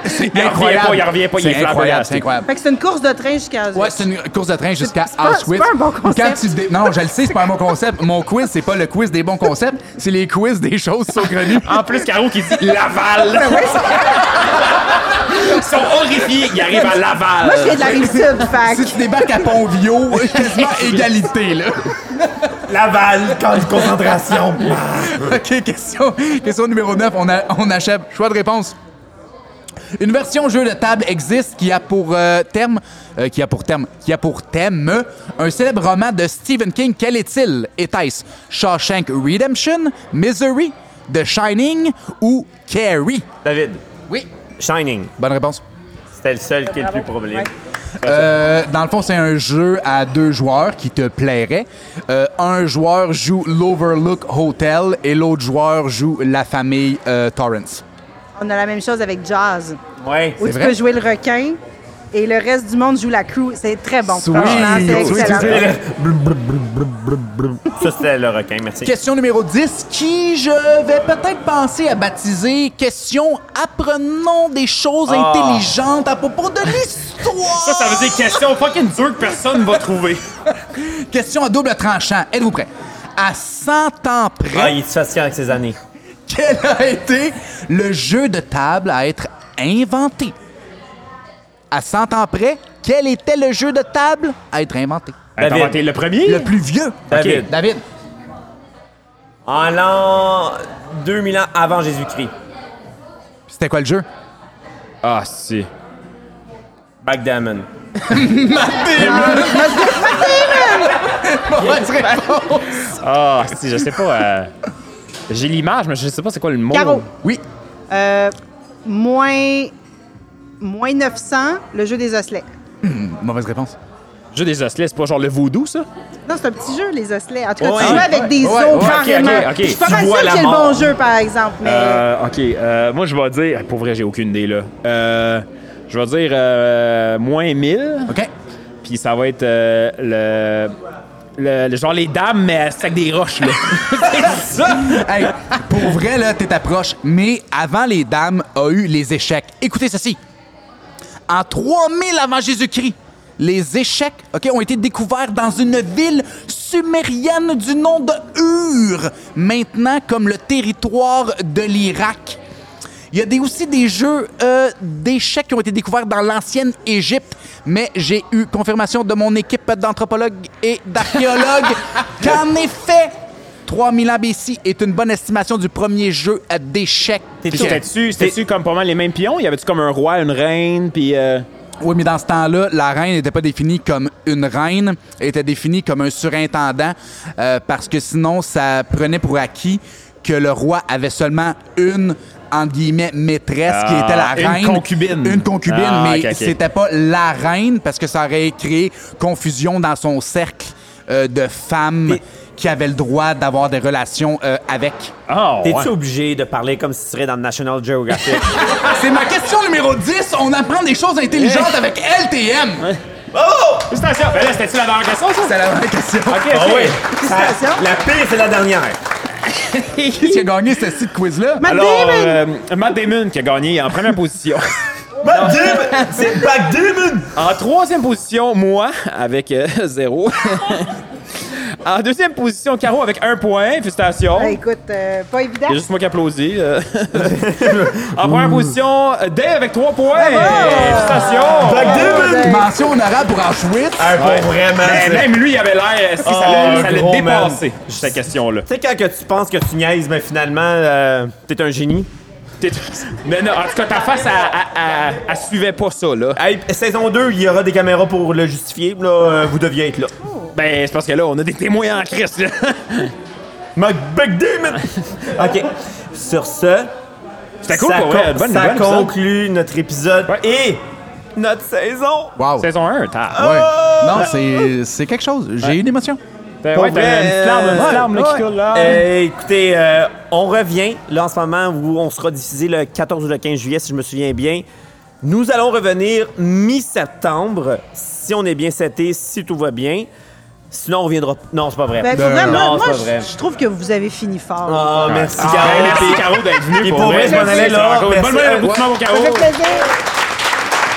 c'est
revient pas, il revient pas, il
C'est
est
incroyable,
flabbergasté.
c'est incroyable.
Fait que c'est une course de train jusqu'à.
Ouais, c'est une course de train jusqu'à
c'est pas- c'est
Auschwitz.
pas un bon concept.
Quand tu dé- Non, je le sais, c'est pas un bon concept. Mon quiz, c'est pas le quiz des bons concepts, c'est les quiz des choses saugrenues.
En plus, Caro qui dit
Ah,
Laval.
ben
Ils sont horrifiés. Ils arrivent à Laval.
euh,
Moi, je viens de la rive sud, fait
Si
que-
tu débarques à Pontvio, quasiment égalité, là.
Laval, camp de concentration.
OK, question, question numéro 9, on, a- on achève. Choix de réponse. Une version jeu de table existe qui a pour euh, terme euh, qui a pour terme qui a pour thème un célèbre roman de Stephen King. Quel est-il Était-ce Shawshank Redemption, Misery, The Shining ou Carrie
David,
Oui,
Shining,
bonne réponse.
c'était le seul qui est le plus problème.
Ouais.
Euh, dans le fond, c'est un jeu à deux joueurs qui te plairait. Euh, un joueur joue l'Overlook Hotel et l'autre joueur joue la famille euh, Torrance.
On a la même chose avec jazz.
Ouais.
Où tu
vrai?
peux jouer le requin et le reste du monde joue la crew. C'est très bon.
Sweet.
Franchement, Ah, c'est
Sweet,
excellent.
sweet, sweet.
Ça, c'était le requin, merci.
Question numéro 10, qui je vais peut-être penser à baptiser question apprenons des choses intelligentes à propos de l'histoire.
Ça, ça veut dire question fucking dure que personne va trouver.
Question à double tranchant. Êtes-vous prêt? À 100 ans près,
Ah, il est patient avec ses années.
quel a été le jeu de table à être inventé? À 100 ans près, quel était le jeu de table à être inventé?
Hey, Ben, t'as
David.
inventé le premier?
Le plus vieux.
David.
Ok, David.
En l'an 2000 ans avant Jésus-Christ.
C'était quoi le jeu?
Ah, si.
Backgammon.
Mauvaise réponse.
Ah, si, je sais pas. euh, J'ai l'image, mais je sais pas c'est quoi le mot.
Caro.
Oui.
Euh, moins, moins 900, le jeu des osselets.
Mauvaise réponse.
Jeu des osselets, c'est pas genre le voodoo, ça?
Non, c'est un petit jeu, les osselets. En tout cas,
Ouais.
tu joues avec des os
Ouais, ouais, ok,
carrément.
ok, ok.
Je suis pas
Tu
mal
vois
sûre que
la
c'est le bon
mort.
jeu, par exemple. Mais
Euh, ok, euh, moi je vais dire. Pour vrai, j'ai aucune idée là. Euh, je vais dire euh, moins 1000,
OK.
puis ça va être euh, le, le, le- Genre les dames, mais avec des roches là. c'est ça!
Hey, pour vrai, là, t'es approche. Mais avant les dames, a eu les échecs. Écoutez ceci. En 3000 avant Jésus-Christ, les échecs ok, ont été découverts dans une ville sumérienne du nom de Ur, maintenant comme le territoire de l'Irak. Il y a des- aussi des jeux euh, d'échecs qui ont été découverts dans l'ancienne Égypte, mais j'ai eu confirmation de mon équipe d'anthropologues et d'archéologues qu'en effet, 3000 ans BC est une bonne estimation du premier jeu euh, d'échecs.
Puis C'était-tu c'était-tu comme pas mal les mêmes pions? Y avait-tu comme un roi, une reine, puis. euh,
Oui, mais dans ce temps-là, la reine n'était pas définie comme une reine, elle était définie comme un surintendant, euh, parce que sinon, ça prenait pour acquis que le roi avait seulement une entre guillemets maîtresse qui
Ah,
était la
une
reine.
concubine.
Une concubine,
Ah,
mais
ok, ok.
c'était pas la reine parce que ça aurait créé confusion dans son cercle euh, de femmes qui avaient le droit d'avoir des relations euh, avec.
Ah, ouais.
T'es-tu obligé de parler comme si tu serais dans le National Geographic?
Ah, C'est ma question numéro 10, on apprend des choses intelligentes
Eh.
avec LTM.
Félicitations! Ben là, c'était-tu la dernière question, ça?
C'est la vraie question.
Ok,
Ah
ok.
oui!
Félicitations.
La pire, c'est la dernière.
Qui qui a gagné ce site quiz-là?
Matt
Alors,
Damon!
euh, Matt Damon qui a gagné en première position.
Backgammon! C'est Backgammon!
En troisième position, moi, avec euh, zéro. en deuxième position, Caro avec un point. Félicitations.
Ben, écoute, euh, pas évident.
Il y a juste moi qui applaudis. euh. en première position, euh, Dave avec trois points. Félicitations.
Backgammon!
Mention honorable pour Auschwitz.
Ah, pour vraiment,
Mais
Ben,
c'est-
même lui, il avait l'air. euh, Si ça l'a-
Oh,
ça l'a
gros
dépassé, cette question-là.
Tu sais, quand que tu penses que tu niaises, mais finalement, euh, t'es un génie.
T'es- Mais non, en tout cas, ta face, elle- elle- elle- elle suivait pas ça, là.
Hey, saison 2, il y aura des caméras pour le justifier. Là, euh, vous deviez être là.
Ben, c'est parce que là, on a des témoins en Christ, là.
Mike Backgammon! OK. Sur ce,
C'était cool
ça,
pour vrai.
con-
Bonne
ça
nouvelle, ça.
conclut notre épisode
Ouais.
et notre saison.
Wow. Ouais.
Saison 1, t'as.
Oh,
Oh.
Non, c'est- c'est quelque chose. J'ai une émotion.
Ben
Pour
ouais, t'as
vrai,
une petite larme, une petite
ouais,
larme, là, qui
ouais.
coule, là.
Euh, écoutez, euh, on revient. Là, en ce moment, où on sera diffusé le 14 ou le 15 juillet, si je me souviens bien. Nous allons revenir mi-septembre, si on est bien seté, si tout va bien. Sinon, on reviendra. Non, c'est pas vrai.
Ben, faut vraiment-
non, c'est
moi,
pas
je-
vrai.
je trouve que vous avez fini fort.
Ah, merci, Caro.
Ben,
Puis-
merci, Caro, d'être venu.
Et pour vrai, je m'en allais là.
Bonne
Merci.
nouvelle, applaudissements pour
Ça
Caro.
fait plaisir.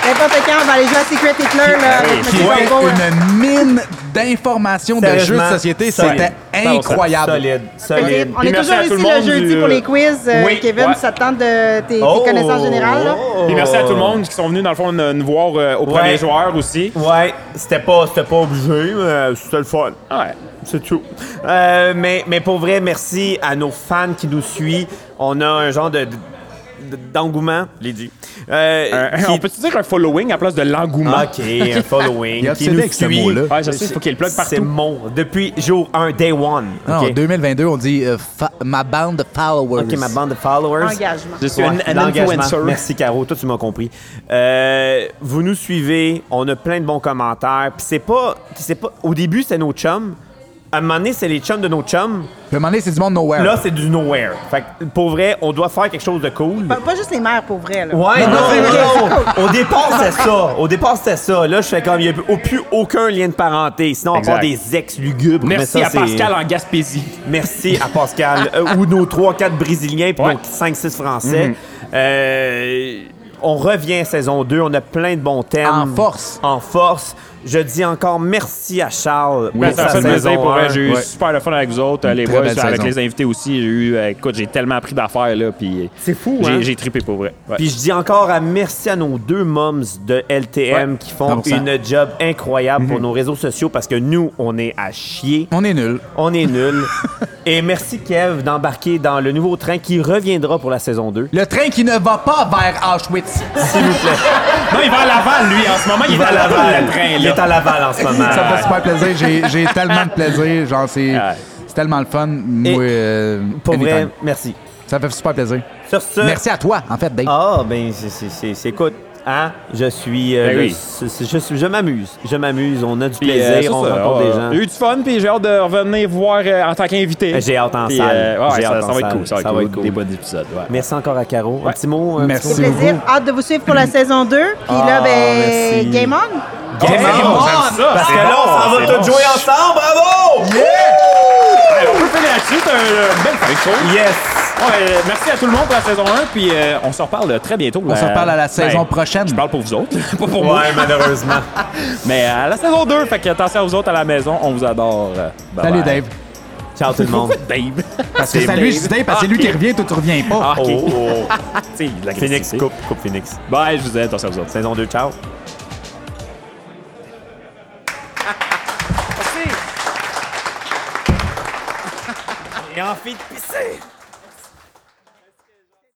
N'importe quand, on va aller jouer à Secret Hitler là, avec
Qui
M.
était
Bongo, là.
une mine d'informations de jeux de
Sérieusement,
société.
solide.
C'était incroyable.
Solide, solide.
Philippe, On
Puis
est
merci
toujours
à tout le
ici le
monde
jeudi
du-
pour les quiz. euh,
Oui,
Kevin,
ouais.
ça te tente de tes, tes
Oh.
connaissances générales. Là.
Puis merci à tout le monde qui sont venus, dans le fond, nous nous voir euh, au premier
Ouais.
joueur aussi.
Ouais, c'était pas, c'était pas obligé, mais c'était le fun.
Ouais.
C'est tout. Euh, mais, mais pour vrai, merci à nos fans qui nous suivent. On a un genre de de- d'engouement.
L'ai dit.
Euh, qui-
On peut-tu dire un following à place de l'engouement?
Ok, un following.
Il est
qui
obsédé
nous
avec ce
suit.
mot-là.
Ah. Ouais, je sais, il faut qu'il le plug
C'est
partout.
mon. Depuis jour 1, day one.
Non,
ok?
En 2022, on dit euh, fa- ma bande de followers.
Ok, ma bande de followers.
Engagement.
Je suis
Ouais,
un- un
l'engagement.
influencer.
Merci, Caro. Toi, tu m'as compris. Euh, vous nous suivez. On a plein de bons commentaires. Puis c'est pas, c'est pas... Au début, c'est nos chums. à un moment donné, c'est les chums de nos chums.
Puis à un moment donné, c'est du monde nowhere.
Là, c'est du nowhere. Fait que, pour vrai, on doit faire quelque chose de cool.
Pas, pas juste les mères pour vrai, là.
Ouais, non,
c'est
non,
vrai.
Au départ, c'est ça. Au départ, c'était ça. Là, je fais comme, il n'y a au- plus aucun lien de parenté. Sinon, on va avoir
Exact.
des ex lugubres.
Merci
mais ça,
à
c'est-
Pascal en Gaspésie.
Merci à Pascal. euh, ou nos 3-4 Brésiliens, puis
Ouais. Mhm.
nos 5-6 Français. Euh, on revient saison 2. On a plein de bons thèmes.
En force.
En force. Je dis encore merci à Charles
Oui,
pour
ça
sa
a fait plaisir
saison
pour vrai.
un.
J'ai eu
Ouais.
super le fun avec vous autres, euh, les
Très
boys,
belle
avec
saison.
les invités aussi. J'ai eu, euh, écoute, j'ai tellement appris d'affaires là, puis
C'est fou, hein?
j'ai, j'ai trippé pour vrai. Ouais.
Puis je dis encore à merci à nos deux moms de LTM
Ouais,
qui font
100%.
une job incroyable
Mhm.
pour nos réseaux sociaux parce que nous, on est à chier.
On est nul.
On est nuls. Et merci Kev d'embarquer dans le nouveau train qui reviendra pour la saison 2.
Le train qui ne va pas vers Auschwitz.
Non, il va à Laval, lui, en ce moment. Il, est à Laval, le train,
Il est
là.
à Laval en ce moment.
Ça me fait super plaisir. J'ai- J'ai tellement de plaisir. Genre, c'est
Ouais.
c'est tellement le fun. Moi,
Et
euh,
Pour vrai,
hein.
anytime.
merci.
Ça me fait super plaisir.
Sur ce.
Merci à toi, en fait, Dave.
Ah, ben, c'est- c'est- c'est c'est- écoute. Hein? Je suis. euh,
Ben
le-
oui.
c'est- c'est- je suis- je m'amuse. Je m'amuse. On a du
Puis, euh,
plaisir.
c'est
on
ça,
rencontre
euh,
des gens. Ben,
J'ai eu du fun, puis j'ai hâte de revenir voir euh, en tant qu'invité.
J'ai hâte en
Puis, euh,
salle.
ouais,
J'ai
ça,
hâte
ça
en
va être
salle.
cool. Ça va être
Ça va
cool.
être cool.
Des bons épisodes. ouais.
Merci encore à Caro. Un petit mot. euh, un petit
Merci
C'est
beaucoup.
plaisir. Hâte de vous suivre pour la saison 2. Puis là,
Ah,
ben,
merci.
game on!
Game on!
Oh, j'aime ça,
Parce
c'est
que là,
bon,
on s'en va
c'est
tout
bon.
jouer ensemble, bravo!
Ouais, on peut finir là-dessus. C'est un bel fin
Yes!
euh, merci à tout le monde pour la saison 1, puis euh, on se reparle très bientôt. euh, ben,
On se reparle à la saison prochaine.
Je parle pour vous autres, pas pour moi.
Ouais, malheureusement.
Mais euh, à la saison 2, fait que attention à vous autres à la maison, on vous adore. Euh, bye
Salut,
bye.
Dave.
Ah, Ciao tout le monde.
Pourquoi Dave?
Parce que salut, je dis Dave,
Ah,
parce que c'est lui qui revient, toi, tu reviens pas.
Ah, ok.
Oh, oh.
Tu sais, de la
Phoenix,
créativité.
coupe, coupe Phoenix.
Bye, je vous aime, attention à vous autres.
Saison 2, ciao. Et envie de pisser!